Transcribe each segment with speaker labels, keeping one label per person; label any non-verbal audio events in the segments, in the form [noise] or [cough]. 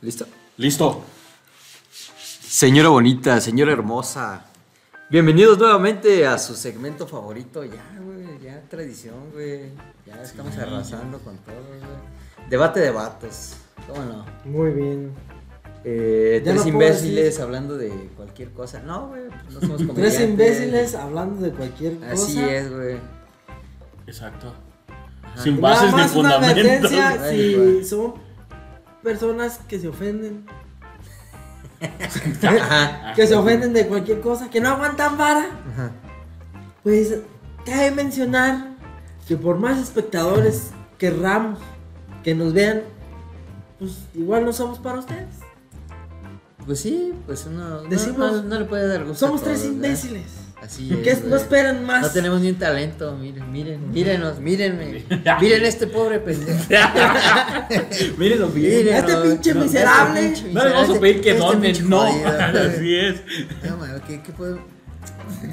Speaker 1: ¿Listo?
Speaker 2: Listo.
Speaker 1: Señora bonita, señora hermosa. Bienvenidos nuevamente a su segmento favorito. Ya, güey, ya tradición, güey. Ya estamos arrasando con todo, güey. Debate de vatos. ¿Cómo no?
Speaker 3: Muy bien.
Speaker 1: Eh,
Speaker 3: Ya
Speaker 1: tres
Speaker 3: no puedo
Speaker 1: imbéciles
Speaker 3: decir.
Speaker 1: hablando de cualquier cosa. No, güey, pues no [laughs] somos comediantes.
Speaker 3: Tres imbéciles hablando de cualquier cosa.
Speaker 1: Así es, güey.
Speaker 2: Exacto. Sin
Speaker 3: Nada
Speaker 2: bases ni
Speaker 3: más una
Speaker 2: fundamentos. [laughs]
Speaker 3: advertencia
Speaker 1: Ay,
Speaker 3: si
Speaker 1: güey.
Speaker 3: son personas que
Speaker 1: [laughs]
Speaker 3: se ofenden.
Speaker 1: [laughs] Ajá.
Speaker 3: Que se ofenden de cualquier cosa, que no aguantan vara.
Speaker 1: Ajá.
Speaker 3: Pues cabe mencionar que por más espectadores querramos que nos vean, pues igual no somos para ustedes.
Speaker 1: Pues sí, pues uno no,
Speaker 3: Decimos,
Speaker 1: no- no le puede dar gusto. a
Speaker 3: Somos tres
Speaker 1: todos, ¿verdad?
Speaker 3: imbéciles.
Speaker 1: Así es.
Speaker 3: Que es- no
Speaker 1: güey.
Speaker 3: esperan más.
Speaker 1: No tenemos ni un talento, miren, miren, mírenos, mírenme. Miren este pobre pendejo.
Speaker 2: Mírenlo
Speaker 1: Miren,
Speaker 3: Este
Speaker 1: no,
Speaker 3: pinche
Speaker 1: no,
Speaker 3: miserable.
Speaker 1: este pinche
Speaker 2: No le vamos a
Speaker 1: miserable,
Speaker 2: pedir que
Speaker 1: este
Speaker 2: donen,
Speaker 1: pinche
Speaker 2: no.
Speaker 1: jodido.
Speaker 2: [laughs] Así es.
Speaker 1: No, mames, ¿qué, qué puedo?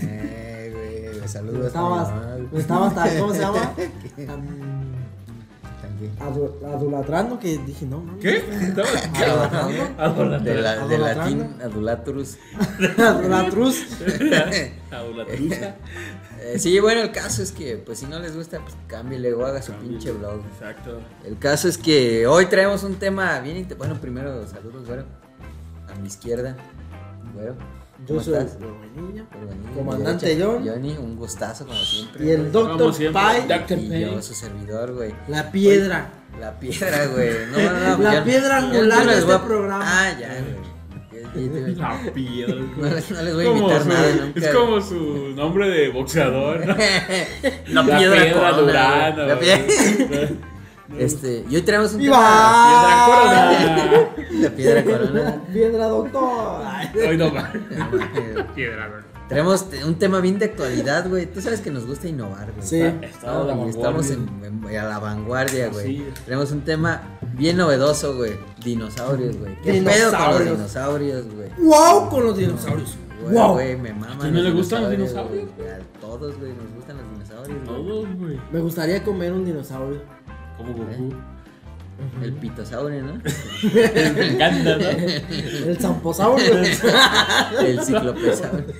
Speaker 1: Eh, güey, le saludo a esta
Speaker 3: Estabas, pues
Speaker 1: mamá.
Speaker 3: estabas, tan- ¿cómo
Speaker 1: [laughs]
Speaker 3: se llama? Tan
Speaker 1: También.
Speaker 3: adu- Adulatrando que dije, no, no.
Speaker 2: ¿Qué?
Speaker 1: [laughs]
Speaker 2: Estaba- [laughs]
Speaker 1: Adulatrando.
Speaker 2: Adulatrando.
Speaker 1: De, la, de
Speaker 3: Adulatrando.
Speaker 1: latín, adulaturus.
Speaker 3: Adulatrus.
Speaker 2: Adulatruza.
Speaker 1: Eh, sí, bueno, el caso es que, pues si no les gusta, pues cámbiale o haga su pinche blog.
Speaker 2: Exacto.
Speaker 1: El caso es que hoy traemos un tema bien inte- Bueno, primero saludos, güero. A mi izquierda, güero.
Speaker 3: Yo
Speaker 1: ¿Cómo
Speaker 3: soy
Speaker 1: estás?
Speaker 3: Rubenillo.
Speaker 1: Pero bueno,
Speaker 3: Comandante
Speaker 1: mi derecha,
Speaker 3: John.
Speaker 1: Johnny, un gustazo como siempre.
Speaker 3: Y el
Speaker 1: güey.
Speaker 2: Como
Speaker 3: Doctor
Speaker 2: siempre,
Speaker 3: Pai,
Speaker 2: Dr.
Speaker 1: Y yo,
Speaker 2: Pei.
Speaker 1: su servidor, güey.
Speaker 3: la piedra.
Speaker 1: La piedra, güey. No, no, no,
Speaker 3: La
Speaker 1: ya-
Speaker 3: piedra
Speaker 1: ya
Speaker 3: angular
Speaker 1: no les
Speaker 3: de
Speaker 1: voy a-
Speaker 3: este programa.
Speaker 1: Ah, ya, güey. Ya- ya-
Speaker 2: La [laughs] piedra.
Speaker 1: No les- no les voy a
Speaker 2: Como
Speaker 1: invitar
Speaker 2: su-
Speaker 1: nada nunca,
Speaker 2: Es [laughs] como su nombre de boxeador.
Speaker 1: [laughs]
Speaker 2: ¿no?
Speaker 1: La corona, güey.
Speaker 2: Durán,
Speaker 1: La
Speaker 2: o- [laughs]
Speaker 1: pie- [laughs] Este, Ah. y hoy tenemos un tema.
Speaker 3: ¡Viva!
Speaker 2: Piedra
Speaker 1: La
Speaker 3: [laughs]
Speaker 1: piedra corona. [laughs]
Speaker 3: Piedra doctor. Ay,
Speaker 2: Corona. Hoy no va.
Speaker 1: Ah, güey.
Speaker 2: Piedra Corona.
Speaker 1: Tenemos te- un tema bien de actualidad, güey. Tú sabes que nos gusta innovar, güey.
Speaker 3: Sí.
Speaker 1: No,
Speaker 2: Estaba
Speaker 1: y estamos en, en- a la vanguardia, güey.
Speaker 2: Sí.
Speaker 1: Tenemos un tema bien novedoso, güey. Dinosaurios, güey. ¿Qué pedo con los
Speaker 3: Dinosaurios.
Speaker 1: dinosaurios, güey?
Speaker 3: ¡Wow! Con los dinosaurios.
Speaker 1: Güey,
Speaker 3: ¡Wow!
Speaker 1: güey, me maman.
Speaker 2: ¿A quién no le gustan los
Speaker 1: güey? A todos, güey, nos gustan los dinosaurios, güey.
Speaker 2: Todos, güey.
Speaker 3: Me gustaría comer un dinosaurio.
Speaker 2: Como Goku. [laughs]
Speaker 1: El pitosaurio, ¿no?
Speaker 2: Me
Speaker 1: [laughs]
Speaker 2: encanta, ¿no?
Speaker 3: El zamposaurio. [laughs]
Speaker 1: El
Speaker 2: [laughs]
Speaker 1: ciclopesaurio.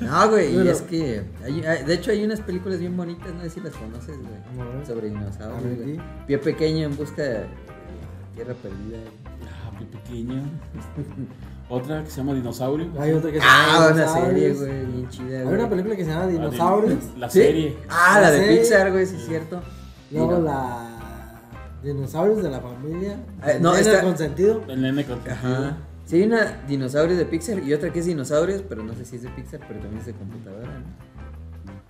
Speaker 1: no, güey, y
Speaker 3: Bueno.
Speaker 1: es que. hay- hay- de hecho, hay unas películas bien bonitas, no sé si las conoces, güey.
Speaker 3: A ver.
Speaker 1: Sobre
Speaker 3: A
Speaker 1: dinosaurios,
Speaker 3: ver,
Speaker 1: güey.
Speaker 3: di.
Speaker 1: Pie pequeño en busca de tierra perdida, güey.
Speaker 2: Ah, qué pequeña. [laughs] Otra que se llama Dinosaurio.
Speaker 3: Hay otra que se
Speaker 1: Ah,
Speaker 3: llama
Speaker 1: una
Speaker 3: Dinosaurios.
Speaker 1: serie, güey, Ah, bien chida,
Speaker 3: Hay
Speaker 1: güey.
Speaker 3: una película que se llama Dinosaurios.
Speaker 2: La
Speaker 1: ¿Sí?
Speaker 2: serie.
Speaker 1: Ah, la
Speaker 3: La
Speaker 1: de
Speaker 3: serie.
Speaker 1: Pixar, güey, sí es cierto.
Speaker 3: Luego
Speaker 1: Dino-
Speaker 3: la. Dinosaurios de la familia.
Speaker 1: Eh, no,
Speaker 3: Nena
Speaker 1: esta-
Speaker 3: consentido.
Speaker 2: El nene consentido.
Speaker 1: Ajá. Sí, hay una dinosaurios de Pixar y otra que es dinosaurios, pero no sé si es de Pixar, pero también es de computadora, ¿no?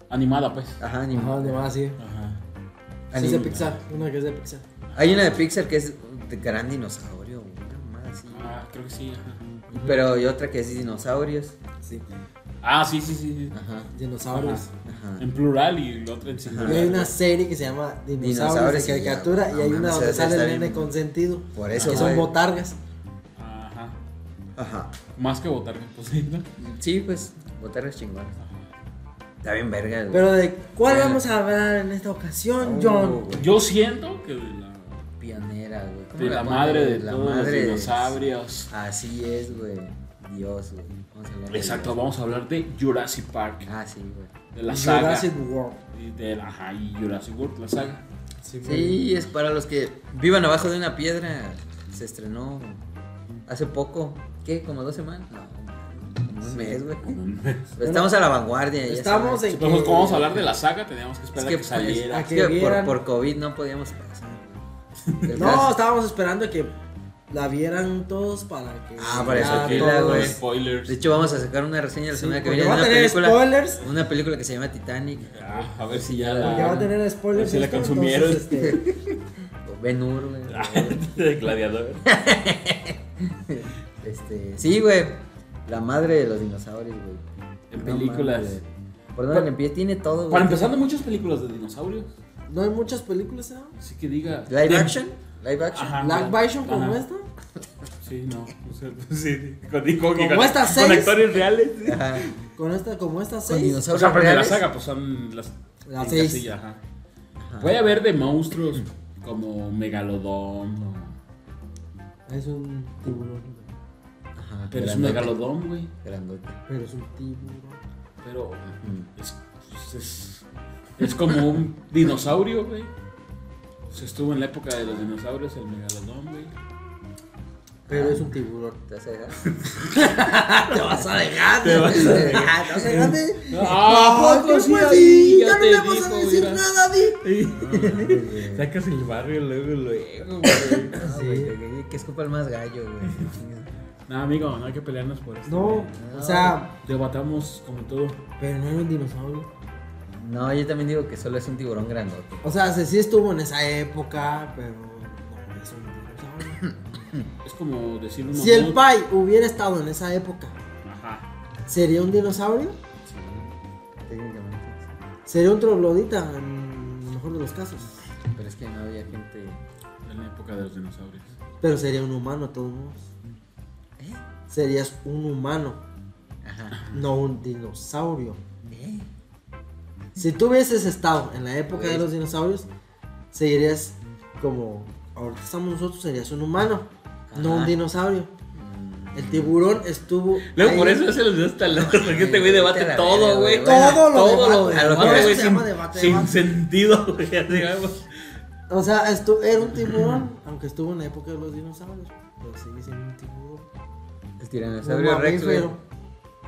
Speaker 2: Animada, pues.
Speaker 1: Ajá,
Speaker 3: Ajá,
Speaker 1: animal.
Speaker 3: de más, sí.
Speaker 2: Ajá.
Speaker 3: Sí, es de
Speaker 1: Anima.
Speaker 3: Pixar. Una que es de Pixar.
Speaker 1: Hay una de Pixar que es de gran dinosaurio, güey, una mamada así.
Speaker 2: Ah, creo que sí. ajá.
Speaker 1: Pero hay otra que es de dinosaurios.
Speaker 3: Sí.
Speaker 2: Ah, sí, sí, sí. sí.
Speaker 1: Ajá.
Speaker 3: Dinosaurios.
Speaker 1: Ajá.
Speaker 2: En plural y la otra en singular.
Speaker 3: Y hay una serie que se llama
Speaker 1: Dinosaurios
Speaker 3: Dinosaurios
Speaker 1: y
Speaker 3: de
Speaker 1: ya,
Speaker 3: caricatura
Speaker 1: no
Speaker 3: y hay
Speaker 1: mames,
Speaker 3: una
Speaker 1: esa
Speaker 3: donde
Speaker 1: está
Speaker 3: sale el
Speaker 1: bien.
Speaker 3: nene consentido.
Speaker 1: Por eso,
Speaker 3: Que son
Speaker 1: güey.
Speaker 3: botargas.
Speaker 2: Ajá.
Speaker 1: Ajá.
Speaker 2: Más que votar, [laughs] pues sí, ¿no?
Speaker 1: Sí, pues, botargas chingonas. Está bien verga, güey.
Speaker 3: Pero de cuál
Speaker 1: Sí.
Speaker 3: vamos a hablar en esta ocasión,
Speaker 1: Oh,
Speaker 3: John.
Speaker 1: güey.
Speaker 2: Yo siento que de la,
Speaker 1: Pionera, güey. ¿Cómo
Speaker 2: de la
Speaker 1: ponen?
Speaker 2: madre de
Speaker 1: La
Speaker 2: todos
Speaker 1: madre de-
Speaker 2: los dinosaurios.
Speaker 1: Así es, güey. Dios, güey. Vamos a hablar de
Speaker 2: Exacto,
Speaker 1: Dios.
Speaker 2: vamos a hablar de Jurassic Park.
Speaker 1: Ah, sí, güey.
Speaker 2: De la saga.
Speaker 3: Jurassic World.
Speaker 2: Y de la, ajá, y Jurassic World,
Speaker 1: [laughs]
Speaker 2: la saga.
Speaker 1: Sí, es para los que vivan abajo de una piedra. Se estrenó hace poco. ¿Qué? ¿Como dos semanas? No, como un mes, güey. Estamos a la vanguardia. ya
Speaker 3: Estamos
Speaker 1: sabes.
Speaker 3: en
Speaker 2: Si podemos-
Speaker 3: que-
Speaker 2: como pues, vamos a hablar de la saga, teníamos que
Speaker 1: Es
Speaker 2: esperar a
Speaker 1: que, pues,
Speaker 2: que, saliera.
Speaker 1: es
Speaker 3: que
Speaker 1: que por,
Speaker 3: vieran.
Speaker 1: por COVID no podíamos pasar. güey. El
Speaker 3: [laughs] No,
Speaker 1: caso-
Speaker 3: estábamos esperando que la vieran todos para que.
Speaker 1: Ah, para
Speaker 3: ya
Speaker 1: eso, que la,
Speaker 3: todos-
Speaker 1: güey.
Speaker 2: spoilers.
Speaker 1: De hecho, vamos a sacar una reseña la
Speaker 3: Sí,
Speaker 1: semana que
Speaker 3: porque
Speaker 1: viene de
Speaker 3: va a
Speaker 1: una
Speaker 3: tener
Speaker 1: película.
Speaker 3: spoilers.
Speaker 1: Una película que se llama Titanic.
Speaker 2: Ah, a ver si ya
Speaker 3: Porque va a
Speaker 2: la. [laughs]
Speaker 3: tener spoilers.
Speaker 2: Si la
Speaker 3: esto,
Speaker 2: consumieron.
Speaker 3: entonces,
Speaker 2: [laughs]
Speaker 3: este,
Speaker 1: O Ben Hur, güey.
Speaker 2: de gladiador.
Speaker 1: Este, sí, güey. La madre de los dinosaurios, güey.
Speaker 2: En
Speaker 1: No
Speaker 2: películas.
Speaker 1: mames, güey. ¿Por dónde
Speaker 2: Pa-
Speaker 1: empieza? Tiene todo, güey.
Speaker 2: Para empezar, no muchas películas de dinosaurios.
Speaker 3: no hay muchas películas, ¿no?
Speaker 2: Así que diga.
Speaker 1: Live
Speaker 2: de-
Speaker 1: action. Live action.
Speaker 2: Ajá.
Speaker 3: Black Vision como
Speaker 2: Ajá.
Speaker 3: esta.
Speaker 2: Sí, no. O sea, [laughs] sí, con, con, con,
Speaker 3: Como estas seis.
Speaker 2: con actores reales. sí.
Speaker 1: Ajá.
Speaker 3: Con esta, como esta
Speaker 1: Con
Speaker 3: seis.
Speaker 1: dinosaurios
Speaker 2: O sea, pero de la
Speaker 1: reales.
Speaker 2: saga, pues son las.
Speaker 3: Las
Speaker 2: en
Speaker 3: seis.
Speaker 2: casilla, ajá.
Speaker 1: Ajá.
Speaker 2: Puede haber de monstruos como Megalodón. o-
Speaker 3: Es un tiburón, güey.
Speaker 1: Ajá,
Speaker 2: Pero es un
Speaker 1: grandote,
Speaker 2: megalodón, güey.
Speaker 1: Grandote. Mm.
Speaker 3: Pero es un tiburón.
Speaker 2: Pero es, pues, es, es como un dinosaurio, güey. Se estuvo en la época de los dinosaurios, el megalodón, güey.
Speaker 3: Pero es un tiburón. Ah,
Speaker 1: ¿Te vas a
Speaker 2: [laughs]
Speaker 1: dejar?
Speaker 3: Te vas a dejar, te vas a dejar. Te
Speaker 2: [laughs]
Speaker 3: vas a dejar de.
Speaker 2: ¡Ah,
Speaker 3: ¿Qué
Speaker 2: sí,
Speaker 3: fue,
Speaker 2: ahí,
Speaker 3: Di?
Speaker 2: ya
Speaker 3: Ya no
Speaker 2: te
Speaker 3: le vas a
Speaker 2: dijo,
Speaker 3: decir
Speaker 2: mira.
Speaker 3: nada, Di.
Speaker 2: [laughs] Sacas el barrio luego, luego.
Speaker 1: No,
Speaker 3: Sí.
Speaker 1: güey, que- que escupa el más gallo,
Speaker 2: [laughs]
Speaker 1: güey.
Speaker 2: No, amigo, no hay que pelearnos por esto.
Speaker 3: No, o sea,
Speaker 2: Debatamos como todo.
Speaker 3: pero no era un dinosaurio.
Speaker 1: No, yo también digo que solo es un tiburón grandote.
Speaker 3: O sea, se sí estuvo en esa época, pero no es un dinosaurio.
Speaker 2: [laughs] Es como decir un
Speaker 3: Si el
Speaker 2: mamut.
Speaker 3: Pai hubiera estado en esa época,
Speaker 2: Ajá.
Speaker 3: ¿sería un dinosaurio?
Speaker 1: Técnicamente.
Speaker 3: Sería un troglodita, en el mejor de los casos.
Speaker 1: Pero es que no había gente.
Speaker 2: En la época de los dinosaurios.
Speaker 3: Pero sería un humano, de todos modos.
Speaker 1: ¿Eh?
Speaker 3: Serías un humano,
Speaker 1: Ajá.
Speaker 3: no un dinosaurio.
Speaker 1: ¿Eh?
Speaker 3: Si tú hubieses estado en la época de los dinosaurios, seguirías como ahorita estamos nosotros, serías un humano, no un
Speaker 1: Ajá.
Speaker 3: dinosaurio. El tiburón estuvo.
Speaker 2: Luego
Speaker 3: ahí.
Speaker 2: por eso se los dio hasta lejos, porque este güey
Speaker 1: Ay,
Speaker 2: debate
Speaker 1: vete a la
Speaker 2: todo,
Speaker 1: verga,
Speaker 2: güey.
Speaker 1: güey.
Speaker 3: Todo lo
Speaker 2: Todo
Speaker 3: debate.
Speaker 2: lo
Speaker 1: A lo que
Speaker 2: debate,
Speaker 1: es.
Speaker 2: güey,
Speaker 3: Se
Speaker 2: sin,
Speaker 3: llama debate,
Speaker 2: sin
Speaker 3: debate.
Speaker 2: sentido, güey. digamos.
Speaker 3: O sea, estu- era un tiburón, aunque estuvo en la época de los dinosaurios, pero sigue siendo un tiburón.
Speaker 1: El
Speaker 3: Un
Speaker 1: tiranosaurio Rex, güey.
Speaker 3: mamífero.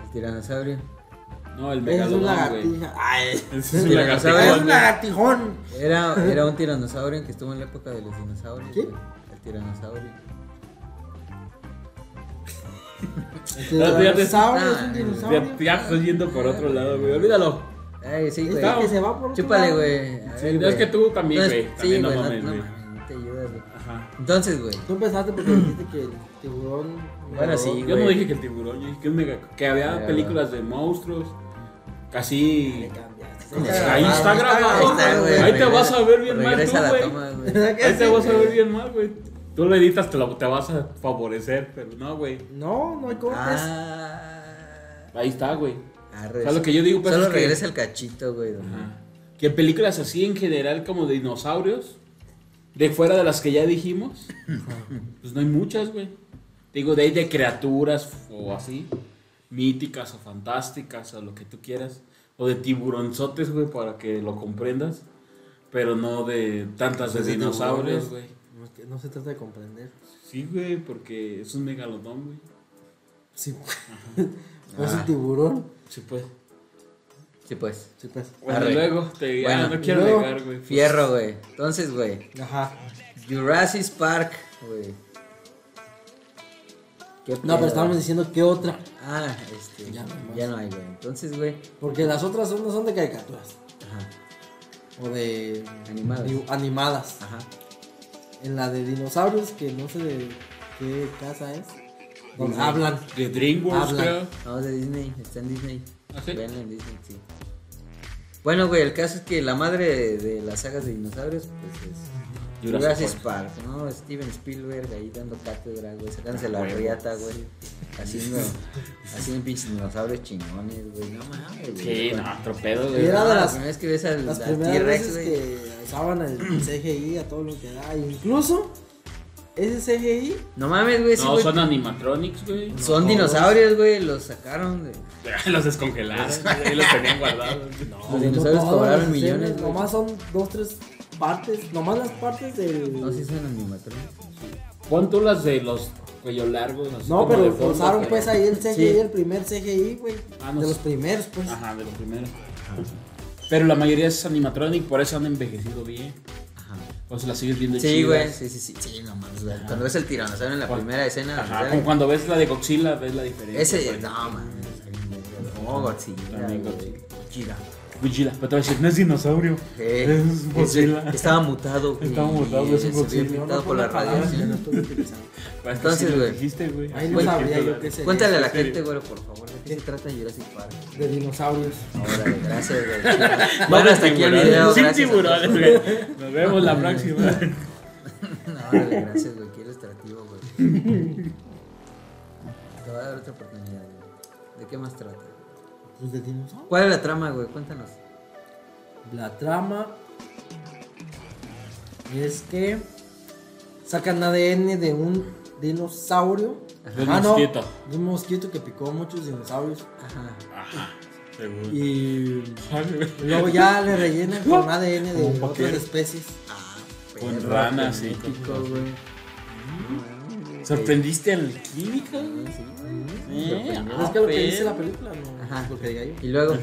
Speaker 1: El tiranosaurio.
Speaker 2: No, el
Speaker 3: Es un
Speaker 2: megalodón, güey.
Speaker 3: lagartija. Ay,
Speaker 2: Ese Es un
Speaker 1: El
Speaker 2: lagartijón,
Speaker 1: dinosaurio.
Speaker 3: es
Speaker 2: güey.
Speaker 3: un lagartijón.
Speaker 1: Era, era un tiranosaurio que estuvo en la época de los dinosaurios.
Speaker 3: ¿Qué?
Speaker 1: güey. El tiranosaurio.
Speaker 3: El
Speaker 2: No, fíjate.
Speaker 3: tiranosaurio es
Speaker 1: Ah,
Speaker 3: un
Speaker 2: Ya,
Speaker 3: dinosaurio.
Speaker 2: ya estás yendo por otro lado, güey. Olvídalo.
Speaker 1: Ay, sí,
Speaker 3: Es
Speaker 1: güey.
Speaker 3: que se va por otro
Speaker 1: Chúpale,
Speaker 3: lado.
Speaker 1: güey. A
Speaker 2: Sí,
Speaker 1: ver,
Speaker 2: no, es
Speaker 1: güey.
Speaker 2: que tú también,
Speaker 1: No, es-
Speaker 2: güey.
Speaker 1: Sí,
Speaker 2: También no
Speaker 1: güey. No,
Speaker 2: mames,
Speaker 1: no
Speaker 2: güey.
Speaker 1: mames, no te ayudas, güey.
Speaker 2: Ajá.
Speaker 1: Entonces, güey.
Speaker 3: Tú empezaste porque dijiste que el tiburón.
Speaker 1: Bueno, sí,
Speaker 2: Yo no
Speaker 1: güey.
Speaker 2: dije que el tiburón, yo dije que, un mega- que había
Speaker 1: Mega-
Speaker 2: películas de monstruos.
Speaker 3: Le
Speaker 2: Casi.
Speaker 3: cambiaste.
Speaker 2: Ahí
Speaker 1: está
Speaker 2: está grabado,
Speaker 1: está, güey.
Speaker 3: [laughs]
Speaker 2: Ahí te
Speaker 1: Regresa-
Speaker 2: vas a ver bien mal
Speaker 1: Regresa
Speaker 2: tú,
Speaker 1: la
Speaker 2: güey.
Speaker 1: toma, güey.
Speaker 2: Ahí te vas a ver bien mal, güey. Tú lo editas, te, lo- te vas a favorecer, pero no, güey.
Speaker 3: No, no hay cortes.
Speaker 1: Ah,
Speaker 2: Ahí está, güey.
Speaker 1: arre.
Speaker 2: O sea, lo que yo digo, pues,
Speaker 1: Solo
Speaker 2: es que-
Speaker 1: regresa el cachito, güey. don-
Speaker 2: Ajá. Que películas así en general, como de dinosaurios, de fuera de las que ya dijimos, pues no hay muchas, güey. Digo, de ahí de criaturas o así, míticas o fantásticas o lo que tú quieras, o de tiburonzotes, güey, para que lo comprendas, pero no de tantas de
Speaker 3: Pues de
Speaker 2: dinosaurios,
Speaker 3: tiburones.
Speaker 2: güey.
Speaker 3: No, es que no se trata de comprender.
Speaker 2: Sí, güey, porque es un megalodón, güey.
Speaker 3: Sí. [laughs] No es un tiburón.
Speaker 2: Sí, pues.
Speaker 1: Sí, pues.
Speaker 3: Sí, pues.
Speaker 2: Bueno,
Speaker 1: Arre.
Speaker 2: luego te ah,
Speaker 1: Bueno,
Speaker 2: no quiero
Speaker 3: luego,
Speaker 2: negar, güey. pues.
Speaker 1: Fierro, güey. Entonces, güey.
Speaker 3: Ajá.
Speaker 1: Jurassic Park, güey. ¿Qué
Speaker 3: No,
Speaker 1: pedo?
Speaker 3: pero estábamos diciendo que otra.
Speaker 1: Ah, este.
Speaker 3: Ya
Speaker 1: Ya, no
Speaker 3: no hay más.
Speaker 1: hay, güey. Entonces, güey.
Speaker 3: Porque las otras son- no son de caricaturas.
Speaker 1: Ajá.
Speaker 3: O de.
Speaker 1: Animadas.
Speaker 3: dibu- animadas.
Speaker 1: Ajá.
Speaker 3: En la de dinosaurios, que no sé de qué casa es. Donde
Speaker 2: Disney.
Speaker 3: hablan.
Speaker 2: De DreamWorks,
Speaker 3: Hablan.
Speaker 2: creo.
Speaker 1: Vamos de Disney. Está en Disney.
Speaker 2: ¿Ah, sí?
Speaker 1: Véanla en Disney, sí. Bueno, güey, el caso es que la madre de, de las sagas de dinosaurios, pues es.
Speaker 2: Jurassic
Speaker 1: Jurassic Park, ¿no? Steven Spielberg ahí dando cátedra, güey, sacándose la
Speaker 2: Ah, Huevo.
Speaker 1: riata, güey.
Speaker 2: [laughs]
Speaker 1: Haciendo, haciendo pinches dinosaurios chingones, güey. No mames, güey.
Speaker 2: Sí,
Speaker 1: Cuando-
Speaker 2: no, tropedo,
Speaker 1: Ah,
Speaker 3: Y
Speaker 2: güey.
Speaker 3: era de
Speaker 1: la
Speaker 3: las-
Speaker 1: primera vez que ves al
Speaker 3: Las
Speaker 1: al
Speaker 3: primeras
Speaker 1: T-Rex,
Speaker 3: veces
Speaker 1: güey.
Speaker 3: que usaban el CGI a todo lo que da. Incluso ese CGI
Speaker 1: No mames, güey. sí,
Speaker 2: No,
Speaker 1: güey.
Speaker 2: son
Speaker 1: son
Speaker 2: animatronics, güey.
Speaker 3: todos.
Speaker 1: dinosaurios, güey. Los sacaron, güey.
Speaker 2: [laughs] Los descongelaron, güey, los tenían guardados.
Speaker 1: Los dinosaurios
Speaker 3: todas
Speaker 1: cobraron
Speaker 3: las escenas,
Speaker 1: millones, güey.
Speaker 3: Nomás son dos, tres partes. Nomás las partes del.
Speaker 1: No, sí son animatronics.
Speaker 2: Pon tú las de los cuello largos. así
Speaker 3: No,
Speaker 2: como de
Speaker 3: pero
Speaker 2: fondo,
Speaker 3: usaron
Speaker 2: pero-
Speaker 3: pues ahí el CGI,
Speaker 1: Sí.
Speaker 3: el primer CGI, güey.
Speaker 2: Ah, no
Speaker 3: de
Speaker 2: sé.
Speaker 3: los primeros, pues.
Speaker 2: Ajá, de los primeros. Pero la mayoría es animatronic, por eso han envejecido bien.
Speaker 1: Ajá.
Speaker 2: O sea, la sigues viendo
Speaker 1: Sí,
Speaker 2: chidas.
Speaker 1: güey. Sí, sí, sí. Sí, no mames, güey. Cuando ves el tiranosaurio en la
Speaker 2: Cuando-
Speaker 1: primera escena, o
Speaker 2: Ajá,
Speaker 1: sea,
Speaker 2: como cuando ves la de Godzilla, ves la diferencia.
Speaker 1: ese.
Speaker 2: güey.
Speaker 1: No, mames. No, Oh, Godzilla.
Speaker 2: También
Speaker 1: güey. Godzilla.
Speaker 2: Godzilla. Godzilla, pero te voy a decir, no es dinosaurio.
Speaker 1: Eh,
Speaker 2: Es Godzilla.
Speaker 1: ese- Estaba mutado, güey.
Speaker 2: Estaba mutado, es un
Speaker 1: Se había
Speaker 2: Godzilla.
Speaker 1: infectado
Speaker 3: No, no
Speaker 1: por la
Speaker 3: pongo palabras que no
Speaker 1: radiación.
Speaker 3: estoy
Speaker 1: [laughs]
Speaker 3: utilizando.
Speaker 2: Pues,
Speaker 1: Entonces,
Speaker 2: sí lo
Speaker 1: güey.
Speaker 2: dijiste, güey.
Speaker 3: Ahí
Speaker 2: Así
Speaker 3: no
Speaker 2: lo
Speaker 3: sabría
Speaker 2: dijiste,
Speaker 3: yo
Speaker 2: güey.
Speaker 3: qué sé.
Speaker 1: Cuéntale a la
Speaker 2: Sí, sí,
Speaker 1: gente,
Speaker 2: sí.
Speaker 1: güey, por favor, de qué se trata Jurassic Park.
Speaker 3: De dinosaurios.
Speaker 1: Ahora, güey, gracias, güey.
Speaker 2: No
Speaker 1: Bueno,
Speaker 2: de
Speaker 1: hasta aquí el
Speaker 2: tiburones,
Speaker 1: video.
Speaker 2: Sin
Speaker 1: gracias a
Speaker 2: tiburones, [laughs] güey. Nos vemos la próxima.
Speaker 1: No, órale, gracias, güey. Qué ilustrativo, güey. Te voy a dar otra oportunidad, güey. ¿De qué más trata?
Speaker 3: Pues de dinosaurios.
Speaker 1: ¿Cuál es la trama, güey? Cuéntanos.
Speaker 3: La trama es que sacan ADN de un dinosaurio. Ah,
Speaker 2: De mosquito.
Speaker 3: de un mosquito que picó a muchos dinosaurios. Ajá.
Speaker 4: Seguro.
Speaker 3: Y
Speaker 4: Ay, güey.
Speaker 3: luego ya le rellenan [laughs] con ADN
Speaker 4: Como un
Speaker 3: de otras
Speaker 4: vaquero.
Speaker 3: especies.
Speaker 1: Ah,
Speaker 4: Con
Speaker 1: perro,
Speaker 4: ranas, sí.
Speaker 1: genético, güey. Mm,
Speaker 2: ¿Sorprendiste al químico? ah, güey?
Speaker 1: güey, sorprendió.
Speaker 3: es que lo que
Speaker 1: Pero-
Speaker 3: dice la película, no
Speaker 1: Ajá.
Speaker 3: Ah, es lo que diga yo.
Speaker 1: Y luego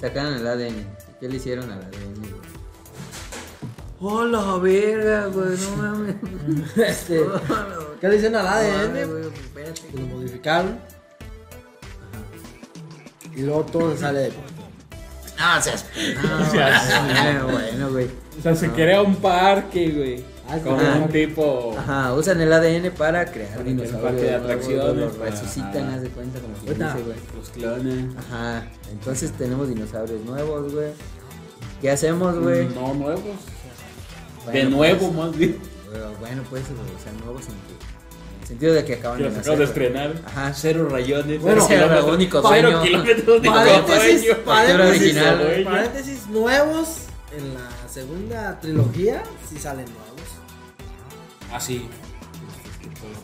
Speaker 1: sacaron el ADN. ¿Qué le hicieron al ADN, güey? ¡Hola, verga, güey! No [laughs] mames.
Speaker 3: [laughs] Este, ¿Qué le hicieron al
Speaker 1: Ay,
Speaker 3: ADN?
Speaker 1: Ah, güey, espérate.
Speaker 3: Pues Lo modificaron. Y luego todo le sale de.
Speaker 1: No, seas no, bueno, Ah, bueno, güey.
Speaker 2: O sea, se
Speaker 1: Ah.
Speaker 2: crea un parque, güey.
Speaker 3: Ah, sí.
Speaker 2: Con
Speaker 1: Ajá.
Speaker 2: un tipo.
Speaker 1: Ajá, usan el ADN para crear
Speaker 2: Para que el
Speaker 1: dinosaurios.
Speaker 2: parque de
Speaker 1: nuevos,
Speaker 2: atracciones, Pues
Speaker 1: Los
Speaker 2: para-
Speaker 1: resucitan, haz de cuenta, como quien
Speaker 3: Ahorita.
Speaker 1: dice, güey.
Speaker 2: Los clones.
Speaker 1: Ajá, entonces tenemos dinosaurios nuevos, güey. ¿Qué hacemos, güey?
Speaker 2: No nuevos. Mm, de
Speaker 1: Bueno,
Speaker 2: nuevo,
Speaker 1: pues,
Speaker 2: más bien.
Speaker 1: güey, bueno, pues, güey, o sea, nuevos en, que- en el sentido de que acaban
Speaker 2: Que
Speaker 1: de
Speaker 2: los
Speaker 1: nacer.
Speaker 2: acabo de
Speaker 1: güey.
Speaker 2: estrenar.
Speaker 1: Ajá.
Speaker 2: Cero rayones.
Speaker 1: Bueno,
Speaker 2: cero
Speaker 1: cero
Speaker 2: kilómetros-
Speaker 1: único
Speaker 2: Cero
Speaker 1: dueño.
Speaker 2: kilómetros de
Speaker 3: Paréntesis,
Speaker 2: dueño.
Speaker 1: Factura
Speaker 3: paréntesis,
Speaker 1: original,
Speaker 2: güey.
Speaker 3: paréntesis nuevos. En la segunda trilogía sí salen nuevos.
Speaker 2: Ah, sí.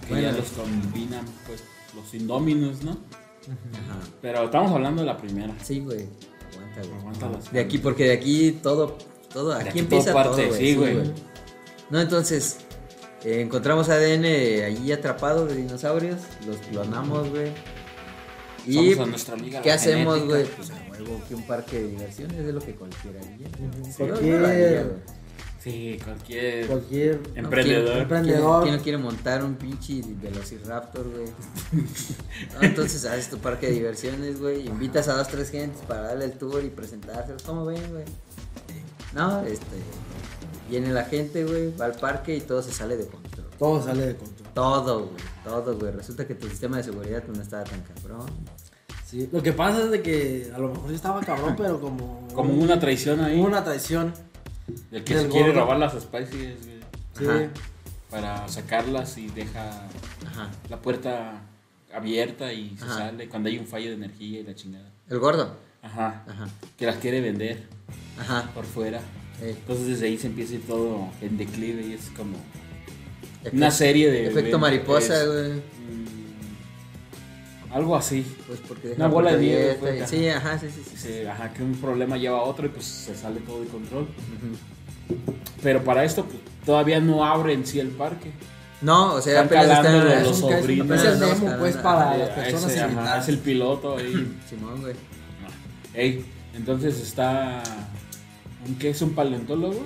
Speaker 2: Que
Speaker 1: Bueno.
Speaker 2: ya los combinan, pues, los indóminos, ¿no?
Speaker 1: Ajá.
Speaker 2: Pero estamos hablando de la primera.
Speaker 1: Sí, güey. Aguanta, güey.
Speaker 2: Aguanta las-
Speaker 1: De aquí, porque de aquí todo, todo, aquí,
Speaker 2: aquí
Speaker 1: empieza
Speaker 2: todo
Speaker 1: todo,
Speaker 2: parte,
Speaker 1: güey.
Speaker 2: sí, güey.
Speaker 1: No, entonces, eh, encontramos ADN allí atrapado de dinosaurios, los clonamos, güey. Y,
Speaker 2: Somos a nuestra amiga.
Speaker 1: ¿qué
Speaker 2: la
Speaker 1: hacemos,
Speaker 2: genética.
Speaker 1: güey? Pues a huevo, que un parque de diversiones es lo que cualquiera haría. Sí, yo
Speaker 3: cualquier-
Speaker 1: lo haría, güey.
Speaker 2: Sí, cualquier
Speaker 3: Cualquier
Speaker 2: emprendedor.
Speaker 1: ¿Quién-
Speaker 3: Emprendedor.
Speaker 1: ¿Quién no quiere montar un pinche velociraptor, güey? No, entonces haces tu parque de diversiones, güey. Invitas a dos, tres gentes para darle el tour y presentárselos. ¿Cómo ven, güey? No, este. Viene la gente, güey, va al parque y todo se sale de control.
Speaker 3: todo sale de control.
Speaker 1: Todo, güey. Todo, güey. Resulta que tu sistema de seguridad no estaba tan cabrón.
Speaker 3: Sí, Lo que pasa es de que a lo mejor yo estaba cabrón, pero como.
Speaker 2: Como una traición ahí.
Speaker 3: como una traición.
Speaker 2: Del que
Speaker 3: del
Speaker 2: se quiere
Speaker 3: gordo.
Speaker 2: robar las especies, güey.
Speaker 3: Sí.
Speaker 1: Ajá.
Speaker 2: Para sacarlas y deja
Speaker 1: Ajá.
Speaker 2: la puerta abierta y se
Speaker 1: Ajá.
Speaker 2: sale cuando hay un fallo de energía y la chingada.
Speaker 1: El gordo.
Speaker 2: Ajá.
Speaker 1: Ajá.
Speaker 2: Que las quiere vender
Speaker 1: Ajá.
Speaker 2: por fuera.
Speaker 1: Eh,
Speaker 2: Entonces desde ahí se empieza a ir todo en declive y es como una
Speaker 1: efecto-
Speaker 2: serie de...
Speaker 1: Efecto
Speaker 2: de-
Speaker 1: mariposa,
Speaker 2: es-
Speaker 1: güey.
Speaker 2: mm, algo así.
Speaker 1: Pues porque
Speaker 2: Una
Speaker 1: dejaron
Speaker 2: bola de
Speaker 1: tu
Speaker 2: nieve,
Speaker 1: dieta
Speaker 2: güey,
Speaker 1: y-
Speaker 2: ajá.
Speaker 1: Sí, ajá, sí, sí, sí.
Speaker 2: Se- ajá, que un problema lleva a otro y pues se sale todo de control. Pero para esto pues, todavía no abre en sí el parque.
Speaker 1: No, o sea,
Speaker 2: Están
Speaker 1: apenas están
Speaker 2: calando
Speaker 1: en
Speaker 2: los
Speaker 1: los
Speaker 2: sobrinos.
Speaker 3: Es
Speaker 2: Apenas
Speaker 3: el
Speaker 1: nos
Speaker 3: demo,
Speaker 1: están-
Speaker 3: pues,
Speaker 1: ajá,
Speaker 3: para las
Speaker 2: Eh,
Speaker 3: personas
Speaker 2: ese, ajá,
Speaker 3: invitadas.
Speaker 2: es el piloto ahí.
Speaker 3: [clears throat]
Speaker 1: Simón, güey.
Speaker 2: Ey, entonces está. ¿Un qué es un paleontólogo?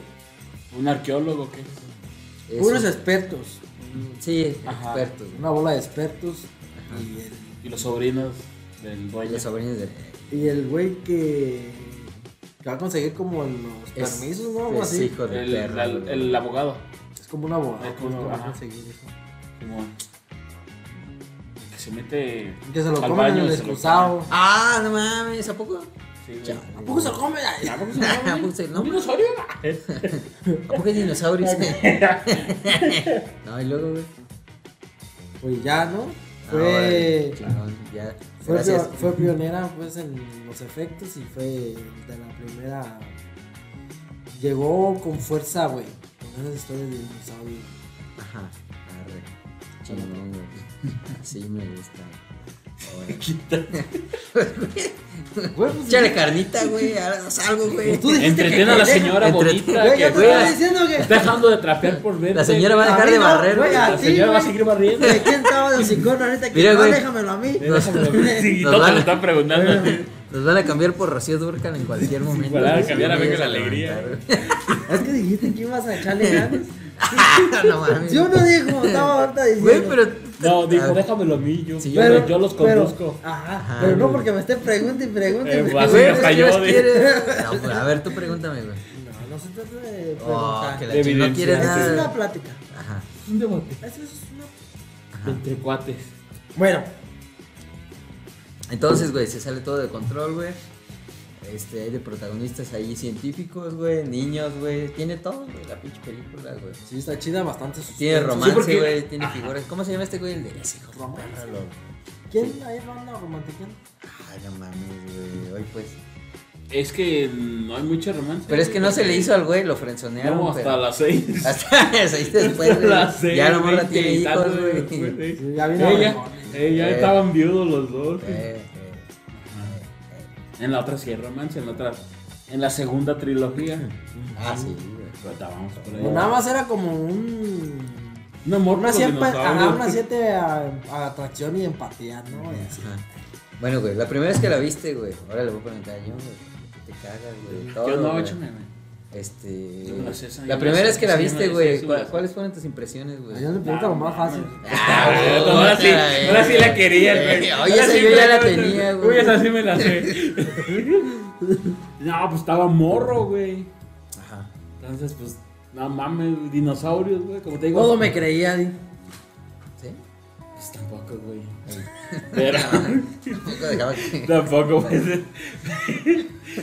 Speaker 2: ¿Un arqueólogo? ¿Qué es?
Speaker 1: Es
Speaker 3: Puros
Speaker 1: un-
Speaker 3: expertos.
Speaker 1: Sí,
Speaker 2: Ajá.
Speaker 1: expertos. güey.
Speaker 3: Una bola de expertos. Y el,
Speaker 2: Y los sobrinos del dueño.
Speaker 1: Los sobrinos de.
Speaker 3: y el güey que. que va a conseguir como los
Speaker 1: es-
Speaker 3: permisos, ¿no? Algo
Speaker 1: es
Speaker 3: así.
Speaker 1: hijo de
Speaker 2: El,
Speaker 1: perra,
Speaker 2: el-
Speaker 1: güey.
Speaker 2: el abogado.
Speaker 3: Es como un abogado.
Speaker 2: Es como-
Speaker 3: pues, que va a
Speaker 2: ajá.
Speaker 3: conseguir eso.
Speaker 2: Como. Que se mete.
Speaker 3: Que se lo
Speaker 2: al
Speaker 3: comen en
Speaker 2: baño
Speaker 3: el
Speaker 2: y se lo
Speaker 3: excusado.
Speaker 2: comen.
Speaker 1: Ah, no mames, ¿a [laughs] poco?
Speaker 2: Sí, güey. Ah, pues,
Speaker 1: Chale.
Speaker 3: ¿A poco se lo comen?
Speaker 2: ¿A poco se lo comen?
Speaker 1: ¿A [laughs] poco se- no?
Speaker 2: ¿Un dinosaurio?
Speaker 1: ¿A poco hay dinosaurios? [laughs] no, y luego, güey.
Speaker 3: Pues ya, ¿no?
Speaker 2: Ah,
Speaker 1: Ahora,
Speaker 3: Fue.
Speaker 1: el chingón, ya.
Speaker 3: Fue,
Speaker 1: Gracias.
Speaker 3: pio- fue pionera pues en los efectos y fue de la primera llegó con fuerza güey con esas historias de
Speaker 2: [laughs]
Speaker 3: dinosaurio
Speaker 1: Ajá. Arre. Chingón, güey. Así me gusta.
Speaker 2: [laughs]
Speaker 1: Ahora.
Speaker 3: Güey, pues,
Speaker 1: Échale carnita, güey. Ahora algo, güey.
Speaker 3: Tú dijiste
Speaker 2: Entreten a la señora
Speaker 1: Entreten-
Speaker 2: bonita.
Speaker 3: güey,
Speaker 2: Que
Speaker 3: ya te
Speaker 1: güey,
Speaker 3: estaba
Speaker 1: la-
Speaker 2: güey,
Speaker 3: diciendo que
Speaker 2: está dejando de trapear por verte.
Speaker 1: La señora va a
Speaker 3: A
Speaker 1: dejar
Speaker 3: mí
Speaker 1: de
Speaker 3: no,
Speaker 1: barrer,
Speaker 3: güey,
Speaker 1: güey.
Speaker 3: a
Speaker 2: La
Speaker 3: ti,
Speaker 2: señora va a
Speaker 3: Ah, güey.
Speaker 2: seguir
Speaker 3: [laughs]
Speaker 2: barriendo.
Speaker 3: ¿De quién estaba de hocicón ahorita que
Speaker 1: Mira,
Speaker 3: no,
Speaker 1: güey.
Speaker 3: déjamelo a mí
Speaker 2: Déjamelo. Y todos
Speaker 1: vale.
Speaker 2: me están preguntando.
Speaker 1: Nos van a cambiar por Rocío Durcal en cualquier momento.
Speaker 2: van a
Speaker 1: güey, si
Speaker 2: cambiar a
Speaker 1: no me
Speaker 2: Venga la
Speaker 1: llegas
Speaker 2: Alegría,
Speaker 1: levantar,
Speaker 3: es que dijiste que ibas a echarle ganas
Speaker 1: güey. [laughs] no mames.
Speaker 3: yo no dijo estaba ahorita diciendo
Speaker 1: Güey, pero.
Speaker 2: No, dijo,
Speaker 1: Ah,
Speaker 2: déjamelo a mí, yo,
Speaker 1: Sí,
Speaker 2: yo-
Speaker 1: pero-
Speaker 2: yo los
Speaker 3: pero-
Speaker 2: conduzco.
Speaker 3: ajá,
Speaker 1: Ajá,
Speaker 3: pero no
Speaker 1: güey.
Speaker 3: porque me esté preguntando y
Speaker 2: Eh,
Speaker 3: preguntando
Speaker 2: vas
Speaker 1: güey,
Speaker 2: Así
Speaker 1: es
Speaker 2: nos
Speaker 1: que
Speaker 2: cayó,
Speaker 1: las
Speaker 2: de-
Speaker 1: quieres- No, pues, a ver, tú pregúntame, güey.
Speaker 3: no no se trata de
Speaker 1: Oh,
Speaker 3: preguntar
Speaker 1: que la
Speaker 2: Evidencia.
Speaker 1: chingada no quiere
Speaker 3: Esta Ah, es una
Speaker 1: nada.
Speaker 3: plática
Speaker 1: Ajá.
Speaker 2: Un debate.
Speaker 3: Esta es una
Speaker 2: Entre cuates.
Speaker 3: Bueno,
Speaker 1: Entonces, güey, se sale todo de control, güey. Este, hay de protagonistas ahí científicos, güey, niños, güey. Tiene todo, güey, la pinche película, güey.
Speaker 3: sí, está chida, bastante
Speaker 1: Tiene
Speaker 3: suspenso.
Speaker 1: romance,
Speaker 2: porque-
Speaker 1: güey, tiene figuras. ¿Cómo se llama este güey? El de ese hijo de
Speaker 3: Romance.
Speaker 1: perra, lo-
Speaker 3: ¿Quién ahí banda romántica?
Speaker 1: Ay, no mames, güey. Hoy pues.
Speaker 2: Es que no hay mucho romance.
Speaker 1: Pero es que no se le
Speaker 2: porque-
Speaker 1: hizo al güey, lo frenzonearon.
Speaker 2: No, hasta
Speaker 1: pero-
Speaker 2: las seis.
Speaker 1: [laughs] Hasta seis después,
Speaker 2: [laughs]
Speaker 1: güey.
Speaker 2: las seis.
Speaker 1: Ya nomás la
Speaker 2: veinte
Speaker 1: tiene
Speaker 2: y
Speaker 1: hijos,
Speaker 2: tantos
Speaker 1: güey.
Speaker 2: después, eh.
Speaker 3: Ya vino
Speaker 2: Ella, ella
Speaker 1: Eh.
Speaker 2: estaban viudos los dos.
Speaker 1: Eh, eh.
Speaker 2: En la otra sí hay romance, en la otra. En la segunda trilogía.
Speaker 1: Ah, sí, güey.
Speaker 2: Pero ahorita vamos por ahí.
Speaker 3: Pues Nada más era como un.
Speaker 2: Un amor
Speaker 3: Una
Speaker 2: por los
Speaker 3: siete, ajá,
Speaker 2: dinosaurios.
Speaker 3: una siete a, a atracción y empatía, ¿no? Y así.
Speaker 1: Ajá. Bueno, güey, la primera vez que la viste, güey. Ahora le voy a comentar yo, güey. Te cagas, güey. todo,
Speaker 2: Yo no,
Speaker 1: güey.
Speaker 2: échame, güey.
Speaker 1: Este.
Speaker 2: Yo no sé esa, yo
Speaker 1: La
Speaker 2: no
Speaker 1: primera
Speaker 2: sé,
Speaker 1: vez que la
Speaker 2: sí,
Speaker 1: viste,
Speaker 2: no sé,
Speaker 1: güey.
Speaker 2: sí,
Speaker 1: ¿cuál-
Speaker 2: no sé.
Speaker 1: ¿Cuáles fueron tus impresiones, güey?
Speaker 3: Yo le pregunto lo más fácil.
Speaker 1: [laughs] Ah, güey,
Speaker 2: Ah, Ahora sí,
Speaker 1: caray.
Speaker 2: ahora sí la quería, güey.
Speaker 1: Oye,
Speaker 2: Ahora
Speaker 1: esa
Speaker 2: sí
Speaker 1: yo
Speaker 2: me
Speaker 1: ya la tenía, güey.
Speaker 2: Uy, esa sí me la sé. no, pues estaba morro, güey.
Speaker 1: Ajá.
Speaker 2: Entonces, pues, no mames, dinosaurios, güey. Como te digo.
Speaker 3: Todo me creía, di.
Speaker 1: ¿Sí?
Speaker 2: Pues tampoco, güey. Pero,
Speaker 1: Tampoco dejaba que-
Speaker 2: tampoco, güey.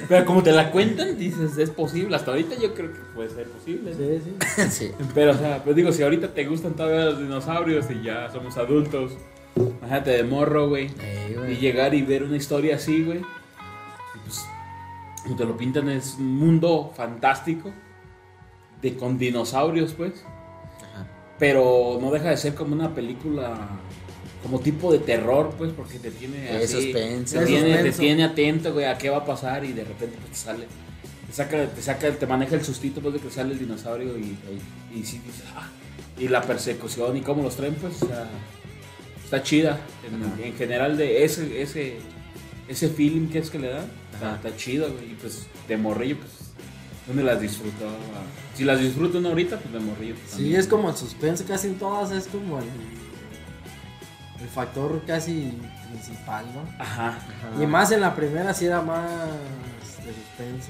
Speaker 2: Pero como te la cuentan, dices, es posible. Hasta ahorita yo creo que puede ser posible.
Speaker 3: Sí, sí.
Speaker 1: [laughs] Sí.
Speaker 2: Pero, o sea, pues digo, si ahorita te gustan todavía los dinosaurios y ya somos adultos, imagínate de morro, güey.
Speaker 1: Eh,
Speaker 2: Y
Speaker 1: güey.
Speaker 2: llegar y ver una historia así, güey. y Pues, y te lo pintan, es un mundo fantástico. De, con dinosaurios, pues.
Speaker 1: Ajá.
Speaker 2: Pero no deja de ser como una película. Como tipo de terror, pues, porque te tiene
Speaker 1: Eh,
Speaker 2: así.
Speaker 1: suspenso.
Speaker 2: Te tiene, te
Speaker 3: Suspenso.
Speaker 2: tiene atento, güey, a qué va a pasar y de repente pues, te sale. Te saca, te saca, te maneja el sustito, pues, de que sale el dinosaurio y. Y sí, dices, "Ah". Y la persecución y cómo los traen, pues, o sea, está chida. En, en general, de ese, ese, ese feeling que es que le dan, está,
Speaker 1: Ajá.
Speaker 2: está chido, güey. Y pues, de morrillo, pues, donde las disfruto? Si las disfruto uno ahorita, pues de morrillo. pues,
Speaker 3: Sí,
Speaker 2: también.
Speaker 3: es como el suspenso casi en todas, es como el, el factor casi principal, ¿no?
Speaker 2: Ajá.
Speaker 1: Ajá.
Speaker 3: Y más en la primera sí era más de suspenso.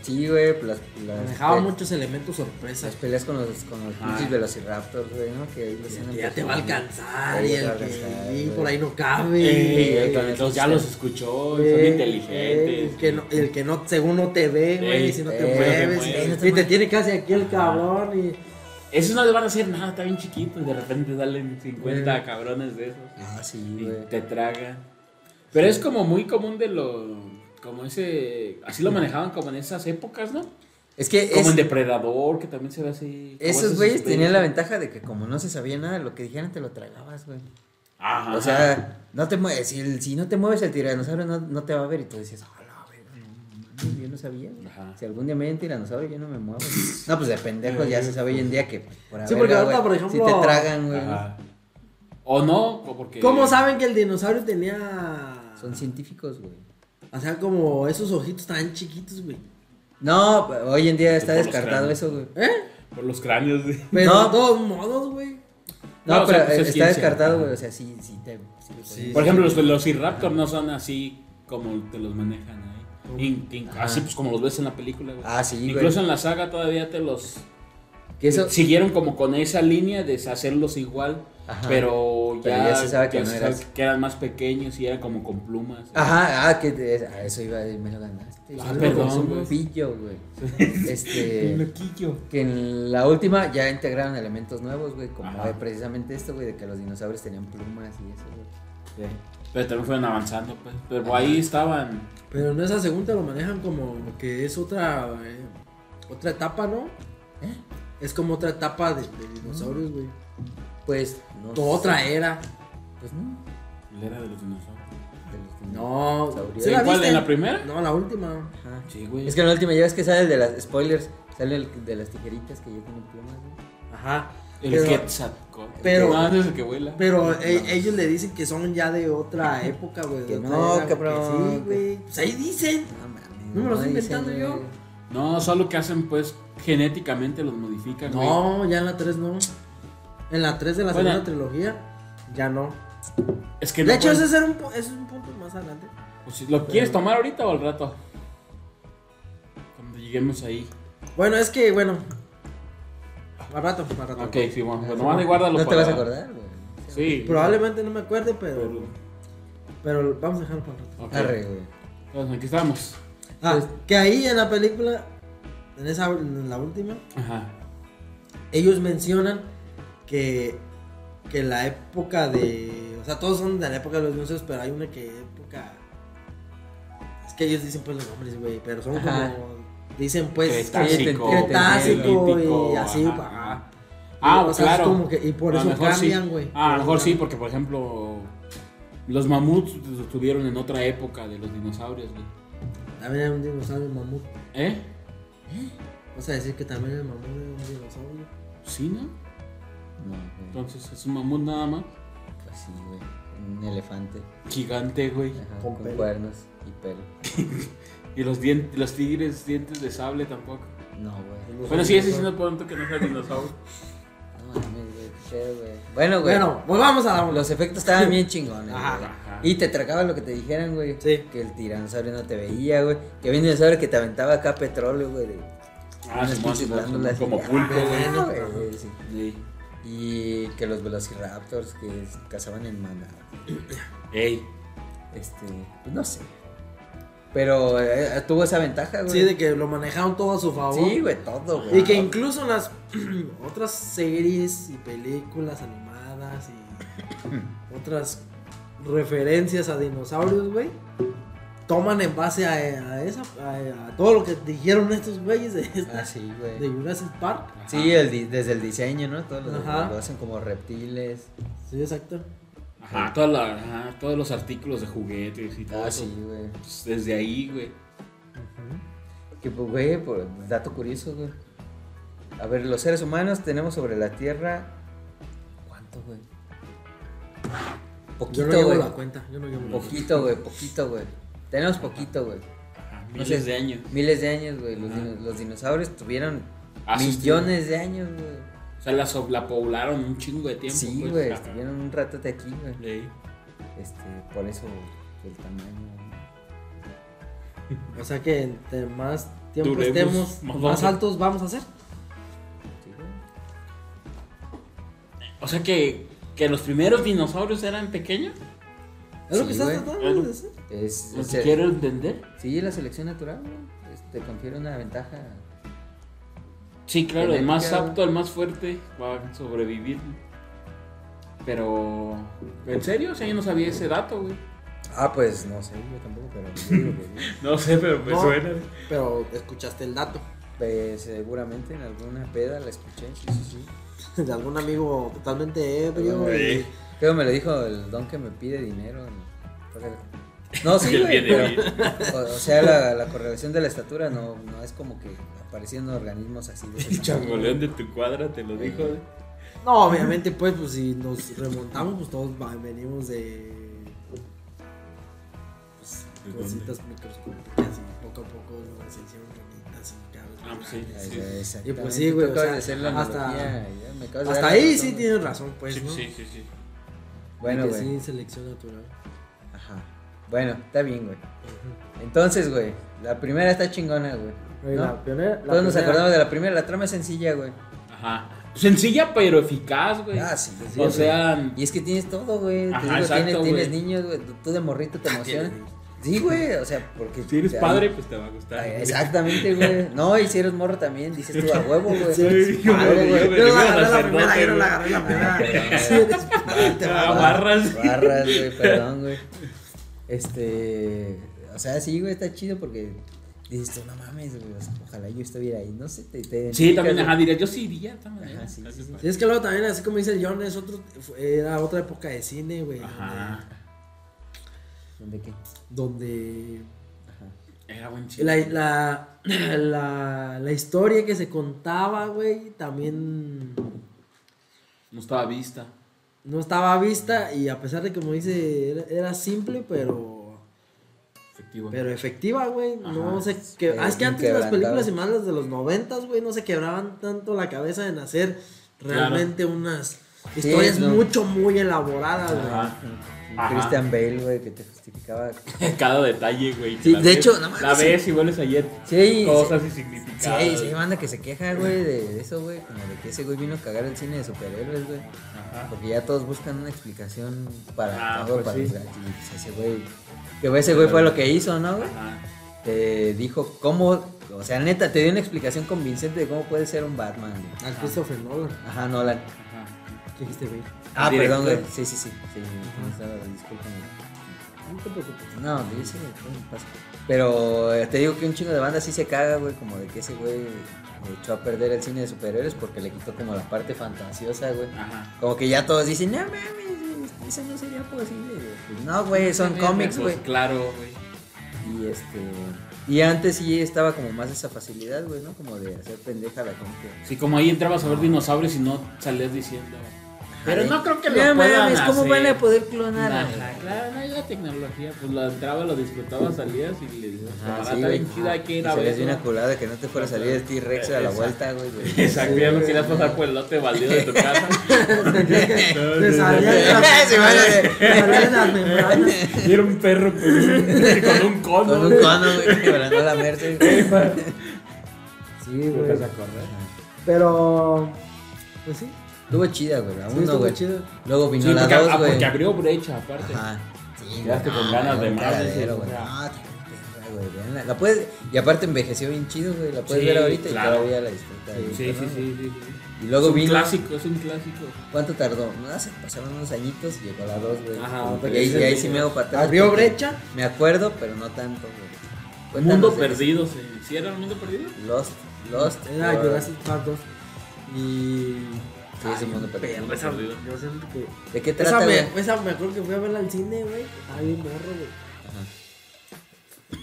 Speaker 1: Sí, güey. pues Las, las,
Speaker 3: Manejaba
Speaker 1: pe-
Speaker 3: muchos elementos sorpresa.
Speaker 1: Las peleas con los, con los
Speaker 2: Ajá.
Speaker 1: pinches velociraptors, güey, ¿no? Que ahí los
Speaker 3: El
Speaker 1: andan
Speaker 3: que ya te va a
Speaker 1: persiguiendo.
Speaker 3: alcanzar
Speaker 1: Ahí
Speaker 3: y
Speaker 1: ya te va
Speaker 3: el
Speaker 1: a alcanzar,
Speaker 3: que y
Speaker 1: güey.
Speaker 3: por ahí no cabe.
Speaker 2: Ey,
Speaker 3: el-
Speaker 2: entonces eh, ya los escuchó, y este, son
Speaker 3: Eh, eh,
Speaker 2: inteligentes.
Speaker 3: El que, no, el que no, según no te ve, güey,
Speaker 2: Ey,
Speaker 3: si no
Speaker 1: eh,
Speaker 3: te
Speaker 1: no te
Speaker 3: mueves.
Speaker 2: mueves.
Speaker 3: y- y te tiene casi aquí el cabrón. Y,
Speaker 2: Esos no les van a hacer nada, está bien chiquito. Y de repente salen 50
Speaker 3: Eh.
Speaker 2: cabrones de esos.
Speaker 1: Ah, sí,
Speaker 2: Y
Speaker 1: güey.
Speaker 2: te tragan. Pero es como muy común de lo. Como ese. Así lo manejaban como en esas épocas, ¿no?
Speaker 1: Es que
Speaker 2: Como
Speaker 1: es-
Speaker 2: en Depredador, que también se ve así. como
Speaker 1: esos
Speaker 2: ese
Speaker 1: güeyes
Speaker 2: suspenso.
Speaker 1: tenían la ventaja de que como no se sabía nada, lo que dijeran te lo tragabas, güey.
Speaker 2: Ajá.
Speaker 1: O sea, no te mueves, si, el- si no te mueves el tiranosaurio no, no te va a ver y tú dices, hola, güey, no, mames, yo no sabía. güey.
Speaker 2: Ajá.
Speaker 1: Si algún día me ven tiranosaurio yo no me muevo. no, pues de pendejos ya se sabe hoy en día que por
Speaker 3: Sí,
Speaker 1: haber,
Speaker 3: porque ahorita,
Speaker 1: güey,
Speaker 3: por
Speaker 1: si
Speaker 3: ejemplo,
Speaker 1: te tragan, güey.
Speaker 2: Ajá. O no, o porque.
Speaker 3: ¿Cómo saben que el dinosaurio tenía.
Speaker 1: Son científicos, güey.
Speaker 3: O sea, como esos ojitos tan chiquitos, güey.
Speaker 1: No, hoy en día está
Speaker 2: Por los
Speaker 1: descartado
Speaker 2: cráneos.
Speaker 1: eso, güey.
Speaker 3: ¿Eh?
Speaker 2: Por los cráneos. [laughs] de-
Speaker 3: Pero
Speaker 1: No.
Speaker 3: de todos modos, güey.
Speaker 1: No,
Speaker 2: No, o
Speaker 1: pero
Speaker 2: sea, pues
Speaker 1: eh,
Speaker 2: es
Speaker 1: está
Speaker 2: ciencia.
Speaker 1: descartado, güey. O sea, sí, sí te. sí te
Speaker 3: Sí.
Speaker 2: Por ejemplo, los Velociraptor no son así como te los manejan ahí. In- in-
Speaker 1: Ajá.
Speaker 2: así pues como los ves en la película, güey.
Speaker 1: Ah, sí, güey.
Speaker 2: Incluso en la saga todavía te los
Speaker 1: Que eso.
Speaker 2: siguieron como con esa línea de hacerlos igual,
Speaker 1: Ajá.
Speaker 2: pero ya,
Speaker 1: Pero ya se sabe que
Speaker 2: ya
Speaker 1: no
Speaker 2: se
Speaker 1: eras.
Speaker 2: sabe que eran más pequeños y eran como con plumas.
Speaker 1: Ajá, ah, que te- a eso iba, me lo ganaste.
Speaker 2: Ah,
Speaker 1: Yo lo
Speaker 2: perdón,
Speaker 1: conocí un
Speaker 2: güey.
Speaker 1: pillo, güey. Este. Que en la última ya integraron elementos nuevos, güey. Como
Speaker 2: Ajá.
Speaker 1: eh, precisamente esto, güey, de que los dinosaurios tenían plumas y eso, güey.
Speaker 2: Pero también fueron avanzando, pues. Pero ahí estaban.
Speaker 3: Pero en esa segunda lo manejan como que es otra. eh, otra etapa, ¿no?
Speaker 2: ¿Eh?
Speaker 3: Es como otra etapa de, de dinosaurios, güey.
Speaker 2: Ah.
Speaker 1: Pues. No
Speaker 3: Toda Otra ¿eh? era.
Speaker 1: Pues no.
Speaker 2: La era de los dinosaurios.
Speaker 1: de los
Speaker 3: No.
Speaker 1: dinosaurios.
Speaker 3: ¿sí la
Speaker 2: ¿En cuál?
Speaker 3: viste?
Speaker 2: ¿En la primera?
Speaker 3: No, la última.
Speaker 1: Ajá.
Speaker 2: Sí, güey.
Speaker 1: Es que en la última ya ves que sale el de las. Spoilers. Sale el de las tijeritas que ya tienen plumas, güey.
Speaker 3: Ajá.
Speaker 2: el
Speaker 3: pero-
Speaker 2: Quetzalcóatl.
Speaker 3: pero-
Speaker 2: No, ese es el que vuela.
Speaker 3: Pero eh, ellos le dicen que son ya de
Speaker 2: [laughs]
Speaker 3: otra época, güey. de
Speaker 1: Que
Speaker 3: otra
Speaker 1: no,
Speaker 3: era, que
Speaker 1: cabrón.
Speaker 3: Sí, güey. Pues ahí dicen.
Speaker 1: No mames.
Speaker 3: No me lo estoy
Speaker 1: dicen,
Speaker 3: inventando
Speaker 1: güey.
Speaker 3: yo.
Speaker 2: No, solo que hacen, pues, genéticamente los modifican. Pues güey.
Speaker 3: No, ya en la 3 no. En la 3 de la
Speaker 2: Bueno.
Speaker 3: segunda trilogía, ya no.
Speaker 2: Es que
Speaker 3: De
Speaker 2: no
Speaker 3: hecho,
Speaker 2: pueden-
Speaker 3: ese era un, pu- ese es un punto más adelante.
Speaker 2: Pues, si ¿Lo quieres tomar ahorita o al rato? Cuando lleguemos ahí.
Speaker 3: Bueno, es que, bueno. Al rato, al rato.
Speaker 2: Ok, sí, bueno. Pero nomás de guárdalo
Speaker 1: No te
Speaker 2: para-
Speaker 1: vas a acordar, güey.
Speaker 2: Sí.
Speaker 3: Probablemente no me acuerde, pero,
Speaker 2: Pero-
Speaker 3: pero vamos a dejarlo para el rato.
Speaker 2: ok.
Speaker 1: Arre, güey.
Speaker 2: Entonces, aquí estamos.
Speaker 3: Ah,
Speaker 1: Pues-
Speaker 3: que ahí en la película, en, esa, en la última,
Speaker 2: Ajá.
Speaker 3: ellos mencionan que, que la época de. O sea, todos son de la época de los dinosaurios, pero hay una que época. Es que ellos dicen pues los nombres, güey, pero son
Speaker 1: Ajá.
Speaker 3: como. Dicen pues.
Speaker 2: Cretácico,
Speaker 3: Cretácico
Speaker 2: Neolítico,
Speaker 3: y así,
Speaker 2: ajá.
Speaker 3: pa.
Speaker 2: Ah,
Speaker 3: o sea, es
Speaker 2: claro.
Speaker 3: como que- y por
Speaker 2: A lo
Speaker 3: eso
Speaker 2: mejor sí.
Speaker 3: cambian, güey.
Speaker 2: Ah, a lo mejor sí, porque por ejemplo, los mamuts estuvieron en otra época de los dinosaurios, güey.
Speaker 3: También era un dinosaurio mamut.
Speaker 2: ¿Eh?
Speaker 3: Vas a decir que también el mamut era un dinosaurio.
Speaker 2: Sí, ¿no?
Speaker 1: No, güey,
Speaker 2: Entonces es un mamut nada más.
Speaker 1: pues sí, güey. Un elefante
Speaker 2: Gigante, güey.
Speaker 1: ajá,
Speaker 3: Con
Speaker 1: con,
Speaker 3: pelo.
Speaker 1: cuernos y pelo.
Speaker 2: Y los, dien- los tigres, dientes de sable tampoco.
Speaker 1: No, güey.
Speaker 2: Bueno, sí, ese sí no puedo que no sea dinosaurio.
Speaker 1: No mames, güey, qué pedo, güey. Bueno, güey.
Speaker 3: Bueno, volvamos a la
Speaker 1: Los efectos estaban bien chingones.
Speaker 2: Ajá,
Speaker 1: güey.
Speaker 2: ajá.
Speaker 1: Y te tragaba lo que te dijeran, güey.
Speaker 3: Sí.
Speaker 1: Que el tiranosaurio no te veía, güey. Que había un dinosaurio que te aventaba acá petróleo, güey. de-
Speaker 2: Ah,
Speaker 1: unas
Speaker 2: sí,
Speaker 1: pinches glándulas.
Speaker 2: como pulpo, güey.
Speaker 1: Ah, güey, sí.
Speaker 2: Sí.
Speaker 1: Y que los velociraptors que es- cazaban en manada.
Speaker 2: Ey.
Speaker 1: Este, pues no sé. Pero eh, tuvo esa ventaja, güey.
Speaker 3: Sí, de que lo manejaron todo a su favor.
Speaker 1: Sí, güey, todo, güey.
Speaker 3: Y que incluso en las [clears throat] otras series y películas animadas y
Speaker 1: [laughs]
Speaker 3: otras referencias a dinosaurios, güey, toman en base a, a esa, a, a todo lo que dijeron estos güeyes de, esta-
Speaker 1: Ah, sí, güey.
Speaker 3: de Jurassic Park.
Speaker 1: Sí, el di- desde el diseño, ¿no? Todos los
Speaker 3: Ajá.
Speaker 1: lo hacen como reptiles.
Speaker 3: Sí, exacto.
Speaker 2: Ajá, toda la- ajá, todos los artículos de juguetes y todo
Speaker 1: Ah,
Speaker 2: eso.
Speaker 1: sí, güey.
Speaker 2: Pues, desde ahí, güey.
Speaker 1: Que pues, güey, por- dato curioso, güey. A ver, los seres humanos tenemos sobre la Tierra. ¿Cuánto, güey?
Speaker 3: Yo
Speaker 1: Poquito,
Speaker 3: no llevo
Speaker 1: güey.
Speaker 3: la cuenta, yo no llevo la cuenta.
Speaker 1: Poquito, güey, poquito, güey. Tenemos poquito, güey.
Speaker 2: Ajá,
Speaker 1: No
Speaker 2: miles
Speaker 1: sé,
Speaker 2: de años.
Speaker 1: Miles de años, güey. Los,
Speaker 2: Ajá.
Speaker 1: dino- los dinosaurios tuvieron
Speaker 2: Ah, sí,
Speaker 1: millones de años, güey.
Speaker 2: O sea, la, so- la poblaron un chingo de tiempo.
Speaker 1: Sí,
Speaker 2: pues.
Speaker 1: güey,
Speaker 2: Ajá.
Speaker 1: estuvieron un rato de aquí, güey.
Speaker 2: Ey.
Speaker 1: Este, por eso el tamaño.
Speaker 3: O sea que entre más tiempo
Speaker 2: Duremos,
Speaker 3: estemos,
Speaker 2: más
Speaker 3: más,
Speaker 2: vamos a-
Speaker 3: altos vamos a ser.
Speaker 1: sí, güey.
Speaker 2: O sea que, que los primeros dinosaurios eran pequeños.
Speaker 3: Es lo
Speaker 1: Sí,
Speaker 3: que estás
Speaker 1: güey.
Speaker 3: tratando de decir.
Speaker 1: Es,
Speaker 2: Lo
Speaker 1: es
Speaker 2: que
Speaker 1: el-
Speaker 2: quiero entender.
Speaker 1: sí, la selección natural, güey. es- Te confiere una ventaja.
Speaker 2: Sí, claro, el más
Speaker 1: Genética,
Speaker 2: apto, el más fuerte va a sobrevivir. Pero. ¿En serio? O sea, yo no sabía ese dato, güey.
Speaker 1: Ah, pues no sé, yo tampoco, pero yo digo que
Speaker 2: [laughs]
Speaker 1: sí.
Speaker 2: No sé, pero me
Speaker 3: No.
Speaker 2: suena.
Speaker 3: Pero escuchaste el dato [laughs]
Speaker 1: Pues, seguramente en alguna peda la escuché, sí, sí, sí.
Speaker 3: de algún amigo totalmente ebrio.
Speaker 1: Sí.
Speaker 3: y-
Speaker 1: Creo que me lo dijo el don que me pide dinero. el-
Speaker 2: [laughs]
Speaker 1: No, sí,
Speaker 2: El
Speaker 1: güey,
Speaker 2: bien,
Speaker 1: pero- o, o sea, la, la correlación de la estatura no, no es como que apareciendo organismos así
Speaker 2: [laughs]
Speaker 1: de ese tamaño.
Speaker 2: Changoleón de tu cuadra te lo dijo.
Speaker 1: Eh.
Speaker 3: No, obviamente, pues, pues si nos remontamos, pues todos va- venimos de pues,
Speaker 4: ¿De
Speaker 3: cositas microscópicas y poco a poco nos hicieron ranitas y cada vez
Speaker 2: Ah,
Speaker 3: más
Speaker 2: pues, sí.
Speaker 3: grandes.
Speaker 1: Ahí está,
Speaker 3: Y
Speaker 1: exactamente,
Speaker 3: pues sí, güey,
Speaker 1: tú
Speaker 3: o
Speaker 1: acabas
Speaker 3: sea,
Speaker 1: de hacer la
Speaker 3: hasta-
Speaker 1: analogía, ya me acabas de
Speaker 3: Hasta
Speaker 1: dar
Speaker 3: ahí
Speaker 1: razón,
Speaker 3: sí
Speaker 1: güey.
Speaker 3: tienes razón, pues,
Speaker 2: Sí,
Speaker 3: ¿no?
Speaker 2: sí, sí, sí.
Speaker 1: Bueno,
Speaker 3: Que
Speaker 1: güey.
Speaker 3: sí, selección natural.
Speaker 1: Ajá. Bueno, está bien, güey. Entonces, güey, la primera está chingona, güey.
Speaker 3: Güey,
Speaker 1: ¿no?
Speaker 3: la pionera- la
Speaker 1: Todos nos
Speaker 3: primera-
Speaker 1: acordamos de la primera, la trama es sencilla, güey.
Speaker 2: Ajá. Sencilla pero eficaz, güey.
Speaker 1: Ah, sí, sí,
Speaker 2: Pues, O
Speaker 1: güey.
Speaker 2: sea,
Speaker 1: Y es que tienes todo, güey. Te
Speaker 2: Ajá,
Speaker 1: digo,
Speaker 2: exacto,
Speaker 1: tienes,
Speaker 2: güey.
Speaker 1: tienes niños, güey. tú- Tú de morrito
Speaker 3: Ah,
Speaker 1: te emocionas.
Speaker 3: Tienes
Speaker 1: Sí, güey, o sea, porque.
Speaker 2: si eres
Speaker 1: o sea,
Speaker 2: padre, pues te va a
Speaker 1: ah,
Speaker 2: gustar.
Speaker 1: Exactamente, güey. No, y si eres morro también, dices tú a huevo, güey.
Speaker 3: Sí,
Speaker 1: Eres
Speaker 2: yo me-
Speaker 1: padre,
Speaker 2: yo
Speaker 1: güey.
Speaker 2: me-
Speaker 3: Yo no la
Speaker 2: Primero
Speaker 3: agarré la
Speaker 2: sacerdote,
Speaker 3: primera, yo no la
Speaker 2: güey.
Speaker 3: agarré la primera.
Speaker 1: [laughs] Ah,
Speaker 3: Sí, eres parte,
Speaker 2: Ah,
Speaker 3: papá.
Speaker 2: barras.
Speaker 1: Barras, güey,
Speaker 2: [laughs]
Speaker 1: perdón, güey. Este. O sea, sí, güey, está chido porque dices tú, no mames, güey. o sea, Ojalá yo estuviera ahí. No sé, te. te
Speaker 2: Sí, también,
Speaker 1: identificas,
Speaker 2: ajá, diría, yo sí iría. de todas maneras.
Speaker 1: Ajá, sí, sí, sí.
Speaker 3: Sí, es que luego también, así como dice el John, es otro, era otra época de cine, güey.
Speaker 2: Ajá.
Speaker 1: ¿Dónde qué?
Speaker 3: Donde
Speaker 2: Era buen chico.
Speaker 3: La, la, [clears throat] la, la historia que se contaba, güey, también
Speaker 2: No estaba vista.
Speaker 3: no estaba a vista y a pesar de que, como dice, era, era simple, pero,
Speaker 2: Efectivo.
Speaker 3: pero efectiva, güey. No
Speaker 2: Ajá,
Speaker 3: sé que,
Speaker 1: es
Speaker 3: ah, es que antes las
Speaker 1: inquebrantable.
Speaker 3: películas y más las de los noventas, güey, no se quebraban tanto la cabeza en hacer realmente unas historias
Speaker 1: no.
Speaker 3: mucho, muy elaboradas, güey.
Speaker 2: Ajá.
Speaker 1: Un
Speaker 2: Ajá.
Speaker 1: Christian Bale, güey, que te justificaba.
Speaker 2: [laughs] Cada detalle, güey.
Speaker 1: Sí,
Speaker 2: La
Speaker 1: de
Speaker 2: ves-
Speaker 1: hecho, no mames,
Speaker 2: La
Speaker 1: sí.
Speaker 2: ves y vuelves ayer.
Speaker 1: Sí,
Speaker 2: Cosas y
Speaker 1: Sí,
Speaker 2: significados.
Speaker 1: sí, hay banda que se queja, güey, de de eso, güey. Como de que ese güey vino a cagar el cine de superhéroes, güey.
Speaker 2: Ajá.
Speaker 1: Porque ya todos buscan una explicación para
Speaker 2: Ah,
Speaker 1: todo,
Speaker 2: pues
Speaker 1: para
Speaker 2: sí.
Speaker 1: los gatos. Y, pues, ese güey. Que güey, ese güey fue lo que hizo, ¿no, güey?
Speaker 2: Ajá.
Speaker 1: Te eh, dijo cómo. O sea, neta, te dio una explicación convincente de cómo puede ser un Batman, güey.
Speaker 3: Al Christopher Nolan,
Speaker 1: Ajá, Nolan.
Speaker 2: Ajá.
Speaker 3: que dijiste, güey.
Speaker 1: Ah,
Speaker 2: Director.
Speaker 1: perdón, güey. Sí, sí, sí. Sí, tienes toda la- discúlpame.
Speaker 3: No te preocupes.
Speaker 1: No, dice, güey, todo me pasa. Pero eh, te digo que un chingo de banda sí se caga, güey, como de que ese güey echó a perder el cine de superhéroes porque le quitó como la parte fantasiosa, güey.
Speaker 2: Ajá.
Speaker 1: Como que ya todos dicen, no mames, güey, eso no sería posible. güey". Pues no, güey, son cómics, güey.
Speaker 2: Pues Claro, güey.
Speaker 1: Y este. Y antes sí estaba como más esa facilidad, güey, ¿no? Como de hacer pendeja a la gente.
Speaker 2: Sí, como ahí entrabas a ver dinosaurios y no salías diciendo. Pero
Speaker 1: Ay,
Speaker 2: no creo que lo
Speaker 1: no
Speaker 2: puedan
Speaker 1: mames, ¿cómo
Speaker 2: hacer.
Speaker 1: van a poder clonar? a
Speaker 2: Ajá, claro, no hay la tecnología. Pues la entraba, lo disfrutaba, salías y le decías,
Speaker 1: Ah,
Speaker 2: camarada,
Speaker 1: sí,
Speaker 2: está
Speaker 1: güey.
Speaker 2: bien chida aquí
Speaker 1: Y
Speaker 2: era
Speaker 1: se ves bien
Speaker 2: verlo".
Speaker 1: aculada que no te fuera a salir el T-Rex a la
Speaker 2: Exacto.
Speaker 1: vuelta, güey. güey.
Speaker 2: [laughs] Exacto, ya no querías pasar por el lote baldío de tu
Speaker 1: [laughs]
Speaker 2: casa.
Speaker 3: Te salían las,
Speaker 1: Ah, Sí, vale.
Speaker 3: te salían las membranas.
Speaker 1: [laughs]
Speaker 4: Y era un perro pues, con un cono.
Speaker 1: Con un cono, güey, quebrando la merced. güey.
Speaker 3: Sí,
Speaker 2: ¿Te vas a
Speaker 3: güey.
Speaker 2: acordar?
Speaker 3: Pero. Pues sí.
Speaker 1: Estuvo chida, güey, la
Speaker 3: Sí,
Speaker 1: uno,
Speaker 3: estuvo
Speaker 1: güey.
Speaker 3: chida.
Speaker 1: Luego vino
Speaker 2: Sí,
Speaker 1: la
Speaker 2: porque,
Speaker 1: dos,
Speaker 2: ah,
Speaker 1: güey. Ah,
Speaker 2: porque abrió brecha, aparte.
Speaker 1: Ajá. Sí,
Speaker 2: Quedaste
Speaker 1: güey,
Speaker 2: con
Speaker 1: no,
Speaker 2: ganas de
Speaker 1: un
Speaker 2: más,
Speaker 1: cagadero,
Speaker 2: dices,
Speaker 1: güey.
Speaker 2: o sea.
Speaker 1: No, está bien perra, güey, véanla. La puedes, y aparte envejeció bien chido, güey. La puedes
Speaker 2: Sí,
Speaker 1: ver ahorita
Speaker 2: claro.
Speaker 1: y todavía la disfrutas.
Speaker 2: Sí,
Speaker 1: güey,
Speaker 2: sí, sí,
Speaker 1: perrón, güey.
Speaker 2: sí, sí, sí.
Speaker 1: Y luego
Speaker 2: es un
Speaker 1: vino.
Speaker 2: clásico, es un clásico.
Speaker 1: ¿Cuánto tardó? No sé, pasaron unos añitos y llegó la dos, güey.
Speaker 2: Ajá,
Speaker 1: Y
Speaker 2: otra
Speaker 1: ahí,
Speaker 2: vez.
Speaker 1: y ahí sí me hago para atrás.
Speaker 3: Abrió
Speaker 1: porque
Speaker 3: brecha.
Speaker 1: Me acuerdo, pero no tanto, güey. Cuéntanos
Speaker 2: Mundo
Speaker 1: de-
Speaker 2: perdido, sí. ¿Sí era el mundo perdido?
Speaker 1: Lost, Lost.
Speaker 3: Era
Speaker 1: World.
Speaker 3: Jurassic Park 2. Y.
Speaker 1: Sí, ese
Speaker 3: Ay,
Speaker 1: mundo
Speaker 3: perro,
Speaker 1: perdido.
Speaker 3: esa-
Speaker 2: Perdido.
Speaker 3: Yo siento que.
Speaker 1: ¿De qué
Speaker 3: Esa
Speaker 1: trata, güey?
Speaker 3: me, esa me acuerdo que fui a verla al cine, güey. Estaba bien morro, güey.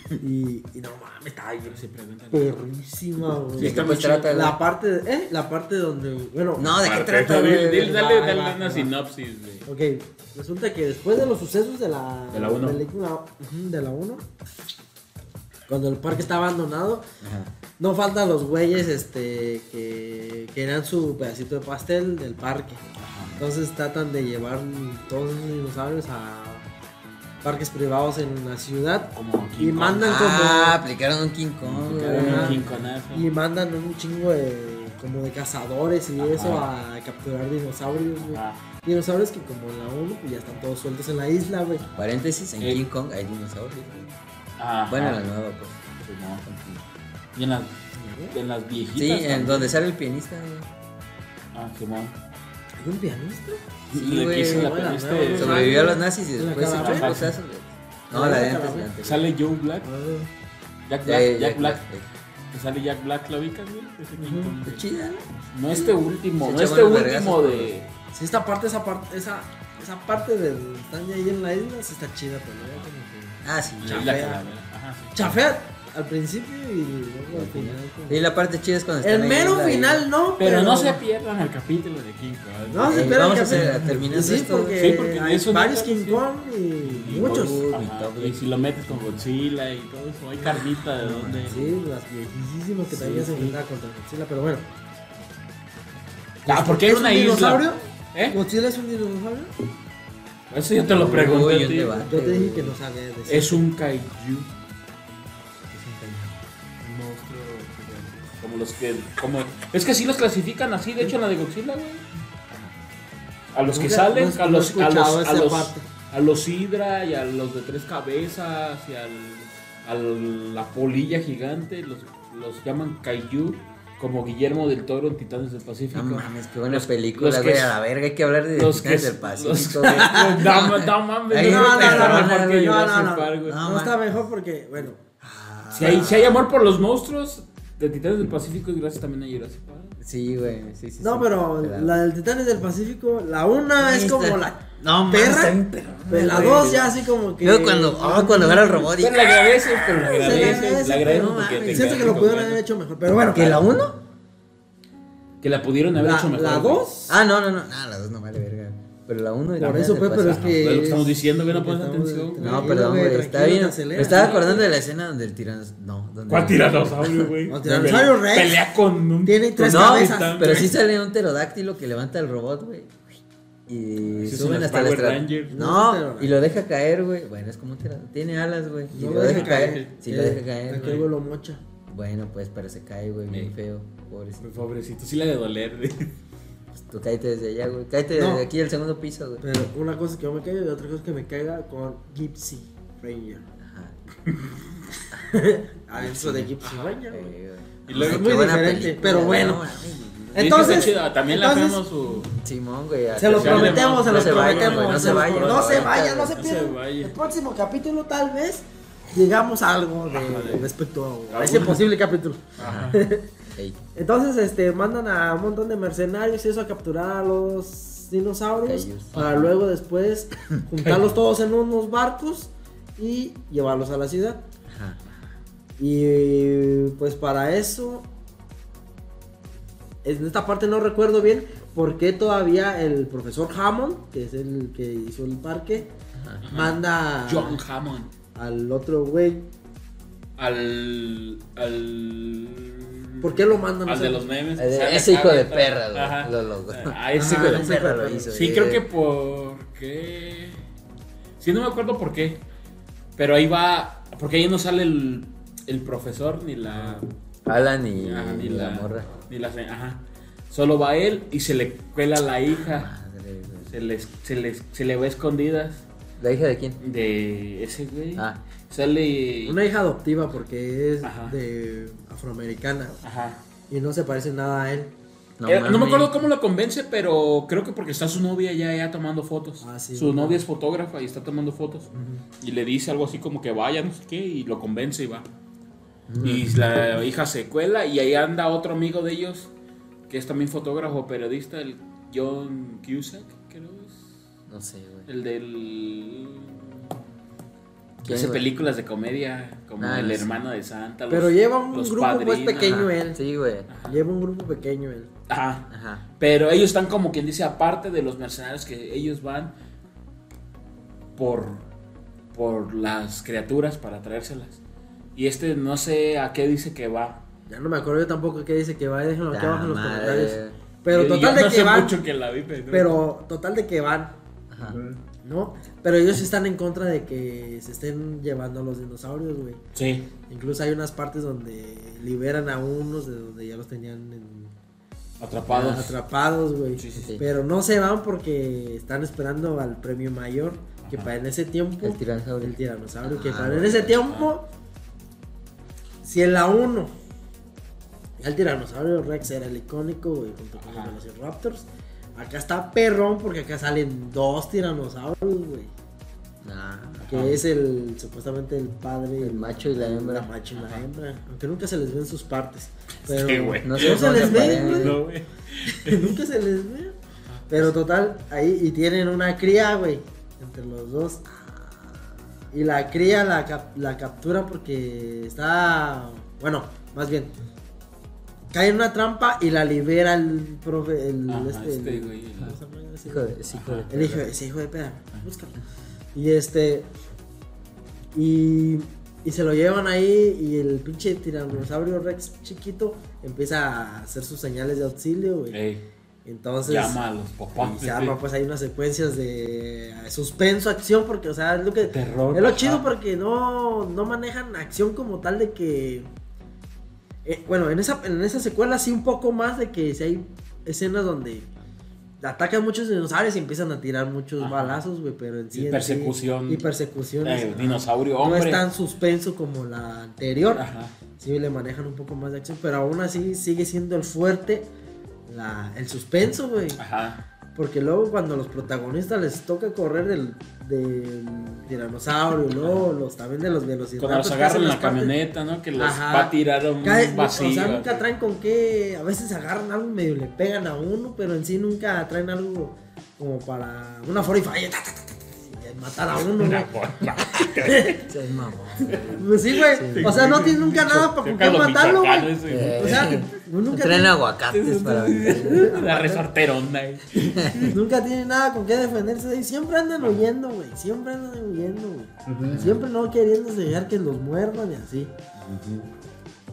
Speaker 3: Y, y no mames, estaba bien
Speaker 2: Sí, pregúntale.
Speaker 3: perrísima, güey.
Speaker 1: ¿De qué
Speaker 2: está
Speaker 1: pues
Speaker 2: muy
Speaker 1: trata, güey?
Speaker 3: La parte, de- ¿eh? La parte donde, bueno.
Speaker 1: No, ¿de qué
Speaker 2: Aparte,
Speaker 1: trata,
Speaker 2: dile-
Speaker 1: güey?
Speaker 2: dile- Dale,
Speaker 3: Ahí
Speaker 2: dale
Speaker 3: va, ahí
Speaker 2: una
Speaker 3: va.
Speaker 2: sinopsis, güey.
Speaker 3: Ok, resulta que después de los sucesos de la,
Speaker 2: De la uno.
Speaker 3: película ujú, de la 1, cuando el parque está abandonado,
Speaker 1: Ajá.
Speaker 3: no faltan los güeyes este, que querían su pedacito de pastel del parque. Entonces tratan de llevar todos esos dinosaurios a parques privados en la ciudad
Speaker 2: Como King
Speaker 3: y
Speaker 2: Kong.
Speaker 3: mandan
Speaker 1: Ah, aplicaron un King Kong,
Speaker 2: Que
Speaker 1: güey.
Speaker 2: era un
Speaker 3: Ajá.
Speaker 2: King ¿eh? Kongazo.
Speaker 3: como y mandan un chingo de como de cazadores y eso a capturar dinosaurios, güey.
Speaker 2: Ajá.
Speaker 3: Dinosaurios que como en la 1 pues ya están todos sueltos en la isla, güey.
Speaker 1: Paréntesis, en
Speaker 2: Eh.
Speaker 1: King Kong hay dinosaurios. güey.
Speaker 2: Ajá.
Speaker 1: Bueno, la nueva, pues.
Speaker 2: Ah, Simón. Y en las, en las viejitas.
Speaker 1: Sí, en
Speaker 2: también.
Speaker 1: donde sale el pianista, güey.
Speaker 2: Ah, Simón.
Speaker 3: ¿Hay un pianista?
Speaker 1: Sí, güey.
Speaker 2: Le quiso la este,
Speaker 3: Buena,
Speaker 2: pianista
Speaker 3: buena,
Speaker 2: de-
Speaker 3: buena.
Speaker 1: Sobrevivió a los nazis y
Speaker 3: ¿La
Speaker 1: después se echó
Speaker 3: calabaza?
Speaker 1: cosas, güey. No, la de antes, la de antes.
Speaker 2: Sale este Joe Black. Jack Black.
Speaker 1: Eh,
Speaker 2: Jack Black. Que sale Jack Black, ¿la ubicas, güey? Ese King
Speaker 1: Qué
Speaker 2: Kong, güey.
Speaker 1: Pues chida, ¿no?
Speaker 2: No este último,
Speaker 1: Se
Speaker 2: no
Speaker 1: echa
Speaker 2: este
Speaker 1: buenos
Speaker 2: último
Speaker 1: vergazos,
Speaker 2: de.
Speaker 3: Sí, esta parte, esa parte, esa, esa parte de donde están ya ahí en la isla, sí está chida, pero ya como
Speaker 1: Ah, sí.
Speaker 2: de
Speaker 1: güey.
Speaker 2: la
Speaker 3: Chafea.
Speaker 2: calavera. Ajá, sí.
Speaker 3: que. Chafea al principio y luego al final. como-
Speaker 1: Y la parte chida es cuando están
Speaker 3: El
Speaker 1: ahí
Speaker 3: mero
Speaker 1: en la-
Speaker 3: final, no, pero.
Speaker 2: Pero no se pierdan el capítulo de King Kong.
Speaker 3: No se
Speaker 1: Eh,
Speaker 3: espera
Speaker 1: vamos
Speaker 3: que
Speaker 1: a hacer-
Speaker 3: apenas-
Speaker 1: terminando
Speaker 3: Sí,
Speaker 1: esto,
Speaker 3: porque,
Speaker 2: Sí, porque
Speaker 3: hay
Speaker 2: eso no
Speaker 3: varios
Speaker 2: está-
Speaker 3: King Kong y,
Speaker 2: Y pues,
Speaker 3: muchos.
Speaker 1: Goku.
Speaker 2: Ajá, y si lo metes con Godzilla y todo eso, hay carnita de donde.
Speaker 3: Sí, las viejísimas que
Speaker 2: Sí,
Speaker 3: también se
Speaker 2: sí.
Speaker 3: enfrentaba contra Godzilla, pero bueno.
Speaker 2: Ah, porque era
Speaker 3: ¿Es
Speaker 2: una
Speaker 3: un
Speaker 2: isla.
Speaker 3: dinosaurio?
Speaker 2: ¿Eh?
Speaker 3: ¿Godzilla es un dinosaurio?
Speaker 2: Eso yo te lo pregunté.
Speaker 1: Uy,
Speaker 2: a
Speaker 1: un
Speaker 2: ti.
Speaker 1: debate.
Speaker 3: Yo te dije que no sabía de eso.
Speaker 2: Es un kaiju. Es un kaiju. Un monstruo gigante. Como los que. Como, es que sí los clasifican así, de hecho, en la de Godzilla, güey. A los que
Speaker 3: Nunca-
Speaker 2: salen,
Speaker 3: no-
Speaker 2: a
Speaker 3: no he
Speaker 2: los. A
Speaker 3: escuchado
Speaker 2: los, a
Speaker 3: esa
Speaker 2: los,
Speaker 3: parte.
Speaker 2: a los Hydra y a los de tres cabezas y al, a la polilla gigante, los, los llaman kaiju. Como Guillermo del Toro en Titanes del Pacífico.
Speaker 1: No mames, qué buena
Speaker 2: Los-
Speaker 1: película,
Speaker 2: los
Speaker 1: güey.
Speaker 2: que-
Speaker 1: A la verga, hay que hablar de
Speaker 2: los que
Speaker 1: Titanes del Pacífico,
Speaker 2: los-
Speaker 1: güey.
Speaker 2: no, ma- no mames,
Speaker 1: Ahí
Speaker 2: no,
Speaker 1: no,
Speaker 2: creo que
Speaker 1: no,
Speaker 2: está
Speaker 1: no,
Speaker 2: mejor
Speaker 1: no,
Speaker 2: que
Speaker 1: no,
Speaker 2: Jurassic
Speaker 3: no,
Speaker 2: Park, güey.
Speaker 3: No,
Speaker 1: man.
Speaker 3: está mejor porque, bueno,
Speaker 2: Si hay, si hay amor por los monstruos de Titanes del Pacífico y gracias también a Jurassic Park.
Speaker 1: Sí, güey, sí, sí.
Speaker 3: No,
Speaker 1: sí.
Speaker 3: pero
Speaker 1: Claro.
Speaker 3: la del Titanes del Pacífico, la una es como la
Speaker 1: No, mames, está
Speaker 3: perra,
Speaker 1: bien perrona,
Speaker 3: pero la
Speaker 1: güey.
Speaker 3: dos ya así como que.
Speaker 1: Luego cuando, ah, cuando agarra el robot y...
Speaker 2: Pero Pues, le agradeces, pero le
Speaker 3: Se la agradece,
Speaker 2: agradeces, le agradeces
Speaker 1: no
Speaker 2: porque
Speaker 1: mames.
Speaker 2: te
Speaker 3: Siento que lo
Speaker 2: quedaste con
Speaker 3: pudieron
Speaker 2: ganas.
Speaker 3: haber hecho mejor, pero bueno.
Speaker 1: ¿Que la uno?
Speaker 2: Que la pudieron haber
Speaker 3: la,
Speaker 2: hecho mejor.
Speaker 3: la
Speaker 2: güey.
Speaker 3: dos.
Speaker 1: Ah, no, no, no. Ah, la dos no vale verga. Pero la uno... y la
Speaker 3: Por
Speaker 1: tres
Speaker 3: eso
Speaker 1: del
Speaker 3: fue, pero es
Speaker 1: Pacífico.
Speaker 3: que.
Speaker 2: Pues lo que estamos
Speaker 3: es-
Speaker 2: diciendo, güey, no pones
Speaker 3: estamos
Speaker 2: atención,
Speaker 3: de-
Speaker 2: güey.
Speaker 1: No, perdón, güey, está
Speaker 3: tranquilo,
Speaker 1: bien.
Speaker 3: te acelera.
Speaker 1: Me estaba acordando de la escena donde el tiranos... No, donde...
Speaker 2: ¿Cuál tiranosaurio, güey?
Speaker 3: No, tiranosaurio Rex.
Speaker 2: [laughs] Pelea con un.
Speaker 3: Tiene tres
Speaker 1: no,
Speaker 3: cabezas.
Speaker 1: pero sí sale un pterodáctilo que levanta el robot, güey. Y
Speaker 2: Ese es
Speaker 1: suben
Speaker 2: un
Speaker 1: hasta la
Speaker 2: Power
Speaker 1: estrada.
Speaker 2: Ranger.
Speaker 3: No, es un
Speaker 1: No, y
Speaker 3: pterodáctilo.
Speaker 1: lo deja caer, güey. Bueno, es como un pterodáctilo. Tiene alas, güey. Y lo deja caer. Sí, lo deja caer.
Speaker 3: Aquí
Speaker 1: güey.
Speaker 3: lo eh, mocha.
Speaker 1: Bueno, pues, pero se cae, güey, bien
Speaker 2: Sí.
Speaker 1: feo. Pobrecito.
Speaker 2: Pobrecito, sí la de doler. güey.
Speaker 1: Pues tú cállate desde allá, güey. Cállate
Speaker 3: No.
Speaker 1: desde aquí del segundo piso, güey.
Speaker 3: Pero una cosa es que yo me caiga y otra cosa es que me caiga con Gypsy Ranger.
Speaker 1: Ajá.
Speaker 3: [laughs] Adentro de Gypsy Ranger, güey.
Speaker 1: Eh, güey. Ah,
Speaker 2: Y luego-
Speaker 1: Qué
Speaker 3: Muy
Speaker 1: buena
Speaker 3: diferente, pero bueno.
Speaker 1: No, mames,
Speaker 3: Entonces,
Speaker 2: Está chida, también la uh,
Speaker 3: entonces-
Speaker 2: hacemos su.
Speaker 1: Simón, güey.
Speaker 3: Se lo
Speaker 2: Se vaya,
Speaker 3: prometemos, se
Speaker 2: no
Speaker 3: lo
Speaker 2: se vaya,
Speaker 3: prometemos.
Speaker 2: güey,
Speaker 3: se
Speaker 2: no se
Speaker 3: los
Speaker 2: vaya,
Speaker 3: pro- No se vaya, no se
Speaker 2: no se
Speaker 3: pierdan.
Speaker 2: vaya.
Speaker 3: El próximo capítulo tal vez llegamos a algo de, respecto a,
Speaker 2: A
Speaker 3: ese
Speaker 2: uno.
Speaker 3: posible capítulo.
Speaker 2: Ajá.
Speaker 1: Ey,
Speaker 3: Entonces, este, mandan a un montón de mercenarios y eso a capturar a los dinosaurios
Speaker 1: Ellos.
Speaker 3: para luego después juntarlos todos en unos barcos y llevarlos a la ciudad.
Speaker 1: ajá.
Speaker 3: Y pues para eso, en esta parte no recuerdo bien por qué todavía el profesor Hammond, que es el que hizo el parque, manda
Speaker 2: John Hammond.
Speaker 3: al otro güey.
Speaker 2: Al. Al.
Speaker 3: ¿Por qué lo mandan?
Speaker 2: Al
Speaker 3: No
Speaker 2: de
Speaker 3: sé.
Speaker 2: los memes.
Speaker 1: Eh,
Speaker 2: que sale
Speaker 1: ese
Speaker 2: acá,
Speaker 1: hijo
Speaker 2: güey,
Speaker 1: de
Speaker 2: tra-
Speaker 1: perra, lo-
Speaker 2: ajá.
Speaker 1: lo logró.
Speaker 2: A ese
Speaker 1: Ajá,
Speaker 2: hijo de
Speaker 1: ese
Speaker 2: perra.
Speaker 1: perro lo hizo,
Speaker 2: Sí,
Speaker 1: eh.
Speaker 2: creo que porque. Sí, no me acuerdo por qué. Pero ahí va. Porque ahí no sale el, el profesor ni la.
Speaker 1: Alan y,
Speaker 2: ajá,
Speaker 1: y la, morra.
Speaker 2: Ah, Ni la se- ajá. Solo va él y se le cuela la hija.
Speaker 1: Madre, güey.
Speaker 2: Se, les, se, les, se le ve escondidas
Speaker 1: ¿La hija de quién?
Speaker 2: de ese güey.
Speaker 1: Ah.
Speaker 2: Sale.
Speaker 3: Una hija adoptiva porque es
Speaker 2: Ajá.
Speaker 3: de afroamericana
Speaker 2: Ajá.
Speaker 3: y no se parece nada a él.
Speaker 2: Eh, No, me
Speaker 1: mames.
Speaker 2: acuerdo cómo la convence, pero creo que porque está su novia ya, ya tomando fotos.
Speaker 3: Ah, sí.
Speaker 2: su novia es fotógrafa y está tomando fotos. Y le dice algo así como que vaya, no sé qué, y lo convence y va.
Speaker 1: Mm.
Speaker 2: Y la hija se cuela y ahí anda otro amigo de ellos, que es también fotógrafo, periodista, el John Cusack, creo es.
Speaker 1: No sé, güey.
Speaker 2: El del... Que
Speaker 1: ¿Quién,
Speaker 2: hace
Speaker 1: güey?
Speaker 2: películas de comedia, como
Speaker 1: Ah,
Speaker 2: El
Speaker 1: sí.
Speaker 2: hermano de Santa.
Speaker 3: Pero lleva un
Speaker 2: los
Speaker 3: grupo pues,
Speaker 2: padrinos.
Speaker 3: pequeño.
Speaker 1: Ajá,
Speaker 3: él.
Speaker 1: Sí, güey.
Speaker 3: Lleva un grupo pequeño él.
Speaker 2: Ajá.
Speaker 1: Ajá.
Speaker 2: Pero ellos están como quien dice, aparte de los mercenarios que ellos van por, por las criaturas para traérselas. Y este no sé a qué dice que va.
Speaker 3: Ya no me acuerdo yo tampoco qué dice que va, déjenlo aquí
Speaker 1: Ta
Speaker 3: abajo en los
Speaker 1: madre.
Speaker 3: comentarios. Pero
Speaker 2: Yo- yo
Speaker 3: total de
Speaker 2: no
Speaker 3: que
Speaker 2: sé
Speaker 3: van,
Speaker 2: mucho que la vi, pero...
Speaker 3: pero total de que van,
Speaker 1: Ajá.
Speaker 3: ¿no? Pero ellos están en contra de que se estén llevando a los dinosaurios, güey.
Speaker 2: Sí.
Speaker 3: Incluso hay unas partes donde liberan a unos de donde ya los tenían en- Ah,
Speaker 2: Atrapados.
Speaker 3: atrapados, güey.
Speaker 2: Sí, sí,
Speaker 1: sí.
Speaker 3: Pero no se van porque están esperando al premio mayor, que para en ese tiempo...
Speaker 1: El tiranosaurio.
Speaker 3: El tiranosaurio, que
Speaker 1: Ah,
Speaker 3: para en
Speaker 1: bueno,
Speaker 3: ese
Speaker 1: ajá.
Speaker 3: tiempo... Si en la 1 ya el tiranosaurio Rex era el icónico, güey, junto con
Speaker 2: Ajá.
Speaker 3: los velociraptors, acá está perrón porque acá salen dos tiranosaurios, güey.
Speaker 1: Nah.
Speaker 3: Que
Speaker 2: Ajá.
Speaker 3: es el supuestamente el padre.
Speaker 1: El macho y la hembra.
Speaker 3: El macho y la hembra. Aunque nunca se les ven sus partes. Pero
Speaker 2: Sí, güey.
Speaker 1: No
Speaker 3: No
Speaker 1: sé
Speaker 3: se
Speaker 1: dónde
Speaker 3: les ve,
Speaker 1: aparecen.
Speaker 3: güey.
Speaker 2: No, güey.
Speaker 3: Nunca se les ve. Pero total, ahí. Y tienen una cría, güey. Entre los dos. Y la cría la, cap- la captura porque está. Bueno, más bien. Cae en una trampa y la libera el profe. El,
Speaker 2: Ajá, este
Speaker 3: el-
Speaker 2: güey, el-
Speaker 3: ¿cómo se llama ese
Speaker 1: Hijo
Speaker 3: güey?
Speaker 1: de, este sí, hijo de
Speaker 3: El hijo,
Speaker 1: perra.
Speaker 3: ese hijo de perra, búscalo. Y este. Y, y se lo llevan ahí y el pinche tiranosaurio Rex chiquito empieza a hacer sus señales de auxilio, güey.
Speaker 2: Ey,
Speaker 3: Entonces.
Speaker 2: llama a los papás.
Speaker 3: Y se arma, pues hay unas secuencias de eh, suspenso, acción, porque, o sea, es lo que.
Speaker 2: Terror.
Speaker 3: Es lo
Speaker 2: ajá.
Speaker 3: chido porque no, no manejan acción como tal de que. eh, bueno, en esa, en esa secuela sí un poco más de que si hay escenas donde atacan muchos dinosaurios y empiezan a tirar muchos
Speaker 2: Ajá.
Speaker 3: balazos, güey, pero en sí. en
Speaker 2: Y
Speaker 3: sí-
Speaker 2: persecución.
Speaker 3: y persecución.
Speaker 2: Eh, dinosaurio,
Speaker 3: no
Speaker 2: hombre.
Speaker 3: es tan suspenso como la anterior.
Speaker 2: Ajá.
Speaker 3: Sí le manejan un poco más de acción, pero aún así sigue siendo el fuerte la- el suspenso, güey.
Speaker 2: Ajá.
Speaker 3: Porque luego cuando los protagonistas les toca correr del, del tiranosaurio, luego los también de los velociraptors.
Speaker 2: Cuando los
Speaker 3: que
Speaker 2: agarran
Speaker 3: hacen
Speaker 2: en la
Speaker 3: las partes-
Speaker 2: camioneta, ¿no? Que los
Speaker 3: Ajá.
Speaker 2: va a tirar a un
Speaker 3: Cae- no,
Speaker 2: vacío.
Speaker 3: o sea, nunca
Speaker 2: así.
Speaker 3: traen con qué. A veces agarran algo y medio le pegan a uno, pero en sí nunca traen algo como para una 45 ta, ta, ta, ta, y matar
Speaker 2: [laughs]
Speaker 3: a uno, güey.
Speaker 1: Seas mamón.
Speaker 3: Pues sí, güey. O sea, no tienes nunca nada para con qué matarlo, güey.
Speaker 1: Eh, [laughs]
Speaker 3: O sea, uno nunca
Speaker 1: Traen
Speaker 3: tiene-
Speaker 1: aguacates para vender.
Speaker 2: La resorterona. eh.
Speaker 3: Pues Nunca tienen nada con qué defenderse. Y siempre andan huyendo, güey. Siempre andan huyendo, güey. Siempre no queriendo dejar que los muerdan y así.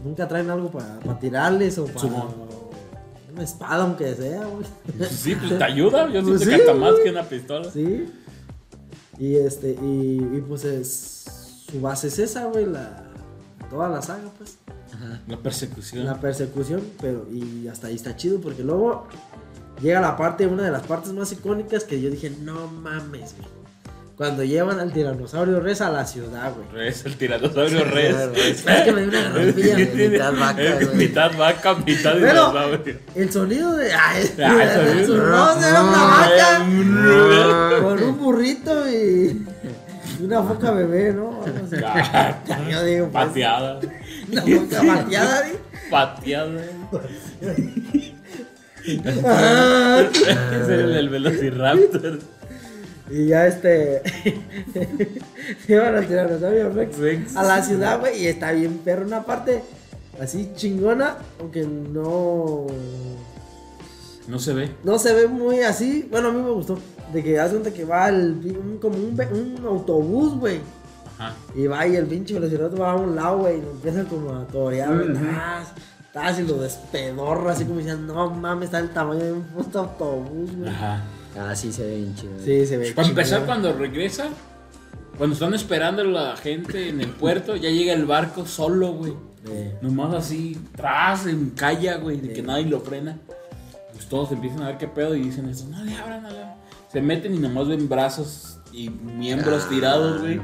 Speaker 3: Nunca traen algo para tirarles o para.
Speaker 2: Simón.
Speaker 3: Una espada, aunque sea, güey.
Speaker 2: Sí, pues te ayuda. Yo
Speaker 3: Pues
Speaker 2: siento que
Speaker 3: sí,
Speaker 2: hasta más
Speaker 3: güey.
Speaker 2: que una pistola.
Speaker 3: Sí. Y este, y, y pues es. Su base es esa, güey. La, toda la saga, pues.
Speaker 2: La persecución.
Speaker 3: La persecución, pero y hasta ahí está chido porque luego llega la parte, una de las partes más icónicas que yo dije, no mames, güey. cuando llevan al tiranosaurio Rex a la ciudad, güey.
Speaker 2: Res, el tiranosaurio res.
Speaker 3: Es que me
Speaker 2: [laughs]
Speaker 3: dio una garrapilla, güey.
Speaker 1: Tiene- mitad vaca,
Speaker 2: Es
Speaker 1: güey.
Speaker 2: mitad vaca, mitad
Speaker 3: Pero-
Speaker 2: dinosaurio.
Speaker 3: El sonido de. [laughs] Ay,
Speaker 2: Ah,
Speaker 3: el
Speaker 2: el sonido.
Speaker 3: sonido. No, era una vaca.
Speaker 1: Ah.
Speaker 3: Con un burrito y. [laughs] y Una foca bebé, ¿no? Algo así.
Speaker 2: [laughs] Ah,
Speaker 3: [laughs] Yo digo, pues,
Speaker 2: Pateada.
Speaker 3: Una foca pateada,
Speaker 2: [laughs]
Speaker 3: güey.
Speaker 2: Pateada. Ese era el del velociraptor.
Speaker 3: Y ya este. [laughs] Llevan al tiranosaurio Rex
Speaker 2: Rex.
Speaker 3: a la ciudad, güey. Y está bien perro. Una parte así chingona, aunque no.
Speaker 2: No se ve.
Speaker 3: No se ve muy así. Bueno, a mí me gustó. De que haz cuenta que va el, un- como un, ve- un autobús, güey.
Speaker 2: Ajá.
Speaker 3: Y va y el pinche velociraptor va a un lado, güey. Y lo empieza como a torear, güey. tas, tas, y lo despedorra, así como diciendo, no mames, está el tamaño de un puto autobús, güey.
Speaker 2: Ajá. [laughs]
Speaker 1: Ah, sí, se ve bien chido.
Speaker 3: Sí, se ve.
Speaker 2: Para empezar,
Speaker 3: chingón.
Speaker 2: cuando regresa, cuando están esperando a la gente en el puerto, ya llega el barco solo, güey.
Speaker 1: Eh,
Speaker 2: Nomás así, tras, en calla, güey, de que nadie lo frena. Pues todos empiezan a ver qué pedo y dicen eso, no le abran, no le abran. Se meten y nomás ven brazos y
Speaker 3: Ah,
Speaker 2: miembros tirados, güey.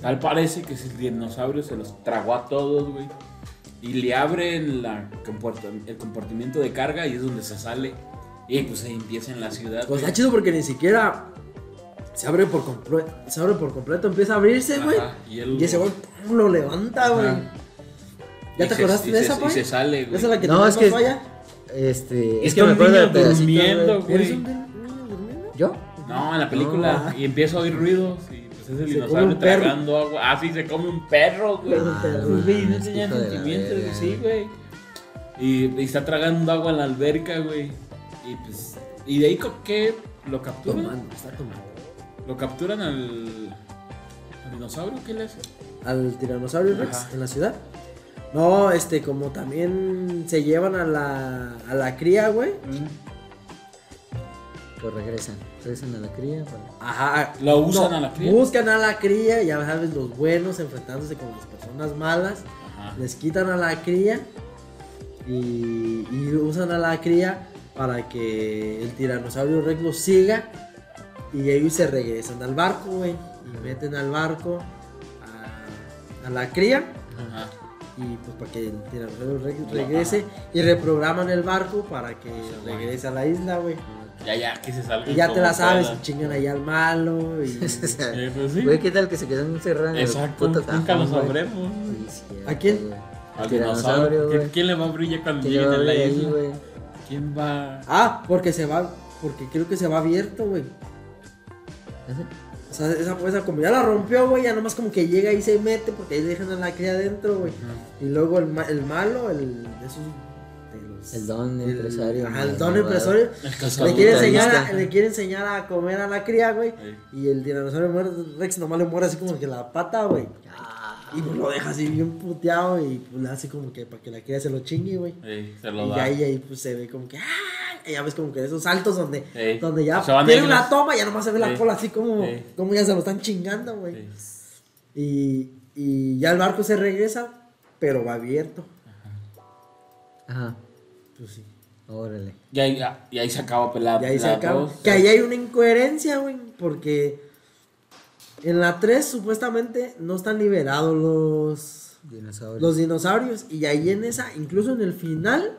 Speaker 2: Tal parece que el dinosaurio se los tragó a todos, güey. Y le abren la comporta- el compartimiento de carga y es donde se sale. Y pues ahí empieza en la ciudad.
Speaker 3: Pues
Speaker 2: güey.
Speaker 3: está chido porque ni siquiera se abre por completo. Se abre por completo, empieza a abrirse, güey.
Speaker 2: Ajá, y él-
Speaker 3: Y ese güey ¡pum! lo levanta, güey.
Speaker 2: Ajá.
Speaker 3: ¿Ya
Speaker 2: Y
Speaker 3: te
Speaker 2: se-
Speaker 3: acordaste
Speaker 2: y
Speaker 3: de
Speaker 2: se-
Speaker 3: esa,
Speaker 2: y
Speaker 3: güey?
Speaker 2: se sale,
Speaker 3: ¿Esa
Speaker 2: güey.
Speaker 3: es la que
Speaker 1: No,
Speaker 3: te
Speaker 1: es que-
Speaker 3: pasó allá?
Speaker 1: Este,
Speaker 2: Es que un niño
Speaker 1: del pedacito,
Speaker 2: durmiendo,
Speaker 1: güey.
Speaker 2: güey.
Speaker 3: ¿Eres un niño durmiendo?
Speaker 1: ¿Yo?
Speaker 2: No, en la película.
Speaker 3: No.
Speaker 2: Y empiezo a oír ruidos. Y pues es el
Speaker 3: Se come
Speaker 2: dinosaurio
Speaker 3: un perro.
Speaker 2: tragando agua. Ah, sí, se come un perro, güey.
Speaker 3: Ah,
Speaker 2: Pues,
Speaker 3: no
Speaker 2: güey, no
Speaker 1: mames,
Speaker 2: tenía
Speaker 1: hijo de la
Speaker 2: sentimientos,
Speaker 1: verga,
Speaker 2: sí, güey. Y, y está tragando agua en la alberca, güey. Y pues. Y de ahí co- que lo capturan.
Speaker 3: Tomando, Ah, está tomando.
Speaker 2: Lo capturan al. al dinosaurio, ¿qué le hace?
Speaker 3: Al tiranosaurio Rex
Speaker 2: Ajá.
Speaker 3: en la ciudad. No, este, como también se llevan a la, a la cría, güey.
Speaker 1: Pues regresan. Regresan a la cría. [laughs] para-
Speaker 3: Ajá.
Speaker 2: La usan a la cría.
Speaker 3: Buscan a la cría, ya sabes, los buenos enfrentándose con las personas malas.
Speaker 2: Ajá.
Speaker 3: les quitan a la cría y, y usan a la cría para que el tiranosaurio rex los siga y ellos se regresan al barco, güey, y meten al barco a, a la cría
Speaker 2: Ajá.
Speaker 3: y pues para que el tiranosaurio rex regrese y reprograman el barco para que regrese a la isla, güey.
Speaker 2: Ya, ya, que se salga.
Speaker 3: Y ya te la sabes, chingan allá al malo y
Speaker 1: [laughs]
Speaker 2: Eh, pues sí.
Speaker 1: Güey, ¿qué tal que se quedó encerrado en el
Speaker 2: Exacto.
Speaker 1: puto
Speaker 2: Nunca
Speaker 1: cajón,
Speaker 2: lo
Speaker 1: güey?
Speaker 2: sabremos.
Speaker 1: Sí, cierto,
Speaker 3: ¿A quién?
Speaker 1: güey.
Speaker 2: Al
Speaker 1: tiranosaurio,
Speaker 2: dinosaurio. ¿Qué-
Speaker 1: güey.
Speaker 2: ¿Quién le va a brillar cuando
Speaker 1: Que yo
Speaker 2: lleguen a la
Speaker 1: ahí,
Speaker 2: isla?
Speaker 1: güey. [laughs]
Speaker 2: ¿Quién va?
Speaker 3: Ah, porque se va, porque creo que se va abierto, güey. O sea, esa, esa como ya la rompió, güey, ya nomás como que llega y se mete porque ahí dejan a la cría adentro, güey. Y luego el, ma- el malo, el de esos... de los-
Speaker 1: El don empresario,
Speaker 3: Ajá, el
Speaker 1: mal
Speaker 3: don
Speaker 1: malvado.
Speaker 3: empresario.
Speaker 2: El
Speaker 3: Le
Speaker 2: cazador.
Speaker 3: quiere,
Speaker 1: Saludo,
Speaker 3: enseñar a,
Speaker 1: ahí está.
Speaker 3: le quiere enseñar a comer a la cría, güey.
Speaker 2: Ey.
Speaker 3: Y el tiranosaurio muere- Rex nomás le muere así como que la pata, güey.
Speaker 1: Ah,
Speaker 3: Y pues lo deja así bien puteado y pues, le hace como que para que la cría se lo chingue, güey.
Speaker 2: Ey, se lo
Speaker 3: Y
Speaker 2: da.
Speaker 3: ahí, ahí pues se ve como que. ¡ah! Y ya ves como que esos saltos donde,
Speaker 2: Ey.
Speaker 3: donde ya
Speaker 2: Se van
Speaker 3: tiene
Speaker 2: negros.
Speaker 3: una toma, ya nomás se ve la
Speaker 2: Ey.
Speaker 3: cola así como,
Speaker 2: Ey.
Speaker 3: como ya se lo están chingando, güey.
Speaker 2: Ey.
Speaker 3: Y, y ya el barco se regresa, pero va abierto.
Speaker 1: Ajá,
Speaker 3: Pues sí.
Speaker 1: órale.
Speaker 2: Y ahí, ya- y ahí se acaba pues, pelada.
Speaker 3: Y ahí se acaba. Que ahí hay una incoherencia, güey. Porque en la 3 supuestamente no están liberados los,
Speaker 1: Dinosaurio.
Speaker 3: los dinosaurios. Y ahí en esa, incluso en el final,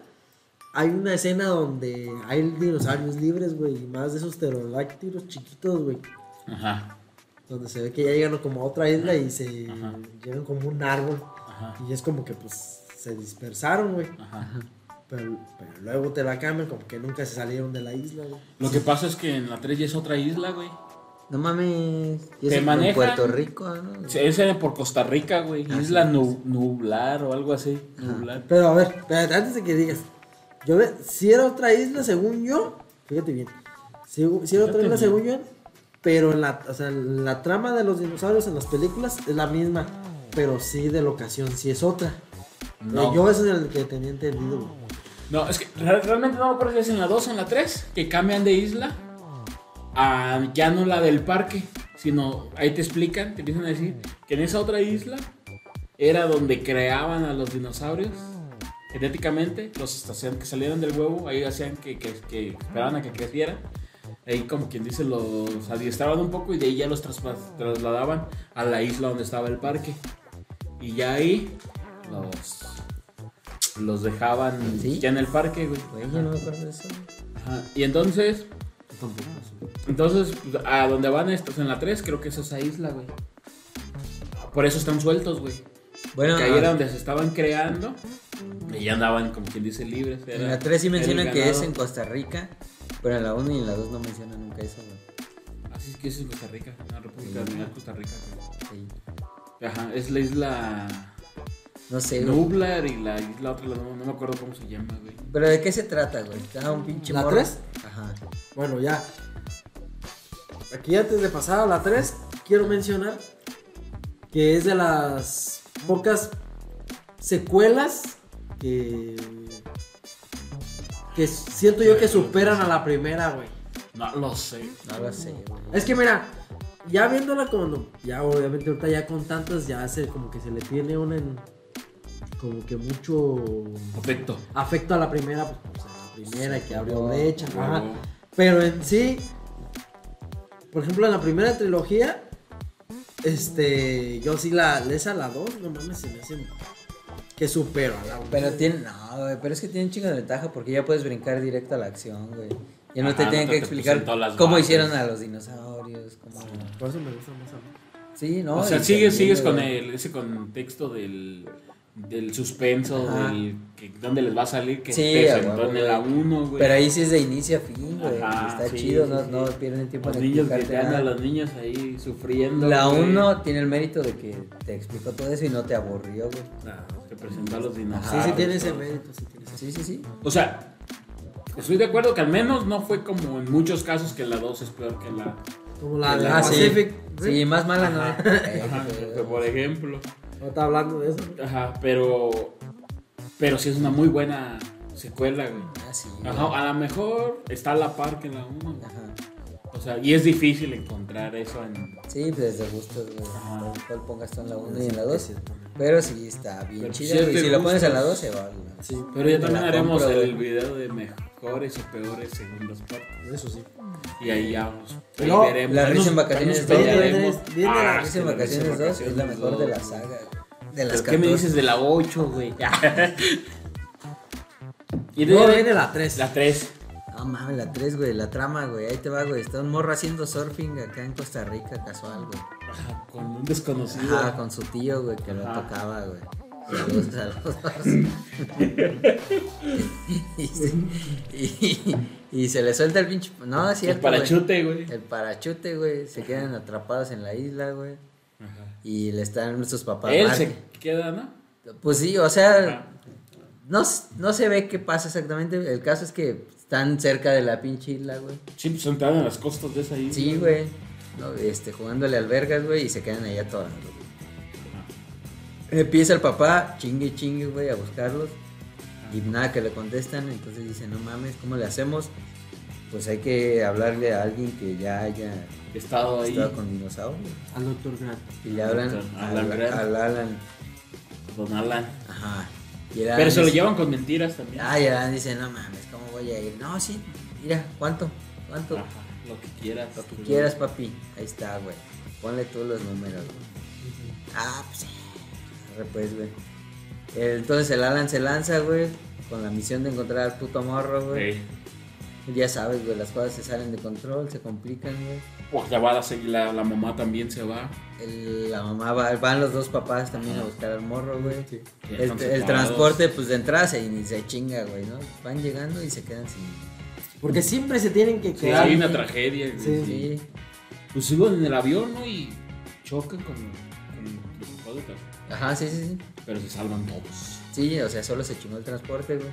Speaker 3: hay una escena donde hay dinosaurios libres, güey. Y más de esos pterodáctilos chiquitos, güey.
Speaker 2: Ajá.
Speaker 3: Donde se ve que ya llegan como a otra isla y se
Speaker 2: Ajá.
Speaker 3: llegan como un árbol.
Speaker 2: Ajá.
Speaker 3: Y es como que pues se dispersaron, güey.
Speaker 2: Ajá.
Speaker 3: Pero, pero luego te la cambian como que nunca se salieron de la isla, güey.
Speaker 2: Lo que pasa es que en la 3 ya es otra isla, güey.
Speaker 3: Ah,
Speaker 1: No mames. Y eso
Speaker 2: Te
Speaker 1: fue en
Speaker 2: manejan.
Speaker 1: Puerto Rico, ¿no?
Speaker 2: Sí, Ese era por Costa Rica, güey.
Speaker 3: Ah,
Speaker 1: Así
Speaker 2: Isla
Speaker 1: es.
Speaker 2: Nu- Nublar o algo así. Nublar.
Speaker 3: Pero a ver, espérate, antes de que digas, yo ve- si era otra isla según yo, fíjate bien, si, si era otra
Speaker 2: Fíjate
Speaker 3: isla
Speaker 2: bien.
Speaker 3: según yo, pero en la, o sea, en la trama de los dinosaurios en las películas es la misma, pero sí de locación, sí es otra.
Speaker 2: No.
Speaker 3: Eh, yo eso es el que tenía entendido. güey.
Speaker 2: No, es que re- realmente no me acuerdo si es en la 2 o en la 3 que cambian de isla a ya no la del parque, sino ahí te explican, te empiezan a decir que en esa otra isla era donde creaban a los dinosaurios genéticamente, los hacían que salieran del huevo, ahí hacían que, que, que esperaban a que crecieran Ahí como quien dice, los adiestraban un poco y de ahí ya los traspa- trasladaban a la isla donde estaba el parque. Y ya ahí los, los dejaban
Speaker 1: ¿Sí?
Speaker 2: ya en el parque, güey.
Speaker 1: Güey, yo no me acuerdo de eso.
Speaker 2: Ajá, Y entonces, entonces pues, a donde van estos en la 3, creo que es esa isla, güey. Por eso están sueltos, güey.
Speaker 1: Bueno, ah.
Speaker 2: que ahí era donde se estaban creando y ya andaban, como quien dice, libres.
Speaker 1: en la 3 sí mencionan
Speaker 2: mencionan
Speaker 1: que es en Costa Rica, pero en la 1 y en la 2 no mencionan nunca eso, güey.
Speaker 2: Así es que es en Costa Rica, en la República
Speaker 1: Sí.
Speaker 2: Dominicana, Costa Rica. güey.
Speaker 1: Sí.
Speaker 2: Ajá, es la isla
Speaker 1: No sé, güey.
Speaker 2: Nublar y la isla otra, la- no, no me acuerdo cómo se llama, güey.
Speaker 1: Pero ¿de qué se trata, güey? Está un pinche
Speaker 3: ¿La
Speaker 1: morro.
Speaker 3: tres?
Speaker 1: Ajá.
Speaker 3: Bueno, ya. Aquí antes de pasar a la 3, quiero mencionar que es de las pocas secuelas que, que siento yo que superan a la primera, güey.
Speaker 2: No lo sé.
Speaker 1: No lo sé, güey.
Speaker 3: Es que mira, ya viéndola como, ya obviamente ahorita ya con tantas, ya se como que se le tiene un en- como que mucho
Speaker 2: Perfecto.
Speaker 3: afecto a la primera, pues, pues, a la primera que abrió brecha,
Speaker 1: Ah,
Speaker 3: ajá.
Speaker 2: Huevo.
Speaker 3: Pero en sí, por ejemplo, en la primera trilogía, este, yo sí la, esa la 2, no mames, se me hace que supero a la uno.
Speaker 1: Pero tiene, no, güey, pero es que tiene un chingo de ventaja porque ya puedes brincar directo a la acción, güey. Ya no
Speaker 2: Ajá,
Speaker 1: te
Speaker 2: no
Speaker 1: tienen
Speaker 2: te-
Speaker 1: que
Speaker 2: te
Speaker 1: explicar
Speaker 2: presentó las
Speaker 1: cómo
Speaker 2: bases.
Speaker 1: hicieron a los dinosaurios, cómo...
Speaker 3: Por eso me gusta más a mí.
Speaker 1: Sí, ¿no?
Speaker 2: O sea,
Speaker 1: Y
Speaker 2: sigues,
Speaker 1: también,
Speaker 2: sigues
Speaker 1: güey.
Speaker 2: con el, ese contexto del, del suspenso,
Speaker 1: Ajá.
Speaker 2: del que, dónde les va a salir, que
Speaker 1: Sí,
Speaker 2: te
Speaker 1: a
Speaker 2: sentó
Speaker 1: huevo,
Speaker 2: en el
Speaker 1: güey.
Speaker 2: A1, güey.
Speaker 1: Pero ahí sí es de inicio a fin, güey.
Speaker 2: Ajá,
Speaker 1: Está
Speaker 2: sí,
Speaker 1: chido,
Speaker 2: sí,
Speaker 1: no,
Speaker 2: sí.
Speaker 1: no pierden tiempo
Speaker 2: los
Speaker 1: en
Speaker 2: niños
Speaker 1: explicarte
Speaker 2: gritando,
Speaker 1: nada.
Speaker 2: los niños ahí sufriendo.
Speaker 1: La
Speaker 2: güey.
Speaker 1: 1 tiene el mérito de que te explicó todo eso y no te aburrió, güey.
Speaker 2: Ah, Te presentó a los
Speaker 1: Ajá.
Speaker 3: Sí,
Speaker 2: dinosaurios.
Speaker 3: sí tiene ese mérito, sí tiene ese
Speaker 1: Sí, sí, sí.
Speaker 2: O sea, estoy de acuerdo que al menos no fue como en muchos casos que la 2 es peor que la.
Speaker 3: Como la de
Speaker 2: Ah, sí.
Speaker 3: Pacific, Rim.
Speaker 1: Sí, más mala [laughs] no. Eh,
Speaker 2: Ajá,
Speaker 1: güey.
Speaker 2: por ejemplo.
Speaker 3: no está hablando de eso.
Speaker 2: Ajá, pero. Pero sí es una muy buena secuela, güey.
Speaker 1: Ah, sí, güey. Ajá.
Speaker 2: Ajá, a lo mejor está a la par que la 1. O sea, y es difícil encontrar eso en.
Speaker 1: Sí, pues desde gustos, güey.
Speaker 2: Ajá.
Speaker 1: ¿Cuál pongas tú en la 1 y en la
Speaker 2: Pues,
Speaker 1: 2? Pero sí, está bien
Speaker 2: Pero
Speaker 1: chida,
Speaker 2: si es
Speaker 1: güey.
Speaker 2: de
Speaker 1: Si lo pones en la
Speaker 2: gustos.
Speaker 1: 12, vale. Sí,
Speaker 2: Pero ya
Speaker 1: Te
Speaker 2: también
Speaker 1: la
Speaker 2: haremos
Speaker 1: compro,
Speaker 2: el
Speaker 1: güey.
Speaker 2: video de mejores o peores segundas partes.
Speaker 3: Eso sí.
Speaker 2: Y ahí ya vamos. Ahí
Speaker 3: No,
Speaker 2: veremos.
Speaker 1: la
Speaker 2: Ahí
Speaker 1: risa en
Speaker 2: nos-
Speaker 1: vacaciones
Speaker 2: ahí nos
Speaker 1: dos.
Speaker 2: pelearemos.
Speaker 3: Viene- viene
Speaker 2: Ah,
Speaker 3: la
Speaker 2: es
Speaker 1: Risa
Speaker 2: que
Speaker 1: en Vacaciones 2 es la mejor de la
Speaker 2: dos.
Speaker 1: saga, güey. De las
Speaker 2: ¿Pero ¿Qué me dices
Speaker 1: cartas.
Speaker 2: de la 8, güey? [laughs] y de
Speaker 3: No, viene la 3.
Speaker 2: la 3.
Speaker 1: No Ah, mames, la 3, güey. La trama, güey. Ahí te va, güey. Está un morro haciendo surfing acá en Costa Rica, casual, güey.
Speaker 2: Con un desconocido. Pues
Speaker 1: Ajá, con su tío, güey, que lo
Speaker 2: Ajá.
Speaker 1: tocaba, güey. Saludos a los dos. [laughs] y, se- y- y se le suelta el pinche. No, es
Speaker 2: el
Speaker 1: cierto. güey.
Speaker 2: parachute, güey.
Speaker 1: El parachute, güey. Se quedan atrapados en la isla, güey.
Speaker 2: Ajá.
Speaker 1: Y le están sus papás.
Speaker 2: Él
Speaker 1: mar-
Speaker 2: se queda, ¿no?
Speaker 1: Pues sí, o sea,
Speaker 2: Ajá.
Speaker 1: no, s- no se ve qué pasa exactamente. El caso es que están cerca de la pinche isla, güey.
Speaker 2: Sí, pues entraron a las costas de esa isla.
Speaker 1: Sí, güey. No, este, jugándole albergas, güey, y se quedan ahí atorados. güey. Empieza el papá, chingue, chingue, güey, a buscarlos. Y nada, que le contestan. Entonces dice, no mames, ¿cómo le hacemos? Pues hay que hablarle a alguien que ya haya
Speaker 2: He estado ahí.
Speaker 1: estado con dinosaurios.
Speaker 3: Al doctor Grant.
Speaker 1: Y le hablan
Speaker 2: Alan
Speaker 1: al,
Speaker 2: Grant.
Speaker 1: al Alan.
Speaker 2: Don Alan.
Speaker 1: Ajá. Y el Alan
Speaker 2: Pero se lo
Speaker 1: dice-
Speaker 2: llevan con mentiras también.
Speaker 1: Ah, y el Alan dice, no mames, ¿cómo voy a ir? No, sí, mira, ¿cuánto? ¿Cuánto?
Speaker 2: Ajá, Lo que quieras.
Speaker 1: Lo que quieras, papi. Ahí está, güey. Ponle tú los números, güey. Ah, pues sí. Arre, pues, güey. El- Entonces el Alan se lanza, güey. Con la misión de encontrar al puto morro, güey.
Speaker 2: Sí.
Speaker 1: Ya sabes, güey, las cosas se salen de control, se complican, güey.
Speaker 2: Pues la, va a seguir, la, la mamá también se va.
Speaker 1: El- La mamá va, van los dos papás también a buscar al morro, güey.
Speaker 2: Ya
Speaker 1: El,
Speaker 2: están
Speaker 1: el
Speaker 2: separados.
Speaker 1: transporte, pues de entrada se, ni se chinga, güey, ¿no? Van llegando y se quedan sin.
Speaker 3: Porque siempre se tienen que
Speaker 2: Sí,
Speaker 3: quedar.
Speaker 2: hay una tragedia.
Speaker 3: Sí.
Speaker 2: güey,
Speaker 1: Sí.
Speaker 2: Pues suben en el avión, ¿no? Y chocan con, con los cosas,
Speaker 1: Ajá, sí, sí, sí.
Speaker 2: Pero se salvan todos.
Speaker 1: Sí, o sea, solo se chingó el transporte, güey.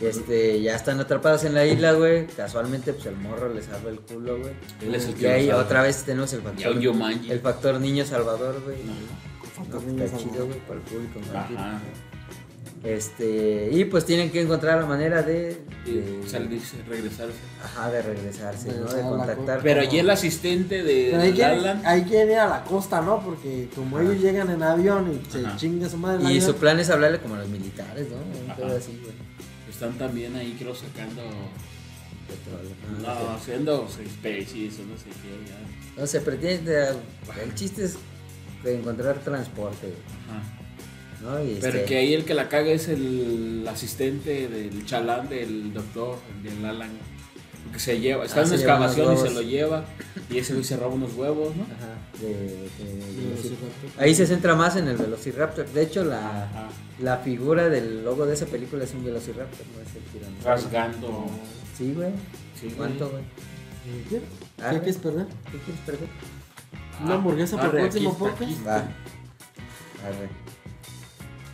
Speaker 1: Este, ya están atrapados en la isla, güey. Casualmente, pues el morro les salva el culo, güey.
Speaker 2: Él es el que
Speaker 1: Y
Speaker 2: los
Speaker 1: ahí
Speaker 2: salva.
Speaker 1: otra vez tenemos el
Speaker 2: Y a
Speaker 1: factor,
Speaker 2: un Yomanji.
Speaker 1: el factor niño salvador, güey.
Speaker 2: No,
Speaker 1: No, está chido, güey, para el público infantil.
Speaker 2: Ajá.
Speaker 1: Este, y pues tienen que encontrar la manera de,
Speaker 2: Y
Speaker 1: de-
Speaker 2: salirse, regresarse.
Speaker 1: ajá, de regresarse, ¿no?
Speaker 3: Regresar a
Speaker 1: De
Speaker 3: la
Speaker 1: contactar.
Speaker 3: co-
Speaker 2: Pero
Speaker 1: como-
Speaker 2: allí el asistente de
Speaker 3: Pero hay que,
Speaker 2: Alan.
Speaker 3: hay que ir a la costa, ¿no? Porque como ellos llegan en avión y se
Speaker 2: Ajá.
Speaker 3: chinga su madre. el
Speaker 1: y
Speaker 3: avión,
Speaker 1: su plan es hablarle como a los militares, ¿no? Un
Speaker 2: Ajá.
Speaker 1: pedo así, güey.
Speaker 2: Están también ahí, creo, sacando
Speaker 1: petróleo.
Speaker 2: No, siendo seis especies o no sé qué. ya.
Speaker 1: No se pretende. El chiste es de encontrar transporte, güey, ¿no? Y
Speaker 2: Pero
Speaker 1: este,
Speaker 2: que ahí el que la caga es el asistente del chalán del doctor, del Alan. Que se lleva, está
Speaker 1: Ah,
Speaker 2: en una
Speaker 1: se lleva unos
Speaker 2: excavación y se
Speaker 1: huevos.
Speaker 2: lo lleva. Y ese güey se roba unos huevos, ¿no?
Speaker 1: Ajá, de- de- de-
Speaker 3: Velociraptor.
Speaker 1: ahí se centra más en el Velociraptor. De hecho, la,
Speaker 2: Ajá.
Speaker 1: la figura del logo de esa película es un Velociraptor, no es el tiranosaurio.
Speaker 2: Rasgando.
Speaker 1: Sí, güey.
Speaker 2: Ah, Sí, güey.
Speaker 1: ¿Cuánto, güey?
Speaker 3: ¿Qué?
Speaker 1: Arre.
Speaker 3: ¿Qué quieres perder?
Speaker 1: ¿Qué quieres perder?
Speaker 3: Una hamburguesa para
Speaker 2: Arre,
Speaker 3: el
Speaker 2: aquí
Speaker 3: próximo
Speaker 2: está,
Speaker 3: podcast.
Speaker 2: aquí.
Speaker 1: Va. Arre.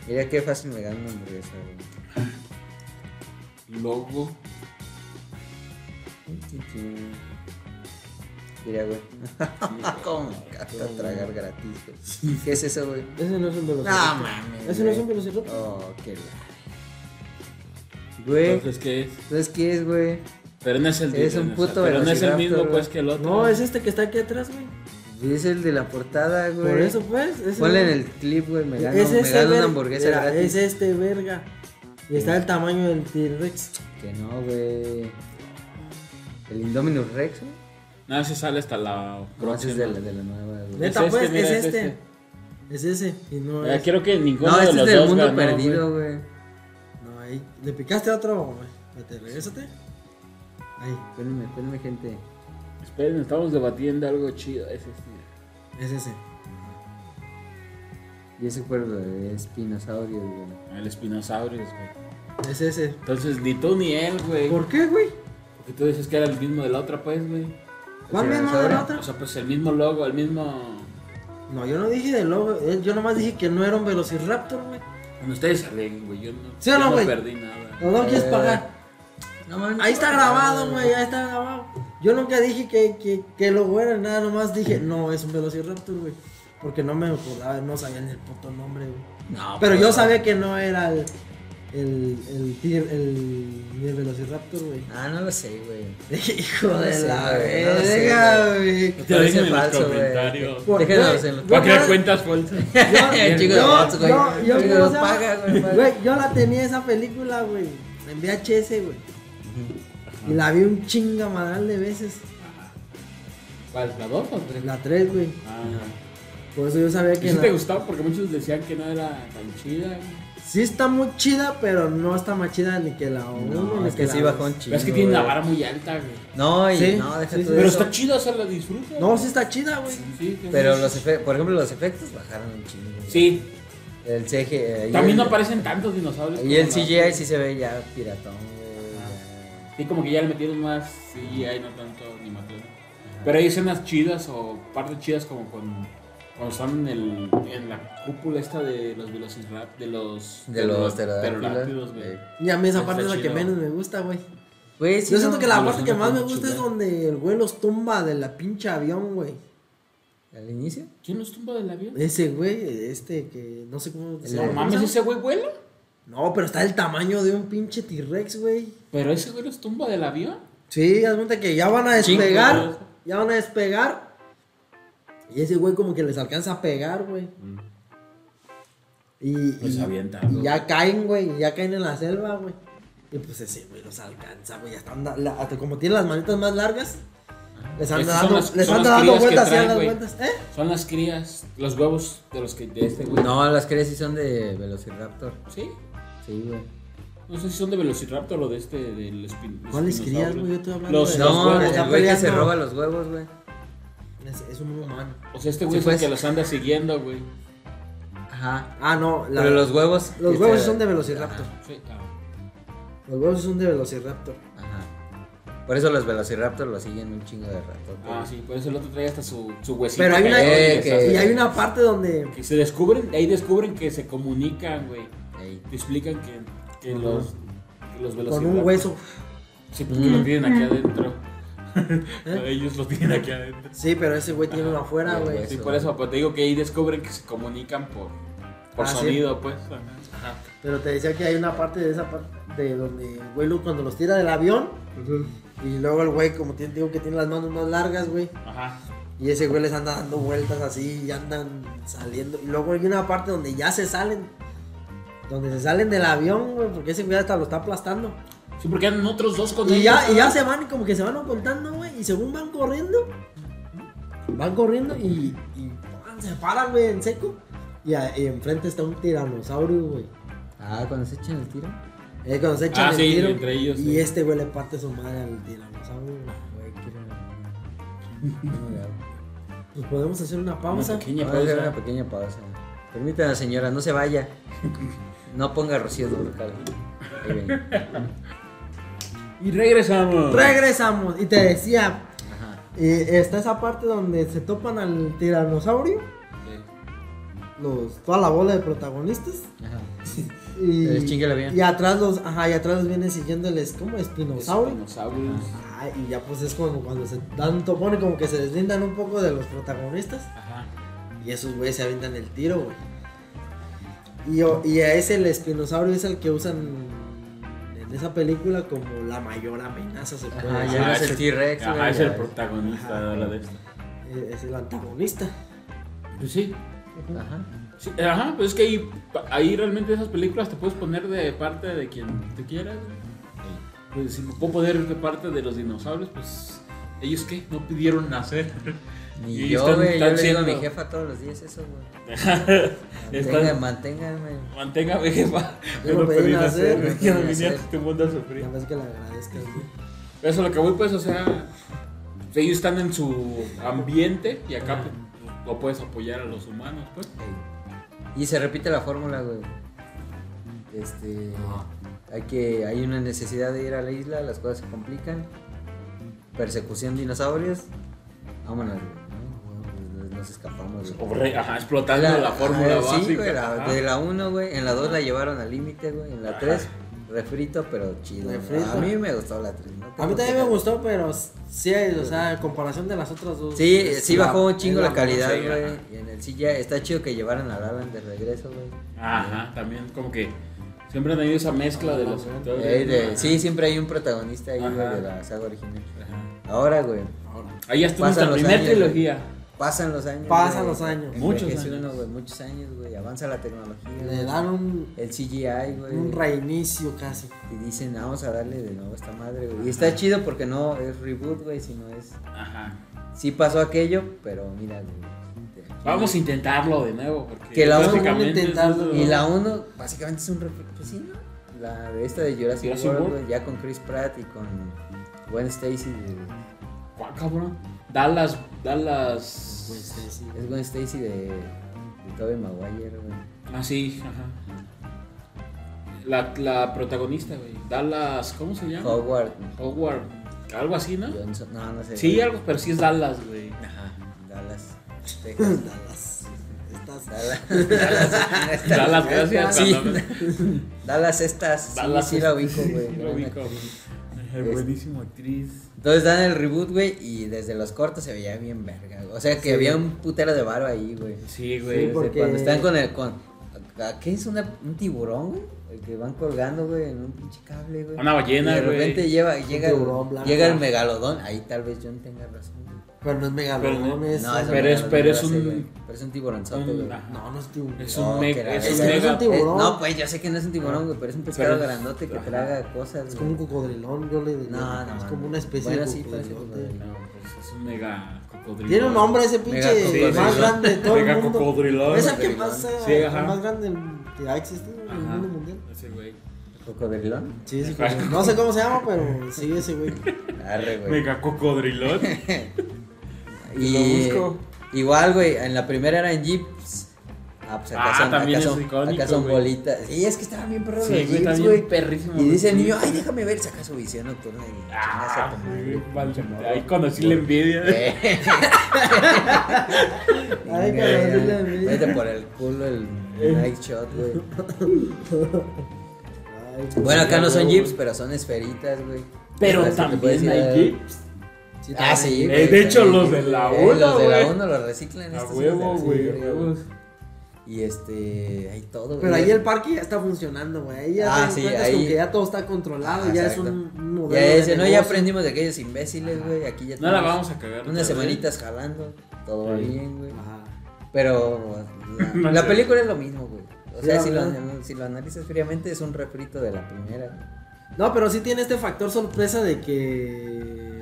Speaker 1: Mira qué fácil me gano una hamburguesa, güey.
Speaker 2: Logo.
Speaker 1: Mira, güey. [laughs] ¿Cómo me encanta tragar gratis, güey? ¿Qué es eso, güey?
Speaker 3: Ese no es un
Speaker 1: No
Speaker 3: velociraptor.
Speaker 1: mames.
Speaker 3: Ese no es
Speaker 1: güey.
Speaker 3: un velociraptor.
Speaker 1: Oh, qué la. Güey,
Speaker 2: Entonces, ¿qué es?
Speaker 1: ¿sabes qué es, güey?
Speaker 2: Pero no es el
Speaker 1: Es un
Speaker 2: o sea,
Speaker 1: puto
Speaker 2: Pero no es el
Speaker 1: velociraptor,
Speaker 2: mismo,
Speaker 1: güey.
Speaker 2: pues, que el otro.
Speaker 3: No, es este que está aquí atrás, güey.
Speaker 1: Es el de la portada, güey.
Speaker 3: Por eso, pues. ese
Speaker 1: Ponle en
Speaker 3: no-
Speaker 1: el clip, güey. Me gano,
Speaker 3: Es
Speaker 1: me
Speaker 3: ese
Speaker 1: gano
Speaker 3: ver-
Speaker 1: una hamburguesa
Speaker 3: mira,
Speaker 1: gratis.
Speaker 3: Es este verga. Y está el tamaño del T-Rex.
Speaker 1: Que no, güey. El Indominus Rex, güey.
Speaker 2: No, ese sale hasta la
Speaker 1: No, ese
Speaker 2: próxima.
Speaker 1: es de la, de la nueva, güey.
Speaker 3: Neta,
Speaker 2: este,
Speaker 3: pues,
Speaker 2: mira,
Speaker 3: es
Speaker 2: es
Speaker 3: este.
Speaker 2: este.
Speaker 3: Es ese. Y no
Speaker 2: Ya,
Speaker 3: es.
Speaker 2: quiero que ninguno
Speaker 1: No,
Speaker 2: de
Speaker 1: este
Speaker 2: los
Speaker 1: es del
Speaker 2: dos
Speaker 1: mundo
Speaker 2: ganó, güey.
Speaker 1: perdido, güey.
Speaker 3: No, ahí. Le picaste a otro, güey. Vete, regrésate. Ahí.
Speaker 1: Espérenme, espérenme, gente.
Speaker 2: Esperen, estamos debatiendo algo chido. Es este.
Speaker 3: Es ese.
Speaker 1: Y ese fue el de espinosaurio, güey.
Speaker 2: El espinosaurio, güey.
Speaker 3: Es ese.
Speaker 2: Entonces, ni tú ni él, güey.
Speaker 3: ¿Por qué, güey?
Speaker 2: Porque tú dices que era el mismo de la otra, pues, güey.
Speaker 3: ¿Cuál mismo de la otra?
Speaker 2: O sea, pues el mismo logo, el mismo.
Speaker 3: No, yo no dije de logo. eh, Yo nomás dije que no era un velociraptor, güey.
Speaker 2: Bueno, ustedes saben, güey. Yo no,
Speaker 3: ¿Sí o no,
Speaker 2: yo
Speaker 3: güey?
Speaker 2: perdí
Speaker 3: No,
Speaker 2: nada.
Speaker 3: no quieres
Speaker 1: Eh,
Speaker 3: pagar.
Speaker 1: No mames.
Speaker 3: Ahí está grabado, güey. Ahí está grabado. Yo nunca dije que, que, que logo era nada. Nomás dije, no, es un velociraptor, güey. Porque no me acordaba, no sabía ni el puto nombre, güey.
Speaker 1: No,
Speaker 3: Pero yo sabía que no era el. El. El. tir- El. ni el Velociraptor, güey. [laughs]
Speaker 1: Ah, no lo sé, güey.
Speaker 3: Hijo
Speaker 1: No
Speaker 3: de
Speaker 1: sé,
Speaker 3: la
Speaker 1: güey, no sé,
Speaker 3: verga, güey.
Speaker 4: Te lo dicen en los
Speaker 1: Parece falso, güey.
Speaker 4: comentarios.
Speaker 3: Por-
Speaker 1: Déjenos
Speaker 3: güey,
Speaker 1: en los-
Speaker 3: yo
Speaker 4: Va a crear
Speaker 3: por-
Speaker 4: cuentas falsas.
Speaker 1: [laughs] El chico de
Speaker 3: yo-
Speaker 1: bots, güey.
Speaker 3: yo- yo
Speaker 1: El chico
Speaker 3: ¿cómo
Speaker 1: de
Speaker 3: se
Speaker 1: paga,
Speaker 3: llama?
Speaker 1: güey. paga.
Speaker 3: Güey, yo la tenía esa película, güey. En VHS, güey. Y la vi un chingamadral de veces.
Speaker 2: ¿Cuál? ¿La dos o tres?
Speaker 3: La 3, güey.
Speaker 2: Ah,
Speaker 3: Por eso yo sabía
Speaker 2: ¿Y
Speaker 3: que.
Speaker 2: si
Speaker 3: la-
Speaker 2: te gustaba? Porque muchos decían que no era tan chida, güey.
Speaker 3: Sí está muy chida, pero no está más chida ni que la 1.
Speaker 1: No,
Speaker 3: ni
Speaker 1: es que
Speaker 3: la
Speaker 1: sí
Speaker 3: dos.
Speaker 1: bajó un chingo.
Speaker 2: Pero es que tiene
Speaker 1: güey.
Speaker 2: una vara muy alta, güey.
Speaker 1: No, y
Speaker 3: Sí,
Speaker 1: no, deja tú
Speaker 3: sí, sí.
Speaker 2: Pero
Speaker 1: eso.
Speaker 2: está chida, o sea, la disfruto.
Speaker 3: No, sí está chida, güey.
Speaker 2: Sí, que
Speaker 1: Pero
Speaker 2: sí.
Speaker 1: los efectos, por ejemplo, los efectos bajaron un chingo. güey.
Speaker 2: Sí,
Speaker 1: El CG. eh, y
Speaker 2: también
Speaker 1: el-
Speaker 2: no aparecen tantos dinosaurios.
Speaker 1: Y el
Speaker 2: como la-
Speaker 1: CGI sí se ve ya piratón, güey.
Speaker 2: Sí, como que ya le metieron más CGI, no tanto animación. Pero hay escenas chidas o partes chidas como con, cuando están en, el, en la cúpula esta de los velociraptors, de los...
Speaker 1: ya. De los
Speaker 2: pterodáctilos,
Speaker 1: pterodáctilos. eh.
Speaker 2: güey.
Speaker 1: güey.
Speaker 3: Y a mí esa parte es
Speaker 2: Está
Speaker 3: la que
Speaker 2: chido.
Speaker 3: menos me gusta, güey.
Speaker 1: Güey, sí,
Speaker 3: Yo siento
Speaker 1: no,
Speaker 3: que la
Speaker 2: pero
Speaker 3: parte
Speaker 2: sí
Speaker 3: que
Speaker 2: me
Speaker 3: más me
Speaker 2: acuerdo
Speaker 3: gusta
Speaker 2: chingón.
Speaker 3: es donde el güey los tumba de la pinche avión, güey.
Speaker 1: ¿Al inicio?
Speaker 2: ¿Quién los tumba del avión?
Speaker 3: Ese güey, este que no sé cómo se
Speaker 1: No
Speaker 2: No
Speaker 3: llama.
Speaker 2: mames, ese güey vuela.
Speaker 3: No, pero está el tamaño de un pinche T-Rex, güey.
Speaker 2: Pero ese güey los tumba del avión.
Speaker 3: Sí, haz cuenta que ya van a
Speaker 2: Chingo,
Speaker 3: despegar.
Speaker 2: güey.
Speaker 3: ya van a despegar. Y ese güey como que les alcanza a pegar, güey. Y, y-
Speaker 2: Los avienta,
Speaker 3: y
Speaker 2: güey.
Speaker 3: ya caen, Pues güey. y Ya caen en la selva, güey. Y pues ese güey los alcanza, güey. Ya están da- la- hasta como tienen las manitas más largas. Les
Speaker 2: Esas
Speaker 3: anda
Speaker 2: son
Speaker 3: dando,
Speaker 2: las-
Speaker 3: les
Speaker 2: son
Speaker 3: anda
Speaker 2: las
Speaker 3: dando
Speaker 2: crías que
Speaker 3: vueltas, y
Speaker 2: traen,
Speaker 3: dando
Speaker 2: güey.
Speaker 3: vueltas. ¿Eh?
Speaker 2: Son las crías, los huevos de los que de este güey.
Speaker 1: No, las crees sí son de Velociraptor.
Speaker 2: ¿Sí?
Speaker 1: Sí, güey.
Speaker 2: No sé si son de Velociraptor o de este, del espin
Speaker 3: ¿Cuáles
Speaker 2: espinosaurio.
Speaker 3: crías, güey? Yo estoy hablando
Speaker 2: Los,
Speaker 3: de-
Speaker 2: los
Speaker 1: No,
Speaker 2: huevos.
Speaker 1: el
Speaker 3: está
Speaker 1: güey que se
Speaker 3: peleando.
Speaker 1: roba los huevos, güey.
Speaker 3: Es, es un humano.
Speaker 2: O sea, este güey
Speaker 1: Sí,
Speaker 2: es el
Speaker 1: pues.
Speaker 2: que los anda siguiendo, güey.
Speaker 1: Ajá.
Speaker 3: Ah, no. la-
Speaker 1: Pero los huevos.
Speaker 3: los
Speaker 1: que
Speaker 3: huevos
Speaker 1: se-
Speaker 3: son de Velociraptor.
Speaker 2: Sí, ah.
Speaker 3: Los huevos son de Velociraptor.
Speaker 1: Ajá. Por eso los Velociraptor lo siguen un chingo de rato. güey.
Speaker 2: Ah, sí, por eso el otro trae hasta su, su huesito.
Speaker 3: Pero hay una,
Speaker 2: que-
Speaker 1: Eh, que-
Speaker 3: y hay una parte donde
Speaker 2: que se descubren, ahí descubren que se comunican, güey.
Speaker 1: Ey.
Speaker 2: Te explican que, que
Speaker 3: Ajá.
Speaker 2: los, que los
Speaker 3: con
Speaker 2: velociraptors.
Speaker 3: un hueso.
Speaker 2: Sí, porque lo tienen aquí adentro.
Speaker 3: ¿Eh?
Speaker 2: Ellos lo tienen aquí adentro.
Speaker 3: Sí, pero ese güey tiene uno afuera,
Speaker 1: y el
Speaker 3: güey.
Speaker 1: hueso.
Speaker 2: Sí, por eso, pues te digo que ahí descubren que se comunican por, por
Speaker 3: Ah, sí.
Speaker 2: sonido, pues. Ajá.
Speaker 3: Pero te decía que hay una parte de esa parte de donde el güey lo- cuando los tira del avión y luego el güey como tiene, digo que tiene las manos más largas, güey.
Speaker 2: Ajá.
Speaker 3: Y ese güey les anda dando vueltas así y andan saliendo. Y luego hay una parte donde ya se salen. Donde se salen del avión, güey, porque ese güey hasta lo está aplastando.
Speaker 2: Sí, porque eran otros dos con
Speaker 3: Y
Speaker 2: ellos,
Speaker 3: ya, y ya
Speaker 2: ¿no?
Speaker 3: se van, como que se van ocultando, güey. Y según van corriendo, van corriendo y, y ¡pam! se paran, güey, en seco. Y, a- y enfrente está un tiranosaurio, güey.
Speaker 1: Ah, cuando se echen el tiro.
Speaker 3: Eh, cuando se echan
Speaker 2: Ah,
Speaker 3: el
Speaker 2: sí,
Speaker 3: tiro.
Speaker 2: entre ellos,
Speaker 3: y
Speaker 2: sí.
Speaker 3: este, güey, le parte su madre al tiranosaurio, güey.
Speaker 1: Güey, quiero- [laughs]
Speaker 3: Pues podemos hacer una
Speaker 2: Una
Speaker 3: pausa.
Speaker 2: pequeña
Speaker 1: Vamos a hacer
Speaker 2: pausa.
Speaker 1: una pequeña pausa. Permítanme, señora, no se vaya. [laughs] No ponga rocío local. Ahí ven.
Speaker 2: Y regresamos.
Speaker 3: Regresamos. Y te decía,
Speaker 1: Ajá.
Speaker 3: eh, está esa parte donde se topan al tiranosaurio. Los, toda la bola de protagonistas.
Speaker 1: Ajá.
Speaker 3: Y,
Speaker 1: Les chingue la vida.
Speaker 3: y atrás los, ajá, y atrás los viene siguiéndoles, ¿cómo? Espinosaurio.
Speaker 2: Dinosaurios.
Speaker 3: Ah, y ya pues es como cuando se dan topón y como que se deslindan un poco de los protagonistas.
Speaker 2: Ajá.
Speaker 3: Y esos güeyes se avientan el tiro, güey. Y, o- y a ese el espinosaurio es el que usan en esa película como la mayor amenaza, se puede
Speaker 1: Ajá,
Speaker 3: decir.
Speaker 1: ya
Speaker 2: Ah,
Speaker 1: ves el
Speaker 2: ese-
Speaker 1: T-Rex.
Speaker 2: Ajá,
Speaker 1: güey,
Speaker 2: es
Speaker 1: ya
Speaker 2: el
Speaker 1: ves.
Speaker 2: protagonista
Speaker 3: Ajá.
Speaker 2: de la de esta.
Speaker 3: Eh, Es el antagonista.
Speaker 2: Pues sí.
Speaker 1: Ajá.
Speaker 2: Sí, Ajá, pues es que ahí, ahí realmente esas películas te puedes poner de parte de quien te quieras. güey. Pues si me puedo poner de parte de los dinosaurios, pues ellos qué, no pidieron nacer.
Speaker 1: Ni
Speaker 2: Y
Speaker 1: yo,
Speaker 2: están-
Speaker 1: güey. Yo
Speaker 2: están
Speaker 1: le digo a mi
Speaker 2: siendo-
Speaker 1: jefa todos los días eso, güey. Mantenga-
Speaker 2: [laughs] Están-
Speaker 1: Manténganme.
Speaker 2: Manténgame, jefa.
Speaker 3: Yo no pedí nacer,
Speaker 2: güey,
Speaker 3: yo
Speaker 1: pedí
Speaker 2: no vine
Speaker 1: nacer.
Speaker 2: a este mundo a
Speaker 3: La
Speaker 2: sufrir.
Speaker 3: vez que le agradezcas, güey.
Speaker 2: Eso es lo que voy, pues, o sea, ellos están en su ambiente y acá pues, no puedes apoyar a los humanos, pues.
Speaker 1: Ey. Y se repite la fórmula, güey. Este. Hay que. Hay una necesidad de ir a la isla, las cosas se complican. Persecución de dinosaurios. Vámonos, güey. No, güey, pues, Nos escapamos,
Speaker 2: O
Speaker 1: güey.
Speaker 2: re- ajá, explotando la, fórmula
Speaker 1: ajá,
Speaker 2: básica.
Speaker 1: Sí, güey, la-
Speaker 2: ajá.
Speaker 1: de la 1, güey. En la 2 la llevaron al límite, güey. En la
Speaker 2: Ajá.
Speaker 1: 3, refrito, pero chido. güey.
Speaker 3: Refrito.
Speaker 1: A mí me gustó la 3. ¿no?
Speaker 3: A mí también me gustó, pero sí, o sea, en comparación de las otras dos.
Speaker 1: Sí,
Speaker 3: es
Speaker 1: sí
Speaker 3: la-
Speaker 1: bajó un chingo
Speaker 3: es
Speaker 1: la calidad,
Speaker 2: sí,
Speaker 1: güey.
Speaker 2: ajá.
Speaker 1: Y en el sí ya está chido que llevaran a Alan de regreso, güey.
Speaker 2: Ajá, también como que siempre han tenido esa mezcla de los actores.
Speaker 1: Eh, de-
Speaker 2: ¿no?
Speaker 1: sí, siempre hay un protagonista ahí, güey,
Speaker 2: Ajá.
Speaker 1: de la saga original.
Speaker 2: Ajá.
Speaker 1: Ahora, güey,
Speaker 2: Ahí estuvo
Speaker 1: Pasan
Speaker 2: nuestra
Speaker 1: los
Speaker 2: primera
Speaker 1: años,
Speaker 2: trilogía.
Speaker 1: pasan los años.
Speaker 3: Pasan
Speaker 1: güey.
Speaker 3: los años.
Speaker 2: Muchos
Speaker 1: Envejece
Speaker 2: años.
Speaker 1: uno, güey, muchos años, güey. Avanza la tecnología.
Speaker 3: Le
Speaker 1: güey.
Speaker 3: dan un,
Speaker 1: El CGI, güey.
Speaker 3: un reinicio casi.
Speaker 1: Y dicen, vamos a darle de nuevo a esta madre, güey. Y está chido porque no es reboot, güey, sino es.
Speaker 2: Ajá.
Speaker 1: Sí pasó aquello, pero mira, güey.
Speaker 2: Vamos a intentarlo de nuevo. Porque
Speaker 1: Que la vamos a
Speaker 2: prácticamente es
Speaker 3: intentarlo.
Speaker 2: lo-
Speaker 1: Y la 1 básicamente es un refri- pues sí, ¿no? La de esta de Jurassic,
Speaker 2: Jurassic
Speaker 1: World,
Speaker 2: World.
Speaker 1: güey, ya con Chris Pratt y con Gwen Stacy. de-
Speaker 2: Ah, cabrón. Dallas. Dallas.
Speaker 3: Pues sí.
Speaker 1: es Gwen Stacy de, de Tobey Maguire, güey.
Speaker 2: Ah, sí, ajá. La, la protagonista, güey. Dallas. ¿Cómo se llama?
Speaker 1: Howard
Speaker 2: Howard. Algo así, ¿no?
Speaker 1: Johnson. No, no sé.
Speaker 2: Sí, algo, pero sí es Dallas, güey.
Speaker 1: Ajá. Dallas. Texas.
Speaker 3: Dallas. Estas-
Speaker 1: Dallas.
Speaker 2: Dallas, gracias.
Speaker 1: Sí.
Speaker 2: cuando [laughs] me-
Speaker 1: Dallas estas.
Speaker 2: Dallas,
Speaker 1: sí, sí la ubico, güey.
Speaker 2: sí, lo ubico, güey.
Speaker 1: Es-
Speaker 2: Buenísimo actriz.
Speaker 1: Entonces dan el reboot, güey, y desde los cortos se veía bien verga. güey. O sea que había un putero de barba ahí, güey.
Speaker 2: Sí,
Speaker 1: Desde
Speaker 2: güey.
Speaker 3: Sí, porque-
Speaker 1: Cuando están con el. Con, ¿a- ¿Qué es una- un tiburón, güey? El que van colgando, güey, en un pinche cable, güey.
Speaker 2: Una ballena,
Speaker 1: Y de
Speaker 2: güey.
Speaker 1: repente lleva, llega, el-
Speaker 3: tiburón blanco.
Speaker 1: llega el megalodón. Ahí tal vez John tenga razón. güey.
Speaker 3: Pero no es megalodón,
Speaker 2: Pero-
Speaker 3: es.
Speaker 1: No, ese
Speaker 2: Pero es-
Speaker 1: megalodón
Speaker 2: pero
Speaker 1: lo
Speaker 2: es
Speaker 1: hace,
Speaker 2: un-
Speaker 1: güey. Pero es un tiburonzote, güey.
Speaker 2: Un- ajá.
Speaker 3: No, no es tiburón.
Speaker 2: Es
Speaker 1: No,
Speaker 2: un
Speaker 1: que
Speaker 2: mega.
Speaker 1: la
Speaker 2: Es
Speaker 1: verga.
Speaker 3: Es
Speaker 2: un
Speaker 3: un
Speaker 2: mega.
Speaker 3: tiburón.
Speaker 1: Eh, no, pues yo sé que no es un tiburón, güey, pero es un pescado
Speaker 2: Pero es-
Speaker 1: grandote que
Speaker 2: ajá.
Speaker 1: traga cosas,
Speaker 3: Es
Speaker 1: güey.
Speaker 3: como un cocodrilón, yo le diría.
Speaker 1: No, no,
Speaker 3: es
Speaker 1: no.
Speaker 3: como una especie
Speaker 1: Bueno,
Speaker 3: de
Speaker 1: sí, parece
Speaker 3: cocodrilote.
Speaker 1: cocodrilo.
Speaker 2: No, pues es un mega cocodrilo.
Speaker 3: Tiene un nombre ese
Speaker 1: Mega
Speaker 3: pinche
Speaker 1: cocodrilón.
Speaker 3: más
Speaker 1: Sí,
Speaker 3: grande de todo
Speaker 2: Mega
Speaker 3: el mundo.
Speaker 2: cocodrilón.
Speaker 3: Es el que
Speaker 1: Cocodrilón.
Speaker 3: más, eh,
Speaker 2: Sí, ajá.
Speaker 3: el más grande que ha existido en el
Speaker 2: Ajá.
Speaker 3: mundo mundial.
Speaker 2: Ese güey.
Speaker 1: pues.
Speaker 2: [laughs]
Speaker 1: ¿Cocodrilón?
Speaker 3: Sí, sí, pero no sé cómo se llama, pero sí, ese güey.
Speaker 1: Arre, güey.
Speaker 2: Mega [laughs] cocodrilón.
Speaker 1: Y
Speaker 2: Lo busco.
Speaker 1: igual, güey, en la primera era en jeeps. Ah, pues acá
Speaker 2: Ah,
Speaker 1: son,
Speaker 2: también
Speaker 1: acá
Speaker 2: es
Speaker 1: son,
Speaker 2: icónico,
Speaker 1: acá son
Speaker 2: güey.
Speaker 1: bolitas. Y es que estaban bien perros
Speaker 2: Sí,
Speaker 1: los
Speaker 2: güey,
Speaker 1: jeeps,
Speaker 2: también
Speaker 1: güey.
Speaker 2: perrísimo
Speaker 1: Y
Speaker 2: los
Speaker 1: dice el niño,
Speaker 2: jeeps.
Speaker 1: ay, déjame ver, saca su visión nocturna y chingas a
Speaker 2: Ah,
Speaker 1: tu
Speaker 2: güey,
Speaker 1: [laughs] madre.
Speaker 2: mal- Ahí conocí la envidia.
Speaker 1: Eh.
Speaker 3: Ay, cabrón, sí la vi.
Speaker 1: Vete por el culo el
Speaker 2: Eh.
Speaker 1: night shot,
Speaker 2: [laughs]
Speaker 1: güey.
Speaker 3: Ay,
Speaker 1: Bueno, acá no son
Speaker 2: güey.
Speaker 1: jeeps, pero son esferitas, güey.
Speaker 2: Pero
Speaker 1: Entonces, te puedes
Speaker 2: también
Speaker 1: ir a-
Speaker 2: hay jeeps.
Speaker 3: sí,
Speaker 1: Ah,
Speaker 3: también.
Speaker 1: sí,
Speaker 2: Eh,
Speaker 1: güey,
Speaker 2: de hecho,
Speaker 1: también.
Speaker 2: los de la
Speaker 1: Eh,
Speaker 2: uno,
Speaker 1: Los de la
Speaker 2: güey.
Speaker 1: 1 los reciclan.
Speaker 2: A
Speaker 1: estos
Speaker 2: huevo,
Speaker 1: hijos de la
Speaker 2: güey. a
Speaker 1: verga,
Speaker 2: huevos.
Speaker 1: Y este, hay todo,
Speaker 3: Pero
Speaker 1: güey.
Speaker 3: ahí el parque ya está funcionando, güey. Ahí ya
Speaker 1: Ah,
Speaker 3: te
Speaker 1: sí,
Speaker 3: encuentras
Speaker 1: ahí-
Speaker 3: con que ya todo está controlado,
Speaker 1: Ah,
Speaker 3: ya
Speaker 1: exacto.
Speaker 3: es un- un modelo.
Speaker 1: Ya
Speaker 3: de
Speaker 1: ese, no, ya
Speaker 3: negocio.
Speaker 1: aprendimos de aquellos imbéciles, güey. Aquí ya
Speaker 2: No la
Speaker 1: tenemos
Speaker 2: vamos
Speaker 1: [laughs]
Speaker 2: a cagar. otra
Speaker 1: Unas
Speaker 2: vez.
Speaker 1: semanitas jalando, todo va
Speaker 2: Sí.
Speaker 1: bien, güey.
Speaker 3: Ajá.
Speaker 1: Pero la,
Speaker 2: [laughs] No
Speaker 1: la
Speaker 2: sé.
Speaker 1: película es lo mismo, güey. O
Speaker 3: Sí,
Speaker 1: sea,
Speaker 3: la
Speaker 1: si lo,
Speaker 3: verdad.
Speaker 1: si lo analizas fríamente, es un refrito de la primera.
Speaker 3: No, pero sí tiene este factor sorpresa de que.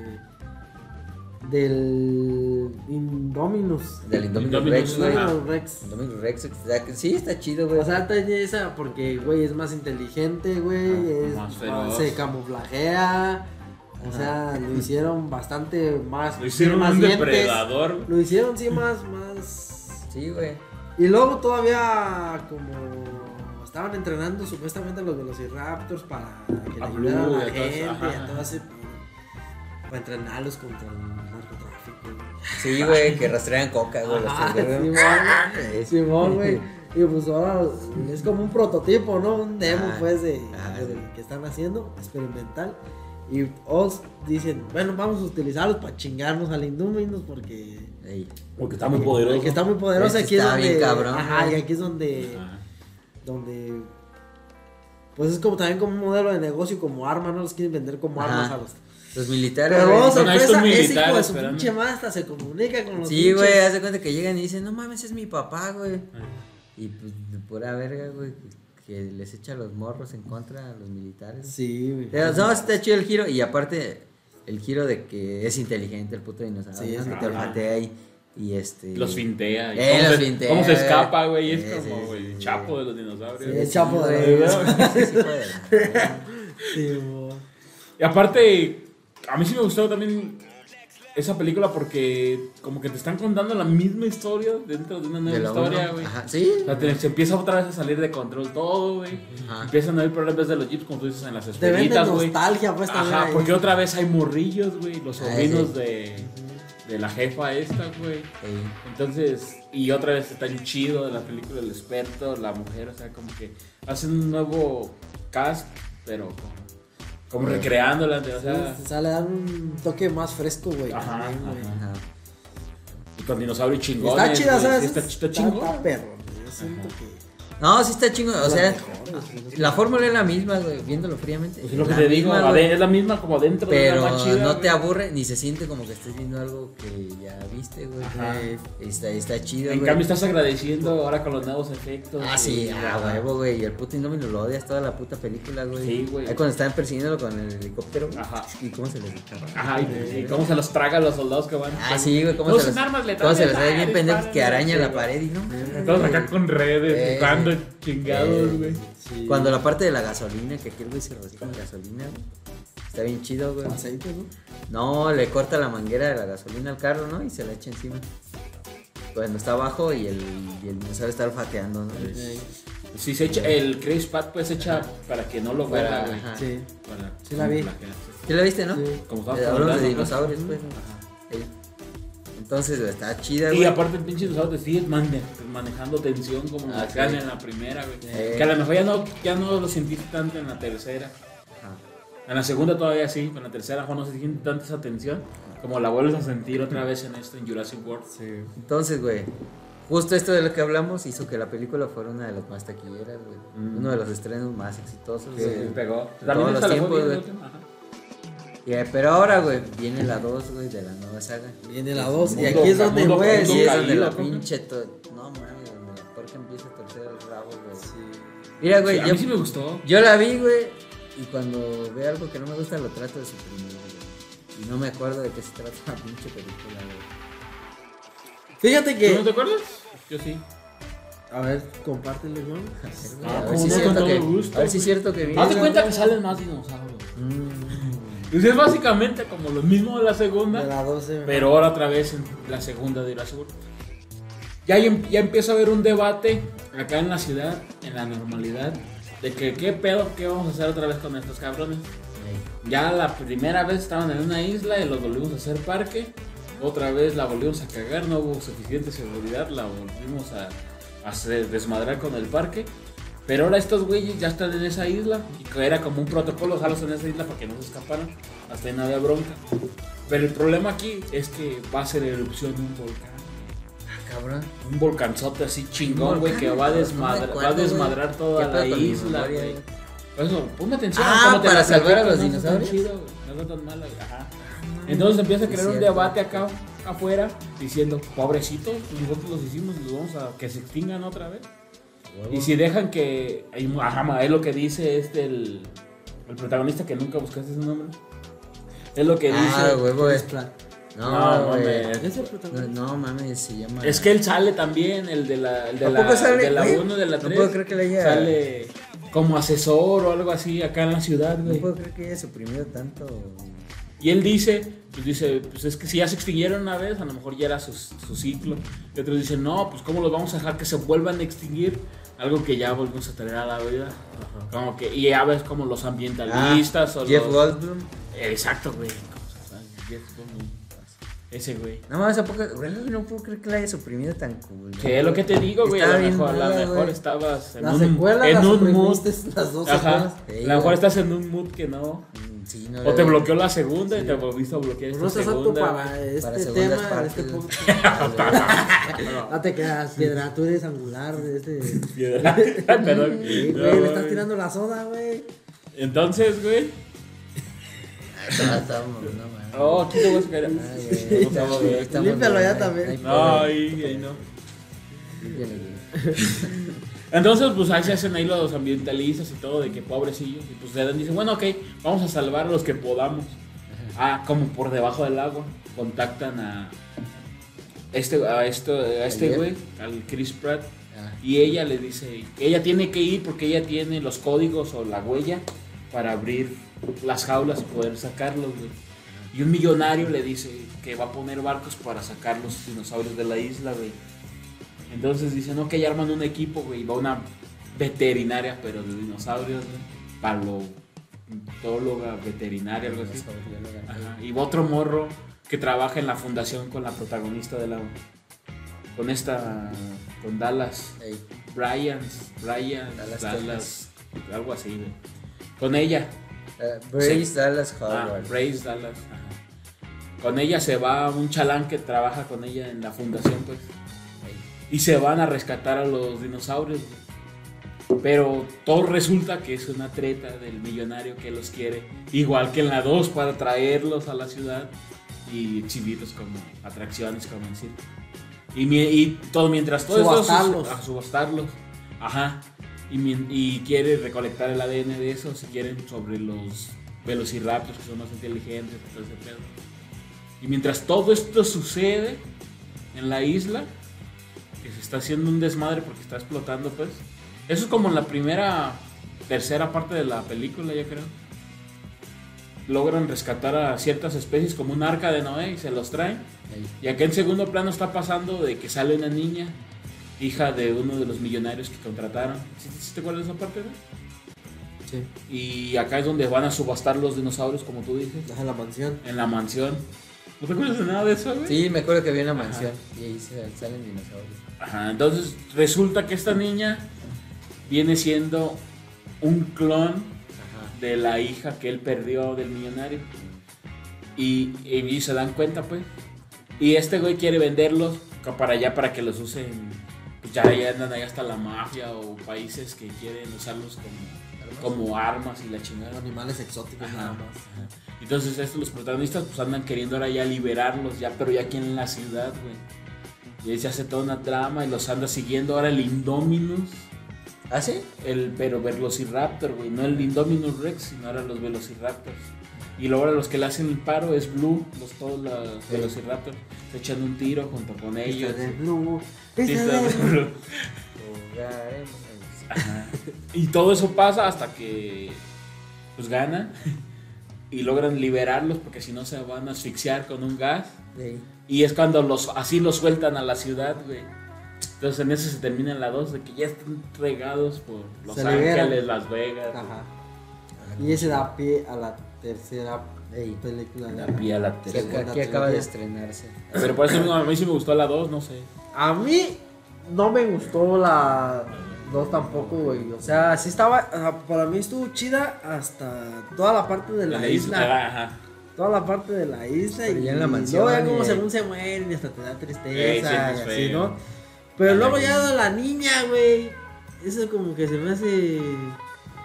Speaker 3: Del. Indominus.
Speaker 1: Del Indominus Rex,
Speaker 2: Indominus
Speaker 1: güey.
Speaker 2: Rex.
Speaker 3: Indominus Rex.
Speaker 1: Indominus Rex, exacto. Sí, está chido, güey.
Speaker 3: O sea, tiene esa porque, güey, es más inteligente,
Speaker 1: Ah,
Speaker 3: güey. es-
Speaker 2: más feroz.
Speaker 3: se camuflajea. O sea, lo hicieron bastante más.
Speaker 4: Lo hicieron
Speaker 3: más
Speaker 4: un
Speaker 3: dientes.
Speaker 4: depredador.
Speaker 3: Lo hicieron, sí, más, más.
Speaker 1: Sí, güey.
Speaker 3: Y luego todavía como estaban entrenando supuestamente a los Velociraptors para que le
Speaker 2: A
Speaker 3: ayudaran
Speaker 2: Blue
Speaker 3: a la
Speaker 2: y a todas-
Speaker 3: gente y
Speaker 2: ajá.
Speaker 3: a todo ese para entrenarlos contra el narcotráfico.
Speaker 1: Sí, güey, que rastrean coca, güey. los
Speaker 3: Ajá,
Speaker 1: tres, güey. [laughs]
Speaker 3: Simón, Simón, güey. Y pues ahora es como un prototipo, ¿no? Un demo,
Speaker 1: Ah,
Speaker 3: pues, de,
Speaker 1: ah,
Speaker 3: de
Speaker 1: sí.
Speaker 3: lo que están haciendo, experimental. Y os dicen, bueno, vamos a utilizarlos para chingarnos al Indominus porque
Speaker 1: Ey.
Speaker 4: Porque está muy
Speaker 3: el
Speaker 4: poderoso.
Speaker 3: que está muy poderoso
Speaker 1: Este
Speaker 3: aquí es
Speaker 1: está
Speaker 3: donde.
Speaker 1: bien cabrón,
Speaker 3: ajá, y
Speaker 1: güey.
Speaker 3: aquí es donde. Donde. Pues es como también como un modelo de negocio, como arma, no los quieren vender como
Speaker 1: Ajá.
Speaker 3: armas a los.
Speaker 1: Los militares.
Speaker 3: Pero
Speaker 1: güey.
Speaker 3: vamos
Speaker 2: son estos
Speaker 3: sorpresa, ese hijo de
Speaker 2: militares,
Speaker 3: su
Speaker 2: pero no.
Speaker 3: pinche masta se comunica con los
Speaker 1: Sí, güey,
Speaker 3: pinches-
Speaker 1: haz de cuenta que llegan y dicen, no mames, es mi papá, güey. Y pues de pura verga, güey, que- que les echa los morros en contra a los militares.
Speaker 3: Sí, güey.
Speaker 1: Pero no,
Speaker 2: este-
Speaker 1: está chido el giro. Y aparte, el giro de que es inteligente el puto dinosaurio.
Speaker 3: Sí,
Speaker 1: Sí,
Speaker 3: es
Speaker 1: es que te
Speaker 2: cabrón.
Speaker 1: olfatea y, y este.
Speaker 2: Los fintea. y
Speaker 1: Eh,
Speaker 2: cómo
Speaker 1: los
Speaker 2: se-
Speaker 1: fintea,
Speaker 2: ¿Cómo se
Speaker 1: güey.
Speaker 2: escapa, güey?
Speaker 1: Sí,
Speaker 2: Es como,
Speaker 1: sí,
Speaker 2: güey,
Speaker 1: sí,
Speaker 2: el
Speaker 1: sí.
Speaker 2: chapo de los
Speaker 1: Sí,
Speaker 2: dinosaurios.
Speaker 3: el chapo de-
Speaker 2: [laughs]
Speaker 1: güey, sí, sí, güey.
Speaker 3: Sí, güey.
Speaker 2: Y aparte, a mí sí me gustó también esa película porque como que te están contando la misma historia dentro de una nueva
Speaker 1: De la
Speaker 2: historia,
Speaker 1: uno.
Speaker 2: güey.
Speaker 1: Ajá, Sí.
Speaker 2: O sea, te- se empieza otra vez a salir de control todo, güey.
Speaker 1: Ajá.
Speaker 2: Empiezan a haber problemas de los jeeps, como tú dices, en las
Speaker 3: Te venden
Speaker 2: esferitas, güey.
Speaker 3: nostalgia, pues también.
Speaker 2: Ajá,
Speaker 3: ahí.
Speaker 2: porque otra vez hay morrillos, güey, los
Speaker 1: Ah,
Speaker 2: sobrinos
Speaker 1: sí.
Speaker 2: de, de la jefa esta, güey.
Speaker 1: Ey.
Speaker 2: Entonces, y otra vez está el chido de la película El experto, la mujer, o sea, como que hacen un nuevo cast, pero como, como
Speaker 1: Sí.
Speaker 2: recreándola, o
Speaker 3: Sí,
Speaker 2: sea,
Speaker 3: o sea, le dan un toque más fresco, güey.
Speaker 2: Ajá,
Speaker 3: también, güey.
Speaker 2: ajá.
Speaker 1: Ajá.
Speaker 2: y con dinosaurio chingón.
Speaker 3: Está chida, ¿sabes?
Speaker 2: Está, está
Speaker 3: Está
Speaker 2: chingón.
Speaker 3: perro. Yo siento
Speaker 2: Ajá.
Speaker 3: que.
Speaker 1: No, sí está chingo. O sea,
Speaker 3: Las mejores,
Speaker 1: la fórmula es la misma, güey, viéndolo fríamente.
Speaker 2: Pues es lo que
Speaker 1: La
Speaker 2: te digo,
Speaker 1: misma,
Speaker 2: a
Speaker 1: güey.
Speaker 2: ver, es la misma como dentro de la
Speaker 1: Pero
Speaker 2: más chida,
Speaker 1: no te
Speaker 2: güey.
Speaker 1: aburre ni se siente como que estés viendo algo que ya viste, güey.
Speaker 2: Ajá.
Speaker 1: Está, está chido,
Speaker 2: En
Speaker 1: güey.
Speaker 2: cambio estás agradeciendo ahora con los nuevos efectos.
Speaker 1: Ah, sí,
Speaker 2: y-
Speaker 1: a huevo, güey. Y el puto Indomino lo odias toda la puta película, güey.
Speaker 2: Sí, güey.
Speaker 1: Ahí cuando estaban persiguiéndolo con el helicóptero. güey.
Speaker 2: Ajá.
Speaker 1: ¿Y cómo se les escapa?
Speaker 2: Ajá, y, y cómo se los traga a los soldados que van.
Speaker 1: Ah, sí, güey. ¿Cómo
Speaker 2: No
Speaker 1: se
Speaker 2: usen
Speaker 1: los,
Speaker 2: armas letales,
Speaker 1: cómo se los
Speaker 2: ah,
Speaker 1: hace bien pendejos que
Speaker 2: disparen,
Speaker 1: araña
Speaker 2: sí,
Speaker 1: la
Speaker 2: güey.
Speaker 1: pared y no. mames,
Speaker 2: Todos
Speaker 1: güey.
Speaker 2: acá con redes,
Speaker 1: Eh,
Speaker 2: jugando
Speaker 1: eh.
Speaker 2: chingados, güey.
Speaker 3: Sí.
Speaker 1: Cuando la parte de la gasolina, que aquel güey se rociaba con gasolina, güey. Está bien chido, güey.
Speaker 3: Aceite, ¿no?
Speaker 1: No, le corta la manguera de la gasolina al carro, ¿no? Y se la echa encima. Cuando está abajo y el, y el dinosaurio está olfateando, ¿no?
Speaker 2: Si se echa, el Chris Pat pues se echa para que no lo
Speaker 1: Para-
Speaker 2: vea, güey.
Speaker 1: ajá.
Speaker 3: Sí.
Speaker 2: Para-
Speaker 3: Sí la vi.
Speaker 2: para que-
Speaker 1: ¿Sí la viste, no?
Speaker 3: Sí.
Speaker 2: Como
Speaker 1: Eh,
Speaker 2: estaba
Speaker 1: Hablamos de
Speaker 2: comentando, ¿no?
Speaker 1: dinosaurios, pues. ¿no? Ey. Entonces, güey, está chida,
Speaker 2: Y
Speaker 1: güey.
Speaker 2: aparte el pinche dinosaurio te sigue mane- manejando tensión como
Speaker 1: Ah,
Speaker 2: la cara
Speaker 1: sí.
Speaker 2: en la primera, güey.
Speaker 1: Eh.
Speaker 2: Que a lo mejor ya no, ya no lo sentiste tanto en la tercera.
Speaker 1: Ajá.
Speaker 2: En la segunda todavía sí, pero en la tercera Juan no se siente tanta esa tensión como la vuelves a sentir otra vez en esto, en Jurassic World.
Speaker 3: Sí.
Speaker 1: Entonces, güey, justo esto de lo que hablamos hizo que la película fuera una de las más taquilleras, güey.
Speaker 2: Mm.
Speaker 1: Uno de los estrenos más exitosos,
Speaker 2: Sí,
Speaker 1: güey.
Speaker 2: pegó.
Speaker 1: Todos
Speaker 2: También
Speaker 1: los
Speaker 2: esta la fue
Speaker 1: tiempos,
Speaker 2: bien,
Speaker 1: güey.
Speaker 2: última, ajá.
Speaker 1: Y, eh, pero ahora, güey, viene la 2, güey, de la nueva saga.
Speaker 3: Viene la 2. Y
Speaker 2: Mundo-
Speaker 3: aquí es donde,
Speaker 2: mundo-
Speaker 3: güey.
Speaker 2: mundo
Speaker 1: Y
Speaker 3: sí,
Speaker 1: es donde
Speaker 2: caído,
Speaker 1: la
Speaker 2: ¿no?
Speaker 1: pinche... to- No, mames, donde la porca empieza a torcer el rabo, güey.
Speaker 3: sí.
Speaker 1: Mira, güey,
Speaker 2: Sí, a
Speaker 1: yo,
Speaker 2: mí sí me gustó.
Speaker 1: yo la vi, güey, y cuando veo algo que no me gusta lo trato de suprimir, güey. Y no me acuerdo de qué se trata la pinche película, güey.
Speaker 3: Fíjate
Speaker 2: ¿Tú no te
Speaker 3: que.
Speaker 2: acuerdas? Yo sí.
Speaker 3: A ver, compártelo, John.
Speaker 1: A ver
Speaker 2: ¿cómo
Speaker 1: si es
Speaker 2: Ah, pues no? Con
Speaker 1: cierto
Speaker 2: todo
Speaker 1: que...
Speaker 2: gusto,
Speaker 1: A ver si es
Speaker 2: güey.
Speaker 1: cierto que vi.
Speaker 2: Hazte
Speaker 1: güey.
Speaker 2: cuenta que salen más dinosaurios.
Speaker 1: Mm.
Speaker 2: Pues es básicamente como lo mismo de la
Speaker 3: De
Speaker 2: segunda,
Speaker 3: la 12.
Speaker 2: pero ahora otra vez en la segunda de Jurassic World. Ya, hay- ya empieza a haber un debate acá en la ciudad, en la normalidad, de que qué pedo, qué vamos a hacer otra vez con estos cabrones. Ya la primera vez estaban en una isla y los volvimos a hacer parque. Otra vez la volvimos a cagar, no hubo suficiente seguridad, la volvimos a, a hacer- desmadrar con el parque. Pero ahora estos güeyes ya están en esa isla y que era como un protocolo dejarlos en esa isla para que no se escaparan. Hasta ahí no había bronca. Pero el problema aquí es que va a ser erupción de un volcán.
Speaker 1: Ah, cabrón.
Speaker 2: Un volcanzote así
Speaker 1: Un
Speaker 2: chingón, güey, que
Speaker 1: volcán,
Speaker 2: va a,
Speaker 1: cabrón, no me
Speaker 2: desmadrar- va a
Speaker 1: acuerdo,
Speaker 2: desmadrar
Speaker 1: güey.
Speaker 2: toda
Speaker 1: ¿Qué
Speaker 2: la
Speaker 1: pedo con mi
Speaker 2: isla,
Speaker 1: memoria,
Speaker 2: güey.
Speaker 1: güey?
Speaker 2: Por eso, ponme atención.
Speaker 1: Ah,
Speaker 2: cómo te
Speaker 1: para
Speaker 2: la
Speaker 1: salvar a
Speaker 2: platico,
Speaker 1: los
Speaker 2: no está tan
Speaker 1: dinosaurios.
Speaker 2: chido, güey, No está tan mala, güey, ajá. Entonces empieza a
Speaker 1: Ah, sí,
Speaker 2: crear un
Speaker 1: cierto.
Speaker 2: debate acá afuera diciendo, pobrecitos, nosotros los hicimos, los vamos a que se extingan otra vez. Y si dejan que. Ajá, ma, es lo que dice este el. El protagonista que nunca buscaste su nombre. Es lo que
Speaker 1: Ah,
Speaker 2: dice.
Speaker 1: huevo, güey.
Speaker 2: No,
Speaker 1: No, güey.
Speaker 2: mames.
Speaker 3: Es el
Speaker 1: No,
Speaker 3: protagonista.
Speaker 1: no, mames, se llama.
Speaker 2: Es que él sale también, el de la, el de
Speaker 1: ¿A
Speaker 2: la,
Speaker 1: poco sale,
Speaker 2: de la
Speaker 1: güey?
Speaker 2: 1, de la
Speaker 1: No
Speaker 2: 3.
Speaker 1: puedo creer que le haya-
Speaker 2: Sale como asesor o algo así acá en la ciudad,
Speaker 1: No
Speaker 2: güey.
Speaker 1: puedo creer que haya suprimido tanto.
Speaker 2: Y él dice, pues dice, pues es que si ya se extinguieron una vez, a lo mejor ya era su, su ciclo. Y otros dicen, no, pues cómo los vamos a dejar que se vuelvan a extinguir. Algo que ya volvimos a traer a la vida. Como que, y ya ves como los ambientalistas o
Speaker 1: Ah, Jeff
Speaker 2: los-
Speaker 1: Goldblum.
Speaker 2: Exacto, güey. ¿Cómo se llama? Jeff Goldblum. Ese güey.
Speaker 1: No mames, ¿a poco? Güey, no puedo creer que la haya suprimido tan cool.
Speaker 2: Que es lo que te digo, güey. A
Speaker 1: Estaba
Speaker 2: lo
Speaker 1: bien
Speaker 2: mejor, a lo
Speaker 1: mala,
Speaker 2: mejor
Speaker 1: güey.
Speaker 2: estabas en
Speaker 3: La
Speaker 2: un,
Speaker 3: secuela,
Speaker 2: en
Speaker 3: la
Speaker 2: un mood.
Speaker 3: suprimiste, las dos secuelas.
Speaker 2: Ajá.
Speaker 1: Sí,
Speaker 2: A lo mejor
Speaker 1: güey.
Speaker 2: estás en un mood que no.
Speaker 1: Mm, Sí, no.
Speaker 2: O te
Speaker 1: güey.
Speaker 2: bloqueó la segunda y te volviste a bloquear esta
Speaker 3: Pues No estás apto
Speaker 2: segunda. [laughs] güey.
Speaker 3: para este
Speaker 1: Para
Speaker 3: tema,
Speaker 1: segundas
Speaker 3: para
Speaker 1: partes.
Speaker 3: este
Speaker 1: [laughs]
Speaker 3: podcast.
Speaker 2: No.
Speaker 3: No te creas, piedra, tú eres angular de este. [laughs] Sí,
Speaker 2: Piedra. [laughs] Perdón.
Speaker 3: güey,
Speaker 2: No,
Speaker 3: le
Speaker 2: güey.
Speaker 3: estás tirando la soda, güey.
Speaker 2: Entonces, güey.
Speaker 1: Ah, estábamos, no mames.
Speaker 2: Oh, aquí te voy a sacar.
Speaker 1: Ay, güey,
Speaker 2: Por favor,
Speaker 1: ahí
Speaker 2: güey.
Speaker 1: estamos,
Speaker 3: Límpialo
Speaker 1: güey,
Speaker 3: ya
Speaker 1: ahí-
Speaker 3: también.
Speaker 1: ahí
Speaker 2: No,
Speaker 1: por-
Speaker 2: ahí, ahí no.
Speaker 1: límpialo, güey.
Speaker 2: Entonces, pues ahí se hacen ahí los ambientalistas y todo, de que pobrecillos. Y pues dan dice, bueno, ok, vamos a salvar a los que podamos. Ah, como por debajo del agua, contactan a este, a esto, a este
Speaker 1: Ayer.
Speaker 2: güey, al Chris Pratt.
Speaker 1: Ah.
Speaker 2: Y ella le dice que ella tiene que ir porque ella tiene los códigos o la huella para abrir las jaulas y poder sacarlos, güey. Y un millonario le dice que va a poner barcos para sacar los dinosaurios de la isla, güey. Entonces dicen, ok, ya arman un equipo, güey. Va una veterinaria, pero de dinosaurios, güey. Paleontóloga, veterinaria, algo así. Ajá, Y va otro morro que trabaja en la fundación con la protagonista de la... Con esta... Con Dallas.
Speaker 1: Ey,
Speaker 2: Bryans, Bryans,
Speaker 1: Dallas,
Speaker 2: Dallas, algo así, güey. Con ella.
Speaker 1: eh, Bryce Dallas
Speaker 2: Ah,
Speaker 1: Howard.
Speaker 2: Bryce Dallas. ajá. Con ella se va un chalán que trabaja con ella en la fundación, pues.
Speaker 1: Ey,
Speaker 2: Y se van a rescatar a los dinosaurios, güey. Pero todo resulta que es una treta del millonario que los quiere. Igual que en la 2 para traerlos a la ciudad y exhibirlos como atracciones, como en circo. Y, mi- y todo mientras todo esto-
Speaker 3: Subastarlos.
Speaker 2: a subastarlos. Ajá. Y, mi- y quiere recolectar el ADN de esos si quieren sobre los velociraptors que son más inteligentes y todo ese pedo. Y mientras todo esto sucede en la isla, que se está haciendo un desmadre porque está explotando, pues. Eso es como en la primera, tercera parte de la película, yo creo. Logran rescatar a ciertas especies como un arca de Noé y se los traen.
Speaker 1: ey.
Speaker 2: Y acá en segundo plano está pasando de que sale una niña, hija de uno de los millonarios que contrataron. ¿Sí, sí te acuerdas de esa parte? no?
Speaker 3: Sí,
Speaker 2: Y acá es donde van a subastar los dinosaurios, como tú dices,
Speaker 3: a la mansión.
Speaker 2: en la mansión. ¿No te acuerdas de nada de eso, güey?
Speaker 1: Sí, me acuerdo que había una mansión y ahí se- salen dinosaurios.
Speaker 2: Ajá, entonces resulta que esta niña viene siendo un clon
Speaker 1: Ajá.
Speaker 2: de la hija que él perdió del millonario. Y, y- y se dan cuenta, pues. Y este güey quiere venderlos ca- para allá para que los usen. Pues ya, ya andan ahí hasta la mafia o países que quieren usarlos como, como armas y la chingada.
Speaker 3: Animales exóticos
Speaker 2: Ajá.
Speaker 3: nada más.
Speaker 2: Entonces estos, los protagonistas pues andan queriendo ahora ya liberarlos, ya, pero ya aquí en la ciudad, güey. Y ahí se hace toda una trama y los anda siguiendo ahora el Indominus,
Speaker 1: ¿Ah, sí?
Speaker 2: el pero Velociraptor, güey. No el Indominus Rex, sino ahora los Velociraptors. Y luego ahora los que le hacen el paro es Blue, los todos los
Speaker 1: Sí.
Speaker 2: Velociraptors. Se echan un tiro junto con ellos.
Speaker 3: Pista de blue.
Speaker 2: Sí,
Speaker 3: pista
Speaker 2: está
Speaker 3: de blue.
Speaker 2: Blue.
Speaker 1: Jugaremos en-
Speaker 2: Ajá. [laughs] Y todo eso pasa hasta que pues gana [laughs] y logran liberarlos porque si no se van a asfixiar con un gas
Speaker 1: Ey,
Speaker 2: y es cuando los así los sueltan a la ciudad, güey. Entonces en eso se termina la 2 de que ya están regados por Los
Speaker 3: Se
Speaker 2: Ángeles,
Speaker 3: liberan. Ah.
Speaker 2: Las Vegas,
Speaker 3: Ajá. Y ese da pie a la tercera
Speaker 1: Ey.
Speaker 3: película de
Speaker 2: la pie a la
Speaker 1: Que
Speaker 2: tercera.
Speaker 1: acá- aquí acaba de estrenarse.
Speaker 2: Pero por eso mismo a mí sí me gustó la 2, no sé.
Speaker 3: A mí no me gustó la 2 tampoco, güey. O sea, sí estaba. o sea, Para mí estuvo chida hasta toda la parte de la, isla.
Speaker 2: Ajá.
Speaker 3: Toda la parte de la isla.
Speaker 1: Pero
Speaker 3: y
Speaker 1: ya en la
Speaker 3: y
Speaker 1: mansión,
Speaker 3: luego ya como
Speaker 1: güey.
Speaker 3: según se mueren y hasta te da
Speaker 2: Ey,
Speaker 3: tristeza.
Speaker 2: sientes
Speaker 3: y así,
Speaker 2: Eh, pues, feo.
Speaker 3: ¿no? Pero
Speaker 2: Ajá.
Speaker 3: luego ya la niña, güey. Eso como que se me hace.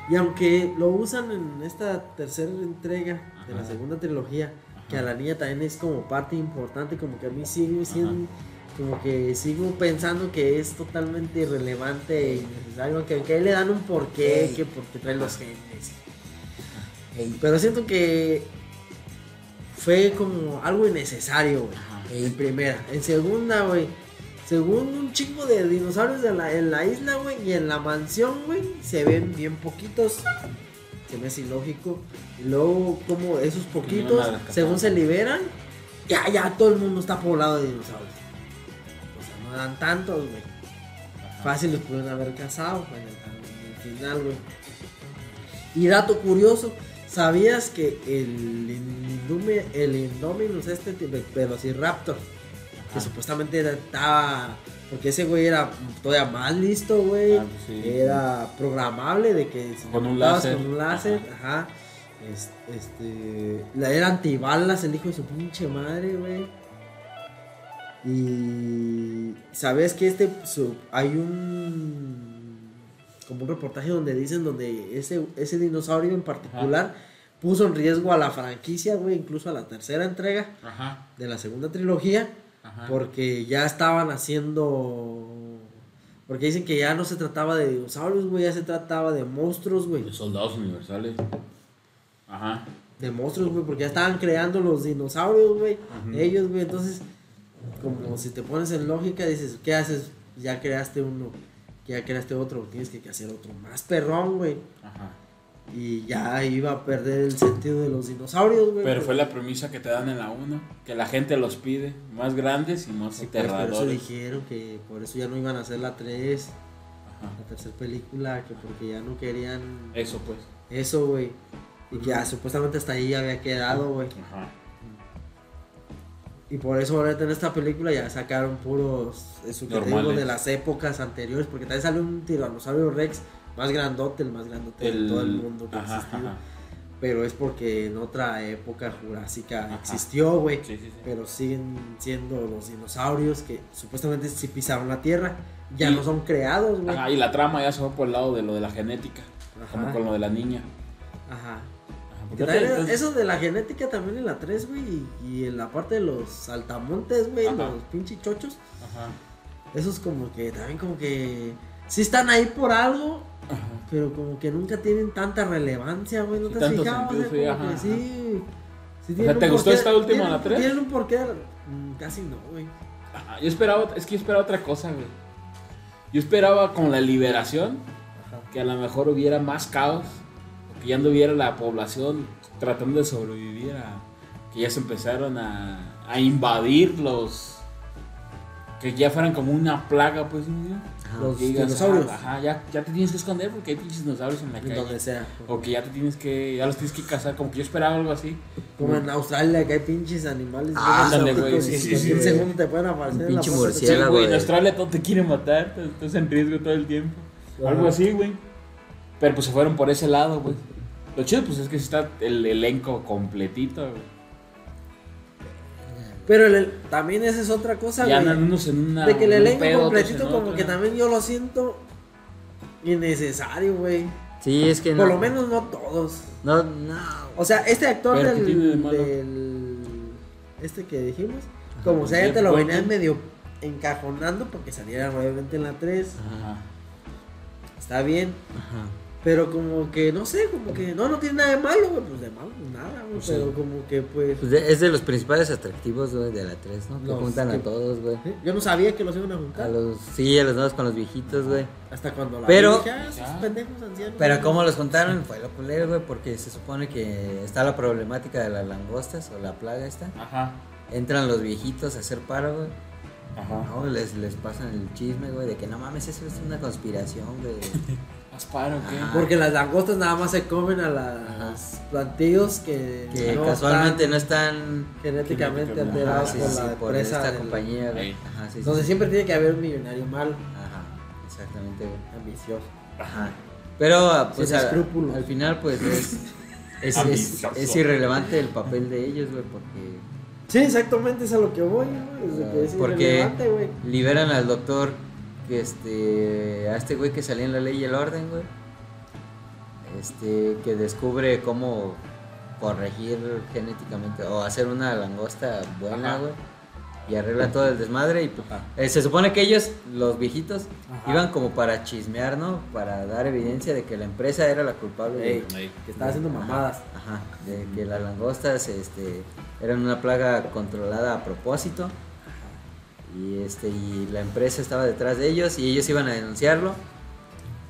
Speaker 3: Y aunque lo usan en esta tercera entrega de la
Speaker 2: Ajá.
Speaker 3: segunda trilogía, que a la niña también es como parte importante, como que a mí sigo siendo, como que sigo pensando que es totalmente irrelevante e innecesario, que, que ahí le dan un porqué,
Speaker 1: Ey.
Speaker 3: que porque trae los genes.
Speaker 5: Ey,
Speaker 3: Pero siento que fue como algo innecesario, güey.
Speaker 5: ey.
Speaker 3: En primera. En segunda, güey. Según un chingo de dinosaurios en la, en la isla, güey. Y en la mansión, güey. Se ven bien poquitos. Se me hace ilógico. Y luego, como esos
Speaker 2: no
Speaker 3: poquitos,
Speaker 2: la rescataron.
Speaker 3: según se liberan, ya, ya todo el mundo está poblado de dinosaurios. O sea, no eran tantos, güey. Fácil los pudieron haber cazado pues, en el, en el final, güey. Y dato curioso, ¿sabías que el, indume, el Indominus este tipo- Velociraptor,
Speaker 2: Ah.
Speaker 3: que supuestamente era- estaba, porque ese güey era todavía más listo, güey,
Speaker 2: Ah, pues sí.
Speaker 3: era programable de que si
Speaker 2: Con un
Speaker 3: matabas
Speaker 2: láser.
Speaker 3: con un láser, ajá, es- este, la- era antibalas el hijo de su pinche madre, güey. Y sabes que este su- hay un como un reportaje donde dicen donde ese ese dinosaurio en particular puso en riesgo a la franquicia, güey, incluso a la tercera entrega
Speaker 2: Ajá.
Speaker 3: de la segunda trilogía,
Speaker 2: Ajá.
Speaker 3: porque ya estaban haciendo porque dicen que ya no se trataba de dinosaurios, güey, ya se trataba de monstruos, güey.
Speaker 2: Los soldados universales. Ajá.
Speaker 3: de monstruos, güey, porque ya estaban creando los dinosaurios, güey. Ellos, güey, entonces, como si te pones en lógica, dices, ¿qué haces? Ya creaste uno, ya creaste otro, tienes que hacer otro más perrón, güey.
Speaker 2: Ajá.
Speaker 3: Y ya iba a perder el sentido de los dinosaurios, güey.
Speaker 2: Pero fue la premisa que te dan en la 1, que la gente los pide, más grandes y más
Speaker 3: Sí, pues, por eso
Speaker 2: aterradores.
Speaker 3: dijeron que por eso ya no iban a hacer la 3,
Speaker 2: Ajá.
Speaker 3: la tercera película, que porque ya no querían
Speaker 2: Eso pues.
Speaker 3: eso, güey. Y que ya supuestamente hasta ahí había quedado, güey.
Speaker 2: Ajá.
Speaker 3: Y por eso ahorita en esta película ya sacaron puros eso que te digo,
Speaker 2: Normales.
Speaker 3: de las épocas anteriores, porque también sale un tiranosaurio Rex más grandote, el más grandote
Speaker 2: El...
Speaker 3: de todo el mundo que ha
Speaker 2: ajá,
Speaker 3: existido.
Speaker 2: ajá.
Speaker 3: Pero es porque en otra época jurásica
Speaker 2: Ajá.
Speaker 3: existió, güey.
Speaker 2: Sí, sí, sí.
Speaker 3: Pero siguen siendo los dinosaurios que supuestamente si pisaron la tierra, ya
Speaker 2: Y-
Speaker 3: no son creados, güey.
Speaker 2: Ajá, y la trama ya se va por el lado de lo de la genética,
Speaker 3: Ajá.
Speaker 2: como con lo de la niña.
Speaker 3: Ajá.
Speaker 2: Ajá,
Speaker 3: Que
Speaker 2: porque
Speaker 3: también
Speaker 2: ahorita-
Speaker 3: eso de la genética también en la 3, güey, y, y en la parte de los saltamontes, güey,
Speaker 2: Ajá.
Speaker 3: los pinche chochos.
Speaker 2: Ajá.
Speaker 3: Esos como que también como que sí están ahí por algo,
Speaker 2: Ajá.
Speaker 3: pero como que nunca tienen tanta relevancia, güey, no
Speaker 2: Sí,
Speaker 3: te has
Speaker 2: tanto
Speaker 3: fijado,
Speaker 2: sentido,
Speaker 3: o sea,
Speaker 2: sí,
Speaker 3: como que
Speaker 2: ajá,
Speaker 3: sí. sí
Speaker 2: O sea,
Speaker 3: tienen
Speaker 2: ¿te
Speaker 3: un
Speaker 2: gustó
Speaker 3: porqué-
Speaker 2: esta última,
Speaker 3: tienen-
Speaker 2: la tres?
Speaker 3: Tienen un porqué, mm, casi no, güey.
Speaker 2: Ajá, Yo esperaba, ot- es que yo esperaba otra cosa, güey. Yo esperaba con la liberación que a lo mejor hubiera más caos, que ya no hubiera la población tratando de sobrevivir, a- que ya se empezaron a, a invadir los... Que ya fueran como una plaga, pues, ¿no?
Speaker 3: Los
Speaker 2: Que digas,
Speaker 3: dinosaurios,
Speaker 2: "Ah, Ajá, ya, ya te tienes que esconder porque hay pinches dinosaurios en la
Speaker 3: en
Speaker 2: calle.
Speaker 3: donde sea.
Speaker 2: O que ya te tienes que, ya los tienes que cazar, como que yo esperaba algo así.
Speaker 3: Como en Australia que hay pinches animales
Speaker 1: Ah,
Speaker 3: bien
Speaker 2: ándale,
Speaker 3: exóticos
Speaker 2: güey,
Speaker 3: que
Speaker 2: sí,
Speaker 3: en
Speaker 2: sí,
Speaker 3: cualquier
Speaker 1: sí,
Speaker 3: segundo te pueden aparecer
Speaker 1: Un
Speaker 3: en la
Speaker 1: pinche
Speaker 3: foto.
Speaker 1: murciélago.
Speaker 2: Sí,
Speaker 1: era,
Speaker 2: güey, en
Speaker 1: güey.
Speaker 2: Australia todo te quiere matar, te- estás en riesgo todo el tiempo.
Speaker 3: Ajá.
Speaker 2: Algo así, güey. Pero pues se fueron por ese lado, güey. Lo chido, pues es que está el elenco completito, güey.
Speaker 3: Pero el- el- también esa es otra cosa,
Speaker 2: Ya
Speaker 3: güey.
Speaker 2: andan unos en una.
Speaker 3: de que el
Speaker 2: en un
Speaker 3: elenco
Speaker 2: pedo, otros
Speaker 3: completito
Speaker 2: en
Speaker 3: como
Speaker 2: otro.
Speaker 3: que también yo lo siento innecesario, güey.
Speaker 1: Sí, es que no.
Speaker 3: Por lo menos no todos.
Speaker 1: No, no.
Speaker 3: O sea, este actor
Speaker 2: Pero, ¿qué
Speaker 3: del,
Speaker 2: tiene de malo?
Speaker 3: del- Este que dijimos, como sea, ya
Speaker 2: Jeff
Speaker 3: te lo
Speaker 2: Goldblum.
Speaker 3: venían medio encajonando porque saliera nuevamente en la 3.
Speaker 2: Ajá.
Speaker 3: Está bien.
Speaker 1: Ajá.
Speaker 3: Pero como que, no sé, como que. No, no tiene nada de malo, güey. Pues de malo, pues nada, güey.
Speaker 2: Pues sí.
Speaker 3: pero como que, pues.
Speaker 1: Pues de- es de los principales atractivos, güey, de la 3, ¿no? Que
Speaker 3: Los
Speaker 1: juntan
Speaker 3: que-
Speaker 1: a todos, güey.
Speaker 3: ¿eh? Yo no sabía que los iban a
Speaker 1: A
Speaker 3: juntar.
Speaker 1: los, sí, a los nuevos con los viejitos, güey.
Speaker 3: Hasta cuando la
Speaker 1: Pero-
Speaker 3: vi, dije, ah, esos
Speaker 2: Ya.
Speaker 3: pendejos ancianos.
Speaker 1: Pero cómo los contaron fue lo culero, güey, porque se supone que está la problemática de las langostas o la plaga esta.
Speaker 2: Ajá.
Speaker 1: Entran los viejitos a hacer paro, güey.
Speaker 2: Ajá.
Speaker 1: No, les, les pasan el chisme, güey, de que no mames, eso es una conspiración, güey.
Speaker 2: Asparo, ¿qué?
Speaker 1: Ajá.
Speaker 3: Porque las langostas nada más se comen a las plantillos que,
Speaker 1: Que
Speaker 3: no
Speaker 1: casualmente
Speaker 3: están
Speaker 1: no están...
Speaker 3: genéticamente
Speaker 2: Genéticamente, ajá,
Speaker 1: Ajá,
Speaker 3: alterados
Speaker 1: sí,
Speaker 3: por
Speaker 1: sí,
Speaker 3: la
Speaker 1: por
Speaker 3: empresa
Speaker 1: esta
Speaker 3: del-
Speaker 1: compañía, güey.
Speaker 2: Ahí.
Speaker 1: Ajá, sí, sí,
Speaker 3: Entonces
Speaker 1: sí.
Speaker 3: siempre tiene que haber un millonario malo,
Speaker 1: Ajá, exactamente, güey.
Speaker 3: ambicioso.
Speaker 1: Ajá. Pero ah, pues
Speaker 3: Sin
Speaker 1: a-
Speaker 3: escrúpulos.
Speaker 1: al final pues es, es, es-
Speaker 2: Ambicioso.
Speaker 1: es irrelevante el papel de ellos, güey, porque
Speaker 3: Sí, exactamente, es a lo que voy, güey. es de que es
Speaker 1: Porque-
Speaker 3: irrelevante, güey.
Speaker 1: liberan al doctor que este a este güey que salía en la ley y el orden, güey. Este que descubre cómo corregir genéticamente o hacer una langosta buena,
Speaker 2: Ajá.
Speaker 1: güey. y arregla todo el desmadre. Y pues,
Speaker 2: Ajá.
Speaker 1: eh, se supone que ellos, los viejitos,
Speaker 3: Ajá.
Speaker 1: iban como para chismear, ¿no? Para dar evidencia de que la empresa era la culpable. de-
Speaker 3: Ey, que estaba haciendo mamadas.
Speaker 1: Ajá, de que las langostas este, eran una plaga controlada a propósito. Y, este, y la empresa estaba detrás de ellos y ellos iban a denunciarlo.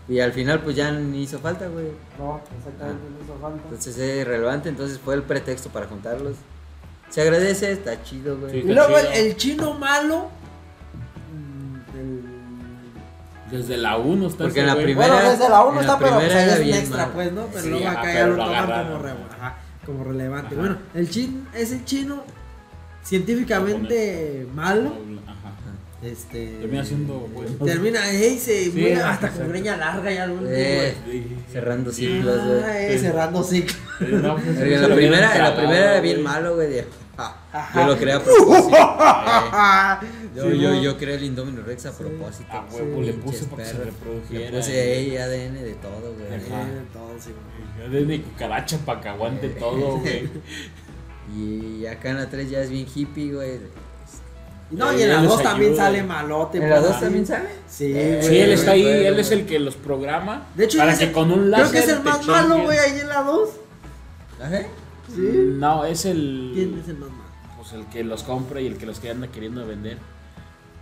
Speaker 1: Y al final pues ya ni hizo falta, güey.
Speaker 3: No, exactamente, no hizo falta.
Speaker 1: Entonces es irrelevante, entonces fue el pretexto para juntarlos. Se agradece, está chido, güey.
Speaker 2: Sí.
Speaker 3: Y luego el,
Speaker 2: chido.
Speaker 3: el chino malo. mm, el-
Speaker 2: Desde la 1 está
Speaker 1: Porque
Speaker 2: ese
Speaker 1: en la
Speaker 2: güey.
Speaker 1: primera-
Speaker 3: bueno, desde la 1
Speaker 1: en la
Speaker 3: está, pero pues,
Speaker 1: primera
Speaker 3: ahí
Speaker 1: era
Speaker 3: es un
Speaker 1: bien
Speaker 3: extra,
Speaker 1: malo.
Speaker 3: pues, ¿no? Pero
Speaker 2: Sí,
Speaker 3: luego
Speaker 2: ajá,
Speaker 3: acá ya
Speaker 2: pero
Speaker 3: lo
Speaker 2: lo
Speaker 3: toman como,
Speaker 2: agarraron.
Speaker 3: re- ajá, como relevante.
Speaker 2: Ajá.
Speaker 3: Bueno, el chin, ese chino científicamente malo.
Speaker 2: Ajá.
Speaker 3: Este.
Speaker 2: Termina siendo bueno.
Speaker 3: Termina, ey, se
Speaker 2: Sí,
Speaker 3: muere
Speaker 2: ajá,
Speaker 3: hasta con
Speaker 2: exacto.
Speaker 3: greña larga ya algún
Speaker 1: Eh,
Speaker 2: Sí.
Speaker 1: cerrando
Speaker 2: Sí.
Speaker 1: ciclos, güey.
Speaker 3: Ah, eh,
Speaker 2: Sí.
Speaker 3: cerrando ciclo.
Speaker 2: No, pues,
Speaker 1: Porque en la
Speaker 2: se lo
Speaker 1: primera,
Speaker 2: hubieran
Speaker 1: en la primera era
Speaker 2: calado,
Speaker 1: bien
Speaker 2: güey.
Speaker 1: malo, güey. de-
Speaker 3: Ajá.
Speaker 1: Yo lo creé a
Speaker 2: [laughs]
Speaker 1: propósito. eh.
Speaker 3: Ah,
Speaker 1: [laughs] Yo,
Speaker 3: sí,
Speaker 1: yo,
Speaker 3: ¿no?
Speaker 1: yo creé el Indomino Rex a propósito.
Speaker 2: A Ah, huevo,
Speaker 1: Sí,
Speaker 2: le puse
Speaker 1: pinches
Speaker 2: para que se
Speaker 1: perros.
Speaker 2: reprodujera.
Speaker 1: Le puse ey, ADN de todo, güey.
Speaker 3: Eh,
Speaker 2: Ajá.
Speaker 3: todo, sí, güey.
Speaker 2: Desde cucaracha para que aguante todo, güey.
Speaker 1: Y acá en la 3 ya es bien hippie, güey.
Speaker 3: No,
Speaker 2: Eh,
Speaker 3: y en
Speaker 2: ya
Speaker 3: la
Speaker 2: les
Speaker 3: 2 también
Speaker 2: ayuda.
Speaker 3: sale malote.
Speaker 1: ¿En la
Speaker 3: pues,
Speaker 1: 2
Speaker 3: así.
Speaker 1: también sale?
Speaker 3: Sí,
Speaker 1: Eh,
Speaker 3: güey.
Speaker 2: Sí, él está ahí,
Speaker 1: Bueno,
Speaker 2: él
Speaker 1: bueno.
Speaker 2: es el que los programa.
Speaker 3: De hecho,
Speaker 2: para
Speaker 3: ese-
Speaker 2: que con un láser.
Speaker 3: creo que es el
Speaker 2: te
Speaker 3: más malo,
Speaker 2: chinguen.
Speaker 3: güey, ahí en la 2.
Speaker 1: ¿Ajá?
Speaker 3: Sí.
Speaker 2: No, es el.
Speaker 3: ¿Quién es el más malo?
Speaker 2: Pues el que los compra y el que los que anda queriendo vender.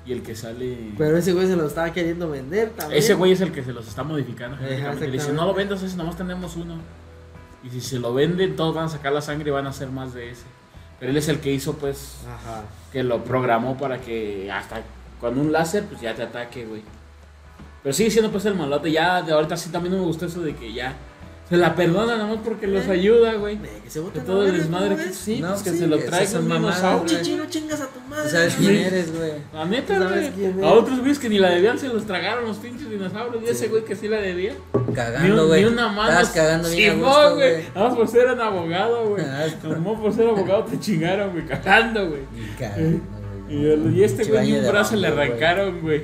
Speaker 2: Y el que sale.
Speaker 3: Pero ese güey se lo estaba queriendo vender también.
Speaker 2: Ese güey es el que se los está modificando.
Speaker 3: Ajá,
Speaker 2: genéticamente. Le dice,
Speaker 3: exactamente.
Speaker 2: no lo vendas ese, nomás tenemos uno. Y si se lo venden, todos van a sacar la sangre y van a hacer más de ese. Pero él es el que hizo, pues,
Speaker 3: Ajá.
Speaker 2: que lo programó para que hasta con un láser, pues ya te ataque, güey. Pero sigue siendo, pues, el malote. Ya de ahorita sí también no me gustó eso de que ya se la perdona nomás porque los ayuda, güey.
Speaker 3: Eh, Que se
Speaker 2: De
Speaker 3: bote la
Speaker 2: todo el
Speaker 3: verga,
Speaker 2: desmadre
Speaker 3: ¿cómo
Speaker 2: que
Speaker 3: ves?
Speaker 2: sí,
Speaker 1: No,
Speaker 2: pues que
Speaker 1: sí,
Speaker 2: se lo
Speaker 1: esas
Speaker 2: trae
Speaker 1: son
Speaker 2: un
Speaker 1: mamadas,
Speaker 2: dinosaurio.
Speaker 1: güey.
Speaker 3: Chichi, no chingas a tu madre.
Speaker 1: ¿Tú sabes
Speaker 3: [laughs]
Speaker 1: quién eres, güey?
Speaker 2: La neta,
Speaker 3: ¿Tú sabes quién
Speaker 2: güey.
Speaker 3: es?
Speaker 2: A otros güeyes que ni la debían se los tragaron los pinches dinosaurios. Y ese güey que sí la debía. Ni,
Speaker 1: Cagando,
Speaker 2: un-
Speaker 1: güey.
Speaker 2: ni una mano.
Speaker 1: Estabas cagando
Speaker 2: Sí,
Speaker 1: bien a
Speaker 2: no,
Speaker 1: gusto,
Speaker 2: güey.
Speaker 1: güey.
Speaker 2: Nada más por ser un
Speaker 1: [laughs]
Speaker 2: abogado, güey.
Speaker 1: Ah, es-
Speaker 2: Nada más por ser abogado te chingaron, güey. Cagando, güey.
Speaker 1: Y cagando, güey.
Speaker 2: Y, el- y este
Speaker 1: Pinche
Speaker 2: güey ni
Speaker 1: baño
Speaker 2: un
Speaker 1: de
Speaker 2: brazo le
Speaker 1: bambú, güey.
Speaker 2: arrancaron, güey.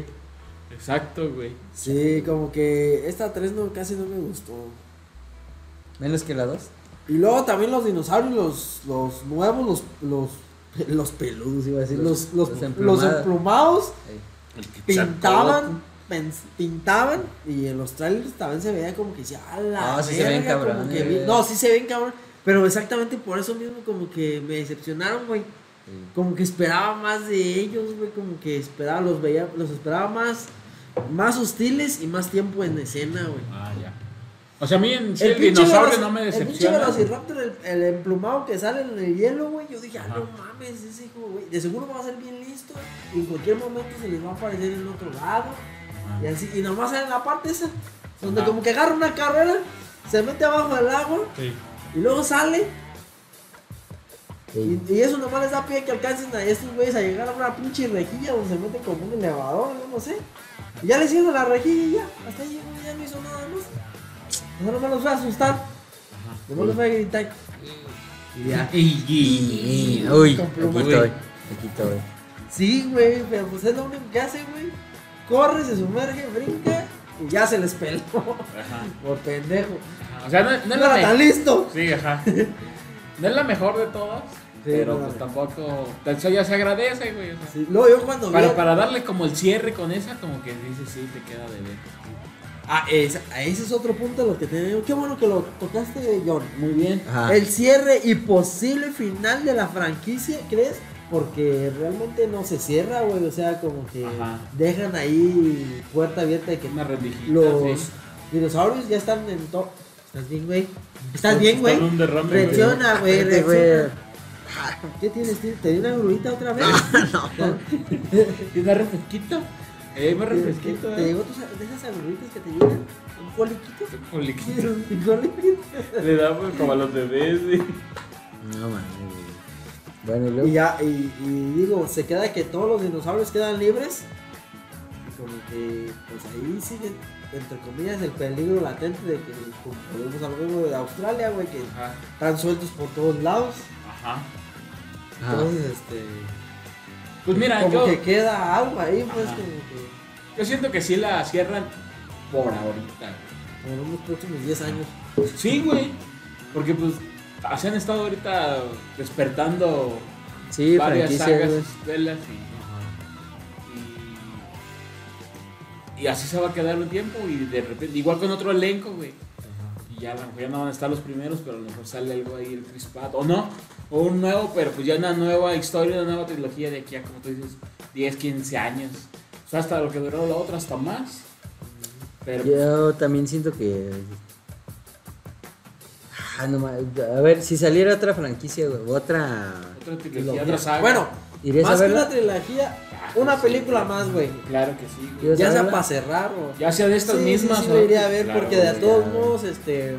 Speaker 2: Exacto, güey.
Speaker 3: Sí, como que esta 3 no, casi no me gustó.
Speaker 1: Menos que la 2.
Speaker 3: Y luego también los dinosaurios, los, los nuevos, los, los, [laughs] los peludos, iba a decir. Los, los,
Speaker 1: Los
Speaker 3: los,
Speaker 1: emplumados.
Speaker 3: emplumados.
Speaker 1: Ey.
Speaker 3: pintaban. pen- Pintaban y en los trailers también se veía como que decía, "A la
Speaker 1: Ah, sí se ven
Speaker 3: verga", como
Speaker 1: cabrones,
Speaker 3: que vi-
Speaker 1: güey.
Speaker 3: No, sí se ven cabrón. Pero exactamente por eso mismo, como que me decepcionaron, güey. como que esperaba más de ellos, güey, como que esperaba, los veía, los esperaba más, más hostiles y más tiempo en escena, güey.
Speaker 2: Ah, ya. O sea, a mí en sí
Speaker 3: El
Speaker 2: el,
Speaker 3: pinche
Speaker 2: dinosaurio
Speaker 3: veloc-
Speaker 2: no me
Speaker 3: El pinche
Speaker 2: decepciona.
Speaker 3: velociraptor, el, el emplumado que sale en el hielo, güey. Yo dije, ah, no mames, ese hijo, güey. De seguro va a ser bien listo. Y en cualquier momento se les va a aparecer en otro lado. Y así, y nomás en la parte esa, donde
Speaker 2: Ajá.
Speaker 3: como que agarra una carrera, se mete abajo del agua
Speaker 2: Sí.
Speaker 3: y luego sale.
Speaker 1: Ey.
Speaker 3: Y, y eso nomás les da pie que alcancen a estos güeyes a llegar a una pinche rejilla donde se meten como un elevador, no, no sé. Y ya les cierran la rejilla y ya. Hasta ahí llegó, ya no hizo nada más. No nomás los fue a asustar. Nomás los fue a gritar. Y ya.
Speaker 1: Y- y- Uy,
Speaker 3: Con
Speaker 1: aquí
Speaker 3: pluma,
Speaker 1: estoy.
Speaker 3: güey.
Speaker 1: Aquí estoy.
Speaker 3: Sí, güey, pero pues es lo único que hace, güey. Corre, se sumerge, brinca y ya se les peló.
Speaker 2: Ajá.
Speaker 3: [laughs] Por pendejo.
Speaker 2: O sea, no, no
Speaker 3: No
Speaker 2: es la
Speaker 3: era
Speaker 2: mejor.
Speaker 3: tan listo. [laughs]
Speaker 2: Sí, ajá. No es la mejor de todas. pero
Speaker 3: no,
Speaker 2: pues
Speaker 3: no.
Speaker 2: tampoco. Eso ya se agradece, güey. o sea.
Speaker 3: Sí, luego yo cuando vi
Speaker 2: Para,
Speaker 3: a-
Speaker 2: para darle como el cierre con esa, como que dices, sí, te queda de ver.
Speaker 3: Ah, esa- a ese es otro punto de lo que tenemos. Qué bueno que lo tocaste, John.
Speaker 2: Muy bien.
Speaker 1: Ajá.
Speaker 3: El cierre y posible final de la franquicia, ¿crees? Porque realmente no se cierra, güey. O sea, como que
Speaker 2: Ajá.
Speaker 3: dejan ahí puerta abierta de que
Speaker 2: Una rendijita.
Speaker 3: los
Speaker 2: sí.
Speaker 3: dinosaurios ya están en top. ¿Estás bien, güey? ¿Estás bien, güey?
Speaker 2: Está en un derrame, güey.
Speaker 3: Reacciona, güey,
Speaker 1: Vete,
Speaker 3: reacciona. Ah, ¿Qué tienes? tío? ¿Te di una grulita otra vez?
Speaker 2: ¿Te da refresquito? Eh, más refresquito,
Speaker 3: ¿Te
Speaker 2: eh.
Speaker 3: llegó tus, de esas agrulitas que te llegan? ¿Un coliquito?
Speaker 2: Coliquito.
Speaker 3: [laughs] ¿Un coliquito?
Speaker 2: Le damos como a los bebés, güey.
Speaker 1: No mames, güey. Bueno, y
Speaker 3: Y
Speaker 1: luego.
Speaker 3: ya, y, y digo, se queda que todos los dinosaurios quedan libres. Y como que, pues ahí sigue, entre comillas, el peligro latente de que, como volvemos al juego de Australia, güey, que
Speaker 2: Ajá.
Speaker 3: están sueltos por todos lados.
Speaker 2: Ajá.
Speaker 1: Ajá.
Speaker 3: Entonces, este.
Speaker 2: Pues mira,
Speaker 3: como
Speaker 2: yo,
Speaker 3: que queda algo ahí, pues,
Speaker 2: Ajá.
Speaker 3: como que.
Speaker 2: yo siento que sí la cierran por ahorita.
Speaker 3: En unos próximos 10 años.
Speaker 2: Sí, güey. Porque pues se han estado ahorita despertando
Speaker 1: Sí,
Speaker 2: varias
Speaker 1: franquicias,
Speaker 2: sagas,
Speaker 1: güey.
Speaker 2: secuelas y, y, y así se va a quedar un tiempo y de repente, igual con otro elenco, güey. Y ya a lo mejor ya no van a estar los primeros, pero a lo mejor sale algo ahí el Chris Pratt, o no, o un nuevo, pero pues ya una nueva historia, una nueva trilogía de aquí a, como tú dices, 10, 15 años. O sea, hasta lo que duró la otra, hasta más. Pero pues,
Speaker 1: Yo también siento que. Ah, no ma- A ver, si saliera otra franquicia, güey, otra.
Speaker 2: otra trilogía, otra saga.
Speaker 3: Bueno,
Speaker 1: ¿Irías a
Speaker 3: más que
Speaker 1: verla?
Speaker 3: una trilogía,
Speaker 2: Ah, pues
Speaker 3: una película más, güey.
Speaker 2: claro que sí, güey.
Speaker 1: Yo- ¿Quieres
Speaker 3: Ya sea
Speaker 1: verla?
Speaker 3: para cerrar o.
Speaker 2: Ya sea de
Speaker 3: Sí,
Speaker 2: estas
Speaker 3: sí,
Speaker 2: mismas.
Speaker 3: sí,
Speaker 2: o-
Speaker 3: lo iría a ver
Speaker 2: Claro,
Speaker 3: porque de
Speaker 2: güey.
Speaker 3: todos
Speaker 1: ya.
Speaker 3: modos, este.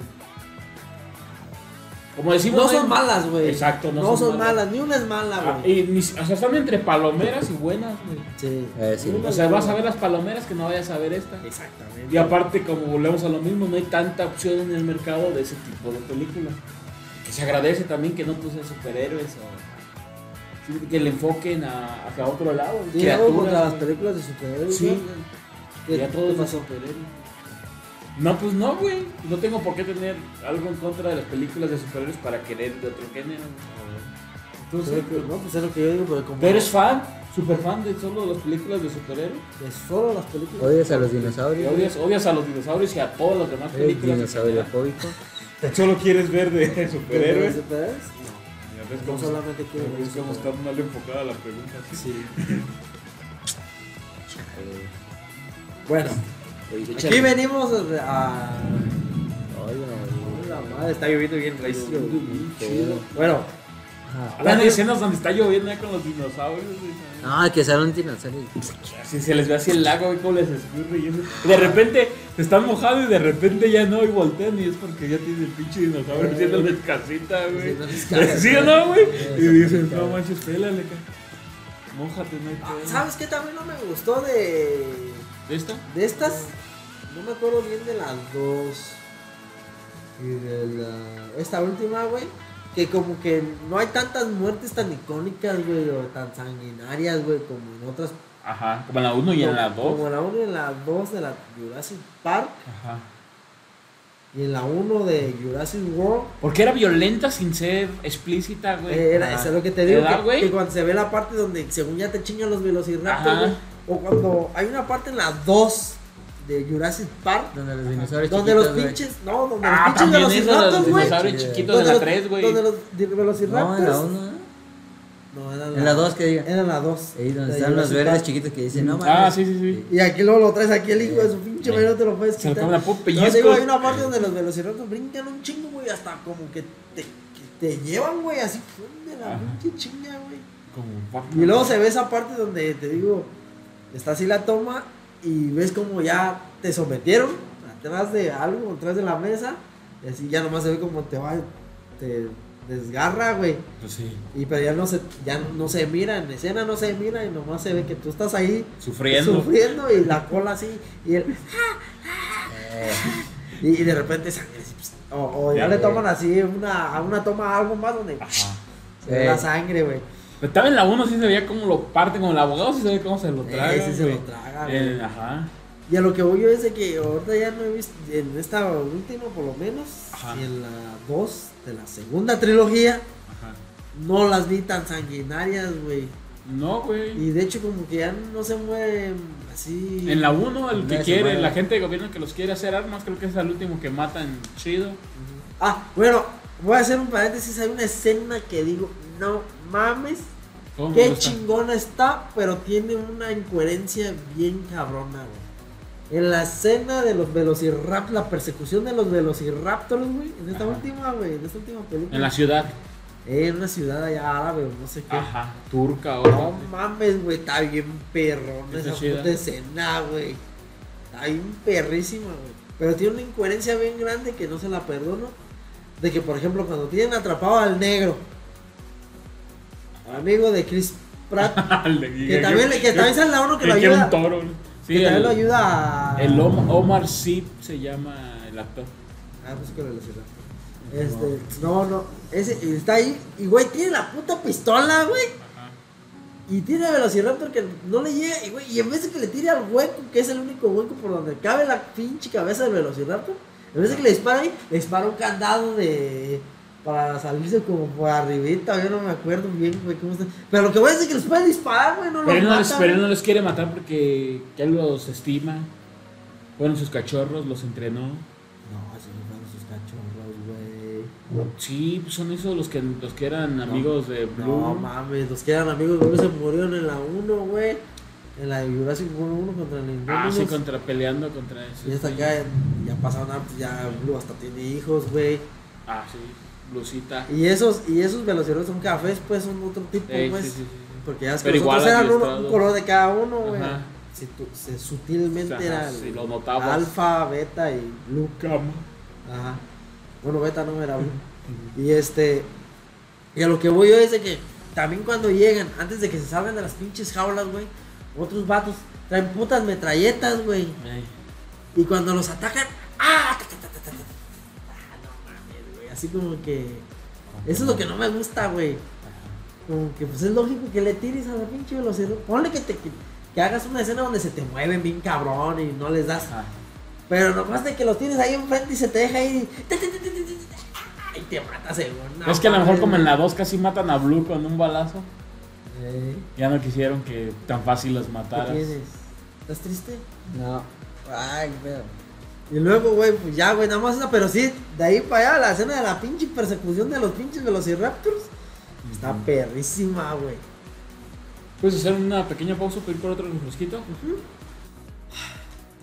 Speaker 2: Como decimos,
Speaker 3: No son
Speaker 2: hay-
Speaker 3: malas, güey.
Speaker 2: Exacto,
Speaker 3: no, son, malas. ni una es mala,
Speaker 2: Ah,
Speaker 3: güey.
Speaker 2: y ni si- o sea, están entre palomeras y buenas, güey.
Speaker 3: Sí.
Speaker 1: Eh, sí.
Speaker 3: Ni una
Speaker 2: O sea,
Speaker 3: es
Speaker 2: vas a
Speaker 3: mala.
Speaker 2: ver las palomeras que no vayas a ver esta.
Speaker 3: Exactamente.
Speaker 2: Y aparte, como volvemos a lo mismo, no hay tanta opción en el mercado de ese tipo de películas. Que se agradece también que no puse superhéroes o sí, que le enfoquen a, hacia otro lado.
Speaker 3: Sí, luego contra las películas de superhéroes.
Speaker 2: Sí.
Speaker 3: güey. ¿Qué
Speaker 2: Ya
Speaker 3: te
Speaker 2: todos los
Speaker 3: pasó?
Speaker 2: superhéroes. No, pues no, güey. No tengo por qué tener algo en contra de las películas de superhéroes para querer de otro género. Entonces,
Speaker 3: Creo que- No, pues es lo que yo digo, porque como.
Speaker 2: ¿tú eres fan? ¿Super fan de solo las películas de superhéroes?
Speaker 3: de solo las películas.
Speaker 1: Odias a los
Speaker 2: Y
Speaker 1: dinosaurios.
Speaker 2: Odias, odias a los dinosaurios y a todas las demás
Speaker 3: Eh,
Speaker 1: Eres
Speaker 2: películas. en
Speaker 1: dinosauriofóbico.
Speaker 2: general. Solo quieres ver
Speaker 3: [laughs]
Speaker 2: de
Speaker 3: ¿De los
Speaker 2: superhéroes.
Speaker 3: superhéroes?
Speaker 2: Ya ves
Speaker 3: No,
Speaker 2: cómo-
Speaker 3: no solamente quiero
Speaker 2: ya
Speaker 3: ver.
Speaker 2: ves cómo está
Speaker 3: superhéroes.
Speaker 2: mal enfocada la pregunta.
Speaker 3: Sí. Bueno,
Speaker 1: Oye,
Speaker 3: aquí venimos a.
Speaker 1: oye, no,
Speaker 3: La madre, está lloviendo bien recio.
Speaker 2: Bien chido.
Speaker 3: Bueno,
Speaker 2: Las escenas donde está lloviendo ahí con los dinosaurios. güey.
Speaker 1: Ah, que sale un dinosaurio.
Speaker 2: Así se les ve así el lago, güey, cómo les escurre. Y eso. De repente se están mojando y de repente ya no, y voltean. Y es porque ya tiene el pinche
Speaker 3: Eh.
Speaker 2: dinosaurio haciéndoles casita, güey.
Speaker 1: Haciéndoles casita.
Speaker 2: [laughs] ¿Sí o no, güey? Y
Speaker 1: Sí,
Speaker 2: dicen,
Speaker 1: sí,
Speaker 2: no
Speaker 1: sí.
Speaker 2: manches, pélale, ca- Mójate, no hay pedo.
Speaker 3: Ah, ¿sabes qué también no me gustó de.
Speaker 2: ¿Listo?
Speaker 3: De estas? No me acuerdo bien de las dos. Y de la. Esta última, güey. Que como que no hay tantas muertes tan icónicas, güey, o tan sanguinarias, güey, como en otras.
Speaker 2: Ajá, como en la 1 y en la 2.
Speaker 3: Como en la 1 y en la 2 de la Jurassic Park.
Speaker 2: Ajá.
Speaker 3: Y en la 1 de Jurassic World.
Speaker 2: Porque era violenta sin ser explícita, güey. Ah,
Speaker 3: Eh, Era,
Speaker 2: Ajá.
Speaker 3: eso es lo que te digo.
Speaker 2: ¿Verdad,
Speaker 3: que-
Speaker 2: güey?
Speaker 3: que, cuando se ve la parte donde según ya te chingan los velociraptors,
Speaker 2: Ajá.
Speaker 3: güey, O cuando hay una parte en la 2 de Jurassic Park.
Speaker 1: Donde los dinosaurios.
Speaker 3: Donde los
Speaker 1: chiquitos, güey.
Speaker 3: pinches, no, donde
Speaker 2: Ah,
Speaker 3: los
Speaker 2: también
Speaker 3: pinches
Speaker 2: eso de los
Speaker 3: velociraptors, güey.
Speaker 2: dinosaurios
Speaker 1: Sí.
Speaker 2: chiquitos de
Speaker 3: Donde
Speaker 2: la
Speaker 3: los-
Speaker 2: 3, güey.
Speaker 3: Donde los di-
Speaker 1: No, en
Speaker 3: velociraptors.
Speaker 1: la 1.
Speaker 3: No, era
Speaker 1: En la 2 que diga.
Speaker 3: Era la 2.
Speaker 1: Ahí donde
Speaker 3: de
Speaker 1: están los
Speaker 3: Jurassic
Speaker 1: verdes
Speaker 3: Park.
Speaker 1: chiquitos que dicen, no mames.
Speaker 2: Ah, sí, sí, sí.
Speaker 3: Y aquí luego lo traes aquí el hijo de su pinche madre, no te lo puedes
Speaker 2: Se lo
Speaker 3: quitar.
Speaker 2: come la puta
Speaker 3: No, te
Speaker 2: pellizco.
Speaker 3: digo, hay una parte donde los velociraptors brincan un chingo, güey, hasta como que te, que te llevan, güey, así, pum, de la
Speaker 2: Ajá.
Speaker 3: pinche chinga, güey.
Speaker 2: Como un papo.
Speaker 3: Y luego se ve esa parte donde te digo, está así la toma y ves como ya te sometieron atrás de algo, atrás de la mesa, y así ya nomás se ve como te va, te desgarra, güey.
Speaker 2: Pues sí,
Speaker 3: Y pero ya no se, ya no se mira, en escena no se mira y nomás se ve que tú estás ahí
Speaker 2: sufriendo.
Speaker 3: sufriendo y la cola así y el-
Speaker 1: Eh,
Speaker 3: y, y de repente sangre así, pss, o, o ya
Speaker 2: Ya,
Speaker 3: le
Speaker 1: güey.
Speaker 3: toman así una, a una toma algo más donde
Speaker 2: Ajá.
Speaker 3: se ve la
Speaker 1: Sí.
Speaker 3: sangre, güey.
Speaker 2: Pero también en la 1 sí se veía como lo parte, como el abogado sí se ve cómo se lo traga.
Speaker 3: Eh, sí se
Speaker 2: güey.
Speaker 3: lo traga, güey.
Speaker 2: Eh, Ajá.
Speaker 3: Y a lo que voy yo es de que ahorita ya no he visto, en esta última por lo menos,
Speaker 2: Ajá.
Speaker 3: y en la 2 de la segunda trilogía,
Speaker 2: Ajá.
Speaker 3: no las vi tan sanguinarias, güey.
Speaker 2: No, güey.
Speaker 3: Y de hecho como que ya no se mueven así.
Speaker 2: En la 1, el
Speaker 1: No
Speaker 2: que
Speaker 1: se
Speaker 2: quiere,
Speaker 1: mueve.
Speaker 2: la gente de gobierno que los quiere hacer armas, creo que es el último que matan chido.
Speaker 3: Ah, bueno, voy a hacer un paréntesis, hay una escena que digo, no mames,
Speaker 2: ¿Cómo me
Speaker 3: qué
Speaker 2: gusta?
Speaker 3: chingona está, pero tiene una incoherencia bien cabrona, güey. En la escena de los Velociraptors, la persecución de los Velociraptors, güey, en esta
Speaker 2: Ajá.
Speaker 3: última, güey, en esta última película.
Speaker 2: En la ciudad.
Speaker 3: En una ciudad allá árabe, no sé qué.
Speaker 2: Ajá. Turca o
Speaker 3: No
Speaker 2: algo [laughs] así.
Speaker 3: mames, güey, está bien perrón
Speaker 2: Está
Speaker 3: esa
Speaker 2: chida.
Speaker 3: puta escena, güey. Está bien perrísima, güey. Pero tiene una incoherencia bien grande que no se la perdono. De que, por ejemplo, cuando tienen atrapado al negro, amigo de Chris
Speaker 2: [laughs]
Speaker 3: Pratt, que también, le- que también sale la uno que lo
Speaker 2: Que era
Speaker 3: ayuda.
Speaker 2: un toro. ¿no? Sí,
Speaker 3: que también
Speaker 2: el-
Speaker 3: lo ayuda a.
Speaker 2: El Om- Omar Sip se llama el actor.
Speaker 3: Ah, pues con el celular. Este, no, no. Ese y está ahí. Y güey, tiene la puta pistola, güey. Y tiene a Velociraptor que no le llega. Y, güey, y en vez de que le tire al hueco, que es el único hueco por donde cabe la pinche cabeza del Velociraptor, en vez de que le dispare ahí, le dispara un candado de. para salirse como por arribita, yo no me acuerdo bien, güey, cómo está. Pero lo que voy a decir es que les pueden disparar, güey, no
Speaker 4: Pero
Speaker 3: los
Speaker 4: él no,
Speaker 3: matan.
Speaker 4: los, pero él no los quiere matar porque que él los estima. Fueron sus cachorros, los entrenó.
Speaker 3: No, así no fueron sus cachorros, güey.
Speaker 4: Sí, pues son esos los que, los que eran amigos de Blue.
Speaker 3: No mames, los que eran amigos, güey, se murieron en la 1, güey. En la de Jurassic World 1 contra el
Speaker 4: ah, sí,
Speaker 3: Indominus.
Speaker 4: contra, peleando contra eso.
Speaker 3: Y hasta acá ya pasaron, hartos, ya Blue hasta tiene hijos, güey.
Speaker 4: Ah, sí, Blucita.
Speaker 3: Y esos, y esos velociraptors son cafés, pues son otro tipo,
Speaker 4: Ey,
Speaker 3: pues.
Speaker 4: sí, sí, sí,
Speaker 3: Porque ya es que
Speaker 4: Pero
Speaker 3: los otros
Speaker 4: igual
Speaker 3: eran uno- un
Speaker 4: adiestrados.
Speaker 3: color de cada uno, güey.
Speaker 4: Ajá.
Speaker 3: Si tú- se- sutilmente
Speaker 4: Ajá,
Speaker 3: era
Speaker 4: sí,
Speaker 3: el
Speaker 4: lo notamos.
Speaker 3: alfa, beta y blue. Ajá. Bueno, beta no era blue. y este. Y a lo que voy yo es de que también cuando llegan, antes de que se salgan de las pinches jaulas, güey, otros vatos traen putas metralletas, güey.
Speaker 4: Ey.
Speaker 3: Y cuando los atacan, ¡ah! Ta, ta, ta, ta, ta, ta. Ah, no mames, güey. Así como que. Eso es lo que no me gusta, güey. Como que pues es lógico que le tires a la pinche velocidad. Ponle que te que, que hagas una escena donde se te mueven bien cabrón y no les das.
Speaker 4: Ajá.
Speaker 3: Pero nomás de que los tienes ahí enfrente y se te deja ir y. ta, ta, ta, ta, ta, ta, ta, ah, Y te mata seguro. No
Speaker 4: es que a lo mejor
Speaker 3: mames,
Speaker 4: como en
Speaker 3: güey.
Speaker 4: la 2 casi matan a Blue con un balazo.
Speaker 3: Eh,
Speaker 4: Ya no quisieron que tan fácil las
Speaker 3: ¿Qué
Speaker 4: mataras.
Speaker 3: tienes? ¿Estás triste?
Speaker 1: No.
Speaker 3: Ay, pero. Y luego, güey, pues ya, güey, nada más esa, pero sí, de ahí para allá, la escena de la pinche persecución de los pinches velociraptors está perrísima, güey.
Speaker 4: ¿Puedes hacer una pequeña pausa para ir por otro refresquito?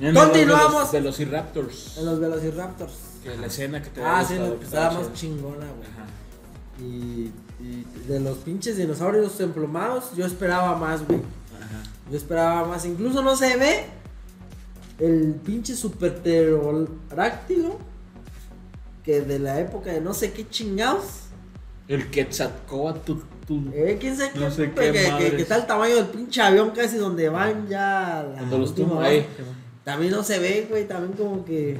Speaker 4: Ya no
Speaker 3: Continuamos.
Speaker 4: hablamos De los Velociraptors.
Speaker 3: En los velociraptors.
Speaker 4: Que la escena que te
Speaker 3: Ah,
Speaker 4: había
Speaker 3: sí, la
Speaker 4: gustado, que
Speaker 3: que estaba
Speaker 4: estaba
Speaker 3: más
Speaker 4: chida.
Speaker 3: chingona, güey.
Speaker 4: Ajá.
Speaker 3: Y, y de los pinches dinosaurios emplumados, yo esperaba más, güey.
Speaker 4: Ajá.
Speaker 3: Yo esperaba más. Incluso no se ve el pinche super pterodáctilo que de la época de no sé qué chingados.
Speaker 4: El Quetzalcóatl. tu- tu-
Speaker 3: Eh, quién sabe
Speaker 4: No
Speaker 3: qué,
Speaker 4: sé
Speaker 3: puta,
Speaker 4: qué
Speaker 3: que- que,
Speaker 4: madres.
Speaker 3: que está el tamaño del pinche avión casi donde van ya. la
Speaker 4: Cuando los
Speaker 3: última
Speaker 4: tumba eh.
Speaker 3: vez.
Speaker 4: ahí.
Speaker 3: También no se ve, güey, también como que.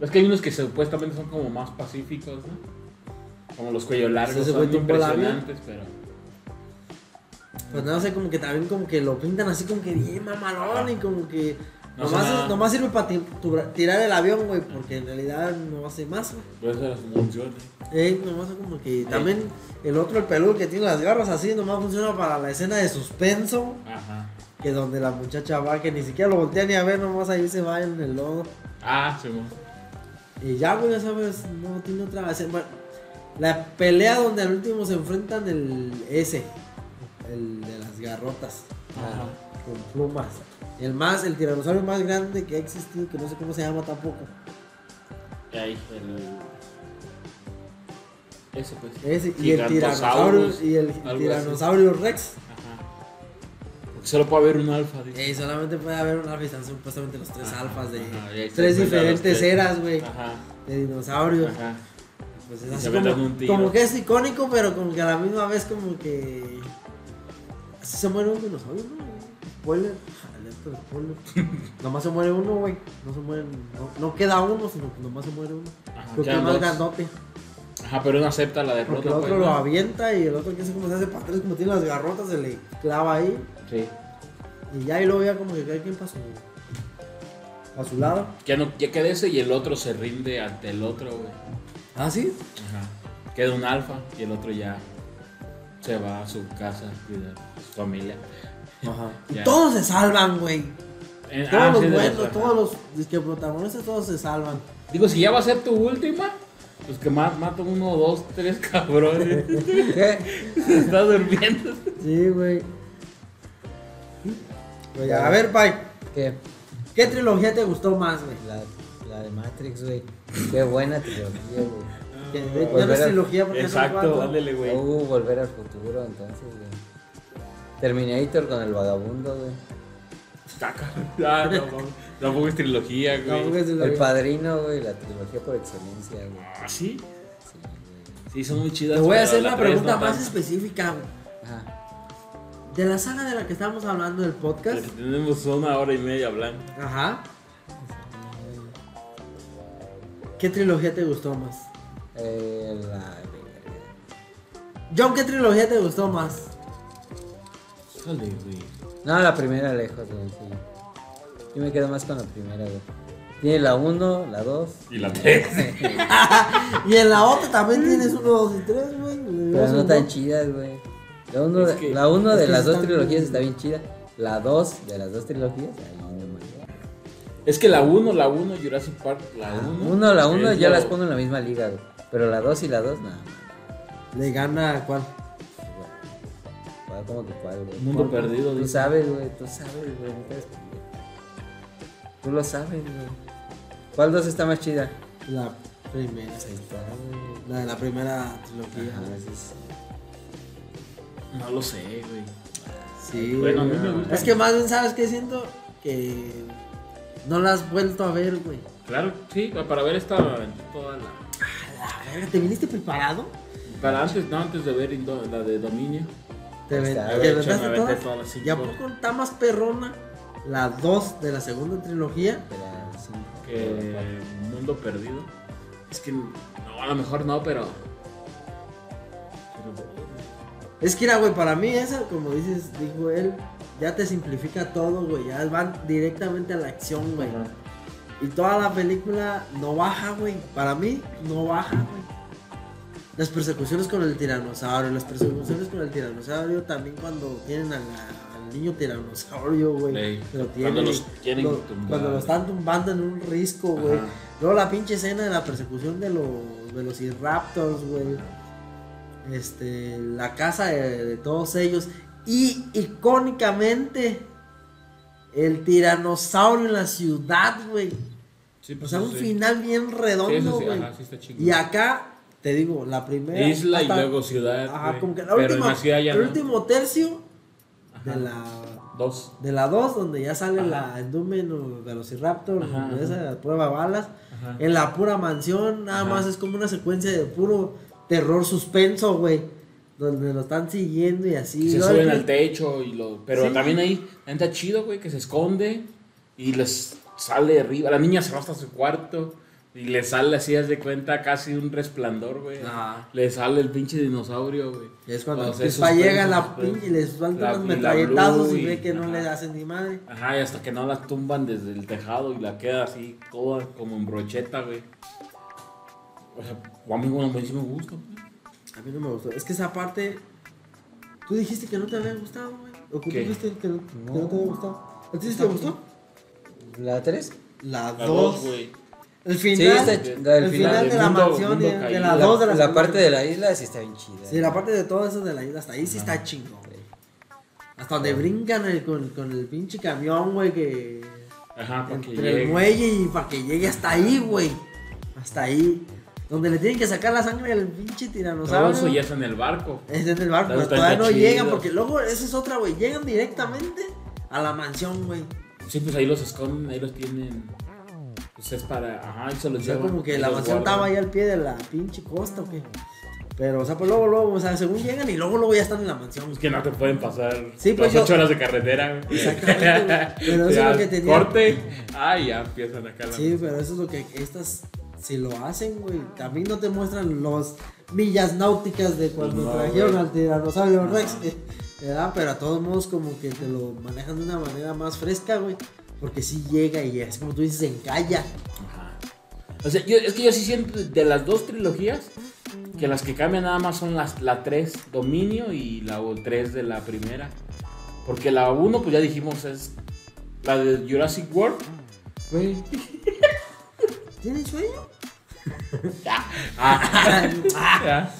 Speaker 4: Es que hay unos que supuestamente son como más pacíficos, ¿no? Como los cuellos largos,
Speaker 3: Ese
Speaker 4: son
Speaker 3: güey tumbó la vida.
Speaker 4: impresionantes, pero...
Speaker 3: Pues no sé, como que también como que lo pintan así como que bien mamalón y como que.
Speaker 4: No hace
Speaker 3: nomás,
Speaker 4: nada.
Speaker 3: nomás sirve para tirar el avión, güey, porque en realidad no hace más, güey.
Speaker 4: Pero eso era su función, ¿eh?
Speaker 3: Eh, nomás como que también el otro, el peludo que tiene las garras así, nomás funciona para la escena de suspenso,
Speaker 4: Ajá.
Speaker 3: que donde la muchacha va, que ni siquiera lo voltea ni a ver, nomás ahí se va en el lodo.
Speaker 4: Ah, según.
Speaker 3: Y ya, güey, ya sabes, no tiene otra base. Bueno, la pelea donde al último se enfrentan el S, el de las garrotas,
Speaker 4: Ajá.
Speaker 3: con plumas. El más, el tiranosaurio más grande que ha existido, que no sé cómo se llama tampoco.
Speaker 4: Y ahí, el... Ese, pues.
Speaker 3: Ese, y el tiranosaurio,
Speaker 4: Gigantosaurus,
Speaker 3: y el
Speaker 4: algo
Speaker 3: tiranosaurio Rex.
Speaker 4: así. Ajá. Porque solo puede haber un alfa, dice.
Speaker 3: Y solamente puede haber un alfa, y están supuestamente los Eh, tres alfas de
Speaker 4: Ajá, y ahí se
Speaker 3: tres
Speaker 4: enfrentan
Speaker 3: diferentes
Speaker 4: los
Speaker 3: eh.
Speaker 4: tres.
Speaker 3: eras, güey,
Speaker 4: Ajá.
Speaker 3: de dinosaurios.
Speaker 4: Ajá.
Speaker 3: Pues
Speaker 4: Y
Speaker 3: es
Speaker 4: se
Speaker 3: así
Speaker 4: aventan
Speaker 3: como,
Speaker 4: un tiro.
Speaker 3: como que es icónico, pero como que a la misma vez como que... Así se muere un dinosaurio, ¿no? Spoiler. Alerta de
Speaker 4: [laughs]
Speaker 3: spoiler. nomás se muere uno, güey. No se mueren... No, no queda uno, sino que nomás se muere uno.
Speaker 4: Ajá,
Speaker 3: Porque es
Speaker 4: quedan
Speaker 3: más
Speaker 4: dos.
Speaker 3: grandote.
Speaker 4: Ajá, pero no acepta la derrota.
Speaker 3: Porque el otro
Speaker 4: pues,
Speaker 3: lo
Speaker 4: ¿no?
Speaker 3: avienta y el otro que sé cómo se hace para atrás, como tiene las garrotas, se le clava ahí.
Speaker 4: Sí.
Speaker 3: Y ya, y luego ya como que cada quien para su... A su lado.
Speaker 4: Ya, no, ya queda ese y el otro se rinde ante el otro, güey.
Speaker 3: ¿Ah, sí?
Speaker 4: Ajá. Queda un alfa y el otro ya se va a su casa, a cuidar a su familia.
Speaker 3: Ajá. Y
Speaker 4: Ya.
Speaker 3: todos se salvan, güey.
Speaker 4: Eh,
Speaker 3: Todos
Speaker 4: ah,
Speaker 3: los
Speaker 4: sí, de
Speaker 3: buenos,
Speaker 4: los- ajá.
Speaker 3: todos los dizque protagonistas, todos se salvan.
Speaker 4: Digo, si ya va a ser tu última, pues que ma- mata uno, dos, tres cabrones. [laughs] se está durmiendo.
Speaker 3: Sí, güey. Güey, a ver, Pai,
Speaker 1: ¿Qué?
Speaker 3: ¿qué trilogía te gustó más, güey?
Speaker 1: La, la de Matrix, güey. Qué buena trilogía, güey.
Speaker 3: Que de- Ya no
Speaker 1: volver
Speaker 3: es
Speaker 1: a-
Speaker 3: trilogía porque son cuatro.
Speaker 1: Hubo volver al futuro, entonces, güey. Terminator con el vagabundo, güey.
Speaker 4: Taca. Ah, no, vamos. Tampoco es trilogía, güey.
Speaker 3: Tampoco es trilogía.
Speaker 1: El padrino, güey. La trilogía por excelencia, güey.
Speaker 4: Ah, sí.
Speaker 1: Sí, güey.
Speaker 4: Sí, son muy chidas.
Speaker 3: Te voy a
Speaker 4: pero
Speaker 3: hacer
Speaker 4: la
Speaker 3: una
Speaker 4: tres
Speaker 3: pregunta
Speaker 4: no
Speaker 3: más
Speaker 4: tanto.
Speaker 3: específica, güey.
Speaker 1: Ajá.
Speaker 3: De la saga de la que estábamos hablando del podcast.
Speaker 4: Porque Tenemos una hora y media hablando.
Speaker 3: Ajá. ¿Qué trilogía te gustó más?
Speaker 1: Eh, la...
Speaker 3: John, ¿qué trilogía te gustó más?
Speaker 4: Híjole, güey.
Speaker 1: No, la primera lejos, güey. sí. Yo me quedo más con la primera, güey. Tiene la 1, la 2.
Speaker 6: Y la tres.
Speaker 3: Y en la otra también tienes uno, dos y tres, güey.
Speaker 1: Pero no tan chidas, güey. La 1
Speaker 4: Es que-
Speaker 1: de
Speaker 3: es que
Speaker 1: las
Speaker 3: sí
Speaker 1: dos
Speaker 3: están
Speaker 1: trilogías
Speaker 3: bien.
Speaker 1: está bien chida. La 2 de las dos trilogías. Ahí no mames.
Speaker 4: Es que la 1, la 1, Jurassic Park, la 1.
Speaker 1: Uno, la 1
Speaker 4: Ah, es
Speaker 1: ya
Speaker 4: lo-
Speaker 1: las pongo en la misma liga, güey. Pero la 2 y la 2, nada.
Speaker 3: Le gana a cuál.
Speaker 1: ¿Cuál, ¿Cómo que cuál, güey?
Speaker 4: Mundo perdido,
Speaker 1: Tú
Speaker 4: dice.
Speaker 1: sabes, güey. Tú sabes, güey. no te hagas pendejo. Tú lo sabes, güey. ¿Cuál 2 está más chida?
Speaker 3: La primera.
Speaker 1: Pues Ahí está, güey.
Speaker 3: La de la primera trilogía.
Speaker 1: Ajá, sí, sí.
Speaker 4: No lo sé, güey.
Speaker 3: Sí,
Speaker 4: Bueno, a mí
Speaker 3: güey.
Speaker 4: me gusta.
Speaker 3: Es que más bien, ¿sabes qué siento? Que no la has vuelto a ver, güey.
Speaker 4: Claro, sí, para ver esta. Toda la...
Speaker 3: A ver, ¿te viniste preparado?
Speaker 4: Para antes, no, antes de ver Indo- la de Dominio.
Speaker 3: Te,
Speaker 1: Ahí
Speaker 3: ven-
Speaker 1: está,
Speaker 3: te
Speaker 1: güey,
Speaker 4: hecho, me
Speaker 3: aventaste
Speaker 4: aventé
Speaker 3: todas.
Speaker 4: todas las cinco.
Speaker 3: ¿Y a poco está más perrona la 2 de la segunda trilogía?
Speaker 1: De la cinco.
Speaker 4: Que eh, Mundo Perdido. Es que no, a lo mejor no, pero.
Speaker 3: Es que, mira, güey, para mí esa, como dices, dijo él, ya te simplifica todo, güey. Ya van directamente a la acción, güey. Y toda la película no baja, güey. Para mí, no baja, güey. Las persecuciones con el tiranosaurio, las persecuciones con el tiranosaurio, también cuando tienen a la- al niño tiranosaurio, güey.
Speaker 4: Ey,
Speaker 3: que lo
Speaker 4: cuando
Speaker 3: tienen,
Speaker 4: los quieren
Speaker 3: lo-
Speaker 4: tumbar.
Speaker 3: cuando lo están tumbando en un risco, güey.
Speaker 4: Ajá.
Speaker 3: Luego la pinche escena de la persecución de los velociraptors, güey. Este, la casa de, de todos ellos. Y icónicamente, el tiranosaurio en la ciudad, güey.
Speaker 4: Sí,
Speaker 3: O
Speaker 4: pues
Speaker 3: sea, un
Speaker 4: sí.
Speaker 3: final bien
Speaker 4: Sí, eso
Speaker 3: redondo,
Speaker 4: sí,
Speaker 3: güey.
Speaker 4: ajá, sí está chingón.
Speaker 3: y acá, te digo, la primera.
Speaker 4: Isla y
Speaker 3: hasta-
Speaker 4: luego ciudad.
Speaker 3: Ajá,
Speaker 4: güey.
Speaker 3: como que la
Speaker 4: pero en
Speaker 3: última,
Speaker 4: la ciudad ya
Speaker 3: el
Speaker 4: no.
Speaker 3: último tercio de
Speaker 4: Ajá.
Speaker 3: la
Speaker 4: Dos.
Speaker 3: de la 2, donde ya sale
Speaker 4: Ajá.
Speaker 3: la Endumen o Velociraptor,
Speaker 4: Ajá,
Speaker 3: donde
Speaker 4: ajá.
Speaker 3: esa la prueba balas.
Speaker 4: Ajá.
Speaker 3: En la pura mansión, nada
Speaker 4: Ajá.
Speaker 3: más es como una secuencia de puro terror suspenso, güey. Donde lo están siguiendo y así.
Speaker 4: se
Speaker 3: ¿no?
Speaker 4: suben al techo y lo. Pero
Speaker 3: Sí.
Speaker 4: también ahí está chido, güey, que se esconde y les sale arriba. La niña se va hasta su cuarto y le sale así, haz de cuenta, casi un resplandor, güey.
Speaker 3: Ajá.
Speaker 4: Le sale el pinche dinosaurio, güey.
Speaker 3: Y es cuando
Speaker 4: Cuando
Speaker 3: el
Speaker 4: se
Speaker 3: Chispa llega
Speaker 4: suspenso,
Speaker 3: la
Speaker 4: suspenso.
Speaker 3: pinche y les suelta
Speaker 4: La-
Speaker 3: unos
Speaker 4: y la
Speaker 3: metralletazos
Speaker 4: blue
Speaker 3: y
Speaker 4: y-
Speaker 3: ve que no
Speaker 4: ajá.
Speaker 3: le hacen ni madre.
Speaker 4: Ajá, y hasta que no la tumban desde el tejado y la queda así, toda como en brocheta, güey. O sea, a mí, bueno, sí me gusta, güey.
Speaker 3: A mí no me gustó. Es que esa parte. Tú dijiste que no te había gustado, güey. O que tú
Speaker 4: ¿Qué?
Speaker 3: dijiste que no, que no
Speaker 1: No.
Speaker 3: te había gustado. ¿A ti sí te gustó?
Speaker 1: ¿La 3?
Speaker 3: La
Speaker 4: La dos,
Speaker 3: 2.
Speaker 4: güey.
Speaker 3: El
Speaker 1: Sí,
Speaker 3: final.
Speaker 1: está ch- la del final.
Speaker 3: el final de
Speaker 4: del
Speaker 3: la
Speaker 4: mundo-
Speaker 3: mansión y
Speaker 4: mundo
Speaker 3: de
Speaker 4: caído.
Speaker 3: la
Speaker 1: La,
Speaker 3: 2 de la,
Speaker 1: la
Speaker 3: segunda
Speaker 1: parte de la isla sí está bien chida.
Speaker 3: Sí, la parte de Ah. todo eso de la isla, hasta ahí sí está chingón, güey. Hasta donde brincan el- con, con el pinche camión, güey, que...
Speaker 4: Ajá, para Ah, que
Speaker 3: Entre el
Speaker 4: llegue.
Speaker 3: muelle y para que llegue hasta ahí, güey. Hasta ahí. Donde le tienen que sacar la sangre al pinche
Speaker 4: Todo
Speaker 3: tiranosaurio.
Speaker 4: eso ya está en el barco.
Speaker 3: Es en el barco,
Speaker 4: Eso
Speaker 3: pero
Speaker 4: está
Speaker 3: todavía no
Speaker 4: chido.
Speaker 3: llegan porque luego, esa es otra, güey. Llegan directamente a la mansión, güey.
Speaker 4: Sí, pues ahí los esconden, ahí los tienen. Pues es para. Ajá, y se los
Speaker 3: O sea,
Speaker 4: llevan,
Speaker 3: como
Speaker 4: y
Speaker 3: que la
Speaker 4: los
Speaker 3: mansión
Speaker 4: guardan.
Speaker 3: estaba ahí al pie de la pinche costa, güey. Pero, o sea, pues luego, luego, o sea, según llegan y luego, luego ya están en la mansión,
Speaker 4: Es que no te pueden pasar
Speaker 3: Sí, pues yo-
Speaker 4: las 8 horas de carretera. güey. [laughs]
Speaker 3: Exactamente, güey. Pero eso
Speaker 4: Ya,
Speaker 3: es lo que tenía.
Speaker 4: Corte. Ah, ya empiezan acá la.
Speaker 3: Sí, pero eso es lo que estas si lo hacen, güey. También no te muestran los millas náuticas de cuando
Speaker 4: no,
Speaker 3: trajeron
Speaker 4: güey.
Speaker 3: al tiranosaurio
Speaker 4: No.
Speaker 3: Rex, [laughs] eh, ¿verdad? Pero a todos modos como que te lo manejan de una manera más fresca, güey. Porque sí llega y es como tú dices, se encalla.
Speaker 4: Ajá. O sea, yo, es que yo sí siento de- de las dos trilogías que las que cambian nada más son las, la 3, Dominio, y la 3 de la primera. Porque la 1, pues ya dijimos, es la de Jurassic World.
Speaker 3: Güey.
Speaker 1: [laughs]
Speaker 3: ¿Tienes sueño? Ah.
Speaker 4: Ya.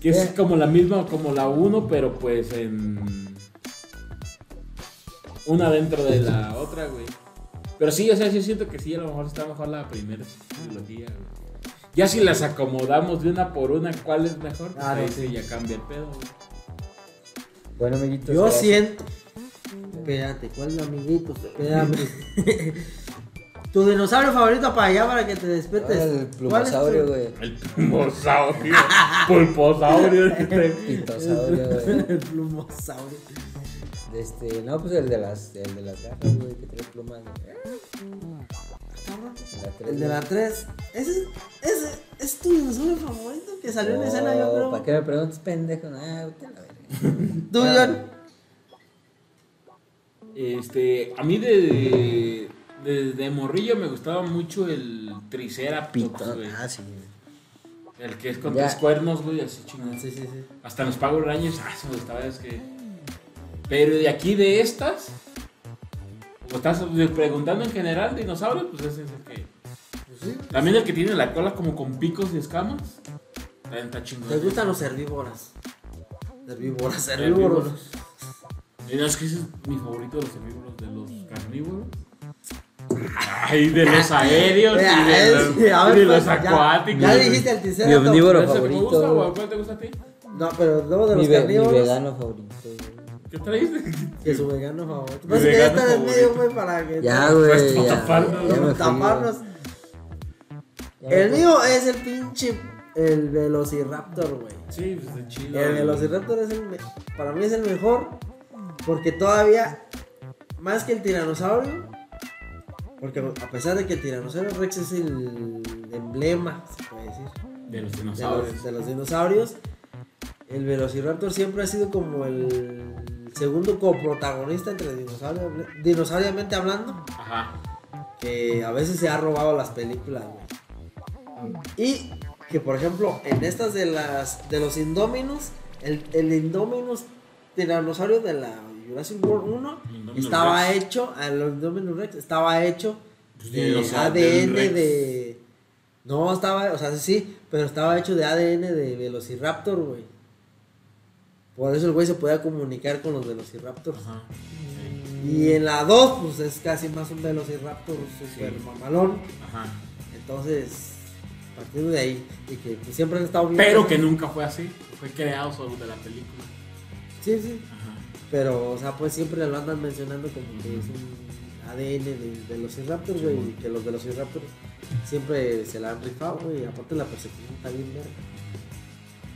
Speaker 4: Que es como la misma, como la 1, pero pues en. Una dentro de la otra, güey. Pero sí, o sea, yo siento que sí, a lo mejor está mejor la primera trilogía, güey. Ya si las acomodamos de una por una, ¿cuál es mejor? Pues
Speaker 3: Ah, no,
Speaker 4: ahí
Speaker 3: sí.
Speaker 4: sí, ya cambia el pedo, güey.
Speaker 1: Bueno, amiguitos.
Speaker 3: Yo
Speaker 1: gracias.
Speaker 3: siento. Espérate, ¿cuál es mi amiguito? Espérame. [laughs] tu dinosaurio favorito para allá para que te despiertes.
Speaker 1: El
Speaker 3: ¿Cuál es tu-
Speaker 1: plumosaurio,
Speaker 3: [laughs]
Speaker 1: güey.
Speaker 4: El pulposaurio. [laughs] pulposaurio.
Speaker 1: Pitosaurio, güey.
Speaker 3: El plumosaurio.
Speaker 1: De Este, no, pues el de las, el de las gafas, güey, que tres plumas. güey. La tres,
Speaker 3: El de la
Speaker 1: güey.
Speaker 3: 3. Ese, ese es tu dinosaurio favorito que salió en
Speaker 1: No,
Speaker 3: escena, yo creo.
Speaker 1: ¿Para qué Ah. me preguntas, pendejo? Ah, vete a la
Speaker 2: [laughs]
Speaker 1: verga.
Speaker 3: Tú, John.
Speaker 4: Este, a mí de, de
Speaker 2: desde morrillo me gustaba mucho el Triceratops,
Speaker 1: Pitón.
Speaker 2: güey.
Speaker 1: Ah, sí.
Speaker 2: El que es con
Speaker 1: Ya.
Speaker 2: tres cuernos, güey, así chingón.
Speaker 3: Sí, sí, sí.
Speaker 2: Hasta los Power Rangers, ah, se me gustaba, es que... Pero de aquí, de estas, como estás preguntando en general, dinosaurios, pues ese es el que...
Speaker 3: Pues sí.
Speaker 2: También el que tiene la cola como con picos y escamas. También está chingón.
Speaker 3: ¿Te gustan los herbívoras? Herbívoras, herbívoros.
Speaker 2: herbívoros? Y no, es que ese es mi favorito de los herbívoros, de los carnívoros. Ay,
Speaker 3: [laughs]
Speaker 2: de los aéreos y de
Speaker 3: Ya,
Speaker 2: los,
Speaker 3: es- a ver,
Speaker 2: y de los
Speaker 3: pues, ya-
Speaker 2: acuáticos.
Speaker 3: Ya, dijiste el
Speaker 1: Mi
Speaker 3: tercero.
Speaker 1: omnívoro
Speaker 2: ¿Ese te gusta o
Speaker 1: favorito.
Speaker 2: cuál te gusta a ti?
Speaker 3: No, pero luego de
Speaker 1: Mi,
Speaker 3: los
Speaker 1: ve- mi
Speaker 3: carnívoros.
Speaker 1: vegano favorito. güey.
Speaker 2: ¿Qué traíste?
Speaker 3: Que su vegano favorito.
Speaker 2: Mi
Speaker 3: Pues que
Speaker 2: vegano
Speaker 3: esta en
Speaker 2: favorito.
Speaker 3: medio, güey, para que.
Speaker 1: Ya,
Speaker 2: Pues,
Speaker 1: güey. Ya,
Speaker 2: taparnos,
Speaker 1: ya me fui,
Speaker 3: taparnos.
Speaker 1: güey. Ya me
Speaker 3: El
Speaker 1: fui.
Speaker 3: mío es el pinche. El velociraptor, güey.
Speaker 2: Sí, pues de chido.
Speaker 3: El velociraptor es el. me- Para mí es el mejor. Porque todavía. Más que el tiranosaurio. Porque a pesar de que el tiranosaurio Rex es el emblema, se puede decir.
Speaker 2: De los
Speaker 3: de los,
Speaker 2: dinosaurios.
Speaker 3: de los dinosaurios. El Velociraptor siempre ha sido como el segundo coprotagonista entre dinosaurio, dinosauriamente hablando,
Speaker 2: Ajá.
Speaker 3: que a veces se ha robado las películas, güey. Y que por ejemplo, en estas de las de los Indóminos, el, el Indóminos tiranosaurio de la Jurassic World 1
Speaker 2: Indominus
Speaker 3: estaba
Speaker 2: Rex.
Speaker 3: hecho, el Indominus Rex estaba hecho eh,
Speaker 2: Pues,
Speaker 3: de
Speaker 2: dinosaurio,
Speaker 3: ADN
Speaker 2: Rex.
Speaker 3: de. No, estaba, o sea, sí, pero estaba hecho de ADN de Velociraptor, güey. Por eso el güey se podía comunicar con los Velociraptors.
Speaker 2: Ajá.
Speaker 3: Y en la 2, pues es casi más un Velociraptor super mamalón.
Speaker 2: Ajá.
Speaker 3: Entonces, partiendo de ahí, y que pues, siempre han estado bien.
Speaker 2: Pero que nunca fue así. Fue creado solo de la película.
Speaker 3: Sí, sí.
Speaker 2: Ajá.
Speaker 3: Pero, o sea, pues siempre lo andan mencionando como que es un ADN de Velociraptor, güey, y que los Velociraptors siempre se la han rifado, güey, y aparte la persecución está bien verga.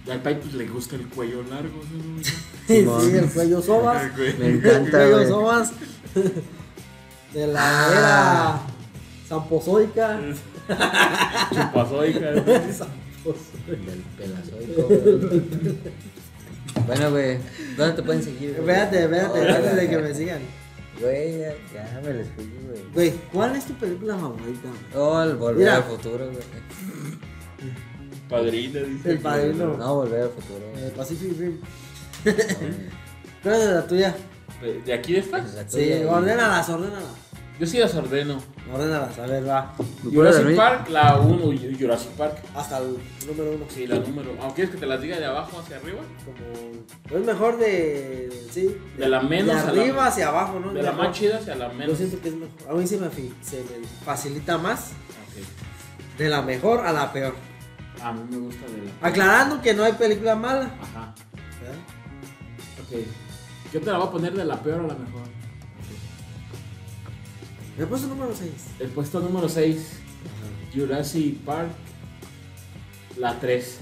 Speaker 2: Y al Pai pues, le gusta el cuello largo. ¿no?
Speaker 3: Sí,
Speaker 1: Simón.
Speaker 3: el cuello sobas,
Speaker 2: [laughs] El cuello.
Speaker 1: Me
Speaker 3: [laughs] el
Speaker 1: encanta,
Speaker 3: cuello
Speaker 1: güey.
Speaker 3: sobas de la
Speaker 1: Ah.
Speaker 3: era
Speaker 1: [laughs]
Speaker 3: zampozoica.
Speaker 2: Chupazoica.
Speaker 3: Zampozoica.
Speaker 1: Del pelazoico, güey. [laughs] Bueno, güey, ¿dónde te pueden seguir? güey?
Speaker 3: Espérate, espérate,
Speaker 1: Ahora,
Speaker 3: antes de que
Speaker 1: güey.
Speaker 3: me sigan.
Speaker 1: Güey, ya, ya me les fui, güey.
Speaker 3: Güey, ¿cuál es tu película favorita? güey?
Speaker 1: No, el volver
Speaker 3: Mira.
Speaker 1: al futuro, güey.
Speaker 2: Padrino, dice.
Speaker 3: El padrino.
Speaker 1: No, volver al futuro. güey.
Speaker 3: [laughs] Eh, Pacific Rim.
Speaker 1: No,
Speaker 3: ¿Cuál es la tuya?
Speaker 2: ¿De- ¿De aquí de estas?
Speaker 1: la
Speaker 3: Sí,
Speaker 1: tuya y-
Speaker 3: ordénalas, ordénalas.
Speaker 2: Yo sí las ordeno.
Speaker 3: Ordénalas, a ver, va.
Speaker 1: ¿Me puedo
Speaker 2: Jurassic
Speaker 1: dormir?
Speaker 2: Park, la 1, Jurassic Park.
Speaker 3: Hasta el número uno.
Speaker 2: Sí, [laughs] la número. ¿Aunque quieres que te las diga de abajo hacia arriba?
Speaker 3: Como... Es mejor de. Sí.
Speaker 2: De la menos
Speaker 3: de
Speaker 2: a la-
Speaker 3: arriba hacia abajo, ¿no?
Speaker 2: De la
Speaker 3: Mejor.
Speaker 2: más chida hacia la
Speaker 3: Yo
Speaker 2: menos.
Speaker 3: siento que es mejor. A mí se me, fi- se me facilita más.
Speaker 2: Ok.
Speaker 3: De la mejor a la peor.
Speaker 2: A mí me gusta de la.
Speaker 3: Aclarando que no hay película mala.
Speaker 2: Ajá.
Speaker 3: ¿verdad?
Speaker 2: Ok. Yo te la voy a poner de la peor a la mejor.
Speaker 3: Me puse número 6.
Speaker 2: El puesto número 6, Jurassic Park, la 3.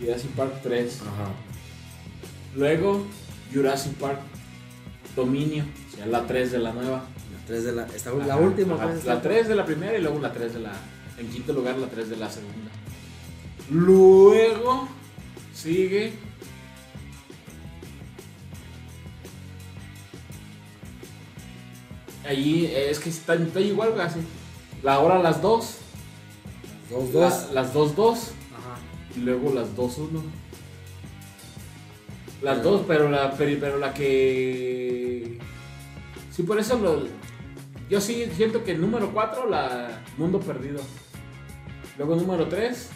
Speaker 2: Jurassic Park 3.
Speaker 3: Ajá.
Speaker 2: Luego, Jurassic Park Dominio, o sea, la 3 de la nueva.
Speaker 3: La 3 de la. Esta,
Speaker 2: Ajá,
Speaker 3: la última,
Speaker 2: ajá,
Speaker 3: pues.
Speaker 2: La
Speaker 3: esta-
Speaker 2: 3 de la primera y luego la 3 de la. En quinto lugar, la 3 de la segunda. Luego sigue. Allí eh, es que está, está igual, güey, así. La hora las 2.
Speaker 3: Dos,
Speaker 2: Las
Speaker 3: dos.
Speaker 2: 2-2. Dos, dos,
Speaker 3: Ajá.
Speaker 2: y luego las 2-1. Las dos, pero la, pero, pero la que. Sí, por eso lo- yo sí siento que el número 4, la Mundo Perdido. Luego número 3,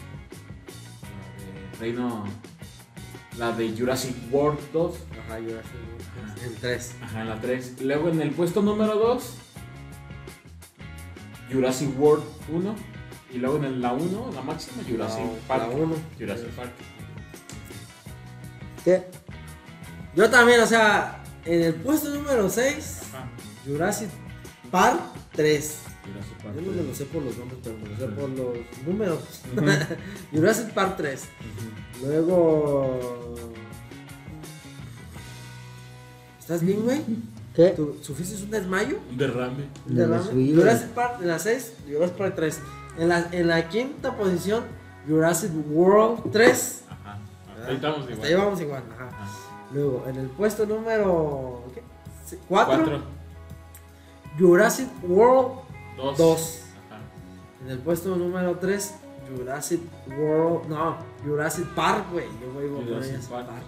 Speaker 2: la de Reino. La de Jurassic World 2.
Speaker 3: Ajá, yo
Speaker 2: Ajá.
Speaker 3: En 3.
Speaker 2: Ajá, en la 3. Luego en el puesto número 2, Jurassic World 1. Y luego en el- la 1, la máxima, Jurassic Park.
Speaker 3: La 1.
Speaker 2: Jurassic Park.
Speaker 1: ¿Qué?
Speaker 3: Yo también, o sea, en el puesto número 6,
Speaker 2: Ajá.
Speaker 3: Jurassic Park 3.
Speaker 2: Jurassic Park.
Speaker 3: Yo no me lo sé por los nombres, pero me lo sé por los números. [laughs] Jurassic Park 3. Luego. ¿Estás bien, güey?
Speaker 1: ¿Qué?
Speaker 3: ¿Tú- ¿Sufiste un desmayo?
Speaker 2: Un derrame.
Speaker 1: No
Speaker 3: ¿Un
Speaker 1: me
Speaker 3: derrame?
Speaker 1: fui, güey.
Speaker 3: Jurassic Park en la 6, Jurassic Park 3. En la, en la quinta posición, Jurassic World 3.
Speaker 2: Ajá. Ahí estamos
Speaker 3: Hasta ahí
Speaker 2: igual.
Speaker 3: vamos igual. Ajá. Luego, en el puesto número 4,
Speaker 2: Cuatro.
Speaker 3: Jurassic World
Speaker 4: Dos.
Speaker 3: 2.
Speaker 4: Ajá.
Speaker 3: En el puesto número 3, Jurassic World. No, Jurassic Park, güey. Yo voy con
Speaker 4: Jurassic
Speaker 3: Jurassic
Speaker 4: Park.
Speaker 3: Park.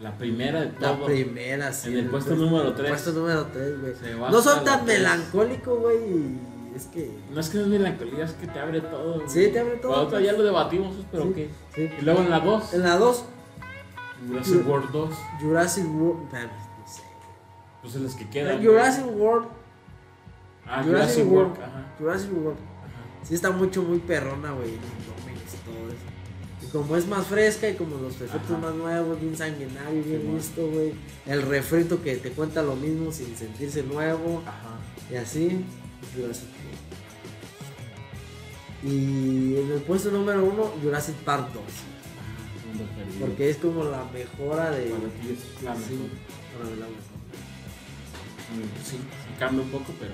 Speaker 4: La primera de
Speaker 3: La
Speaker 4: todo.
Speaker 3: primera, sí.
Speaker 4: En el puesto número tres.
Speaker 3: puesto número 3, güey.
Speaker 4: Se va
Speaker 3: No
Speaker 4: hasta
Speaker 3: son
Speaker 4: la
Speaker 3: tan
Speaker 4: tres.
Speaker 3: melancólicos, güey. y Es que.
Speaker 4: No es que no es melancolía, es que te abre todo. güey.
Speaker 3: Sí, te abre todo.
Speaker 4: Bueno, otra ya lo debatimos, pues, pero
Speaker 3: Sí,
Speaker 4: ¿qué?
Speaker 3: sí.
Speaker 4: Y luego en la 2,
Speaker 3: En la 2,
Speaker 4: Jurassic World 2,
Speaker 3: Jurassic World. espérame, No sé.
Speaker 4: pues en las que quedan.
Speaker 3: Jurassic World.
Speaker 4: Ah,
Speaker 3: Jurassic
Speaker 4: Jurassic
Speaker 3: World.
Speaker 4: World, ajá.
Speaker 3: Jurassic World. Sí, está mucho, muy perrona, güey. No me gustó eso. Y como es más fresca y como los efectos
Speaker 4: Ajá.
Speaker 3: más nuevos, bien sanguinario, bien
Speaker 4: bueno.
Speaker 3: listo, güey. El refrito que te cuenta lo mismo sin sentirse nuevo.
Speaker 4: Ajá.
Speaker 3: Y así, Jurassic World. Y en el puesto número uno, Jurassic Park 2.
Speaker 4: Mundo perdido.
Speaker 3: Porque es como la mejora de.
Speaker 4: Para ti es la
Speaker 3: Sí,
Speaker 4: mejor.
Speaker 3: para la uno.
Speaker 4: Mm, Sí, sí cambia un poco, pero.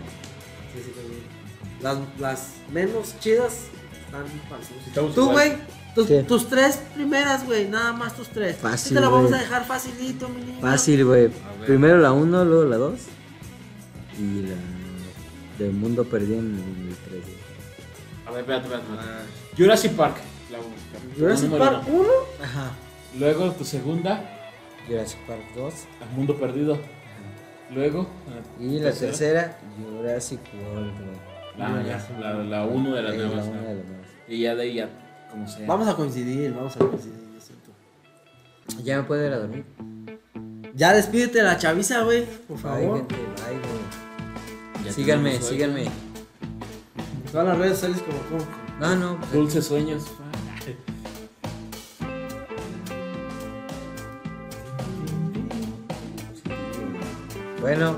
Speaker 3: Sí, sí, también. Las, las menos chidas están fáciles.
Speaker 4: Estamos
Speaker 3: Tú,
Speaker 4: igual.
Speaker 3: güey, tus,
Speaker 1: ¿Qué?
Speaker 3: tus tres primeras, güey, nada más tus tres.
Speaker 1: Fácil,
Speaker 3: Sí te la vamos
Speaker 1: güey.
Speaker 3: a dejar facilito, mi niño.
Speaker 1: Fácil, güey.
Speaker 4: A ver.
Speaker 1: Primero la 1, luego la 2. Y la del mundo perdido en el 3.
Speaker 4: A ver, espérate, espérate. espérate. Jurassic Park, la 1.
Speaker 3: Jurassic Park 1.
Speaker 1: Ajá.
Speaker 4: Luego tu segunda,
Speaker 1: Jurassic Park 2.
Speaker 4: El Mundo Perdido. Luego.
Speaker 1: Y la tercera, Jurassic World, güey.
Speaker 3: Ah,
Speaker 4: La, Ah, ya, la, la 1 de las
Speaker 1: Sí,
Speaker 4: nuevas.
Speaker 1: la una
Speaker 4: ¿no?
Speaker 1: de las nuevas.
Speaker 4: Y ya de ahí ya, como sea.
Speaker 3: Vamos a coincidir, vamos a coincidir, yo siento.
Speaker 1: Ya me puedo ir a dormir.
Speaker 3: Ya despídete de la chaviza, güey, por favor.
Speaker 1: Bye, gente, bye, güey.
Speaker 4: Ya
Speaker 1: Síganme,
Speaker 4: tenemos sueño.
Speaker 1: síganme.
Speaker 3: En todas las redes sociales como como.
Speaker 1: No, no. pues,
Speaker 4: Dulces sueños.
Speaker 1: pues, Bueno,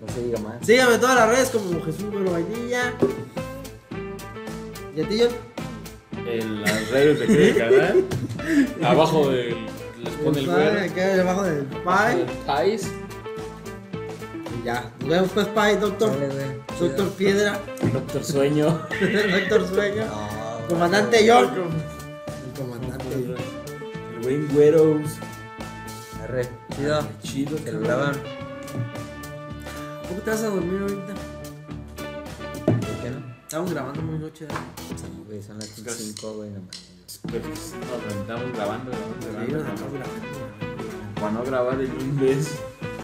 Speaker 1: no se diga más.
Speaker 3: Sígueme en todas las redes como Jesús Güero Vainilla. ¿Y a ti, John?
Speaker 4: En las redes de aquel canal. abajo de, les pone el güero.
Speaker 3: Acá debajo del pie.
Speaker 4: Pais.
Speaker 3: Y ya. Nos vemos pues, pie, doctor.
Speaker 1: Dale, güey.
Speaker 3: Doctor Piedra. [laughs]
Speaker 4: Doctor Sueño.
Speaker 3: Doctor Sueño.
Speaker 1: No,
Speaker 3: Comandante York. El comandante York.
Speaker 4: El buen güeros.
Speaker 1: Arre, chido.
Speaker 4: Chido.
Speaker 1: Se lo graban.
Speaker 3: ¿Cómo te vas a dormir ahorita?
Speaker 1: ¿Por qué no?
Speaker 3: Estamos grabando muy noche. ¿no?
Speaker 1: Sí, güey, son las 5, güey, no mames.
Speaker 4: Pues, Nos estamos grabando, grabando,
Speaker 3: Sí, nos
Speaker 4: grabando.
Speaker 3: estamos grabando.
Speaker 4: Para no grabar el lunes.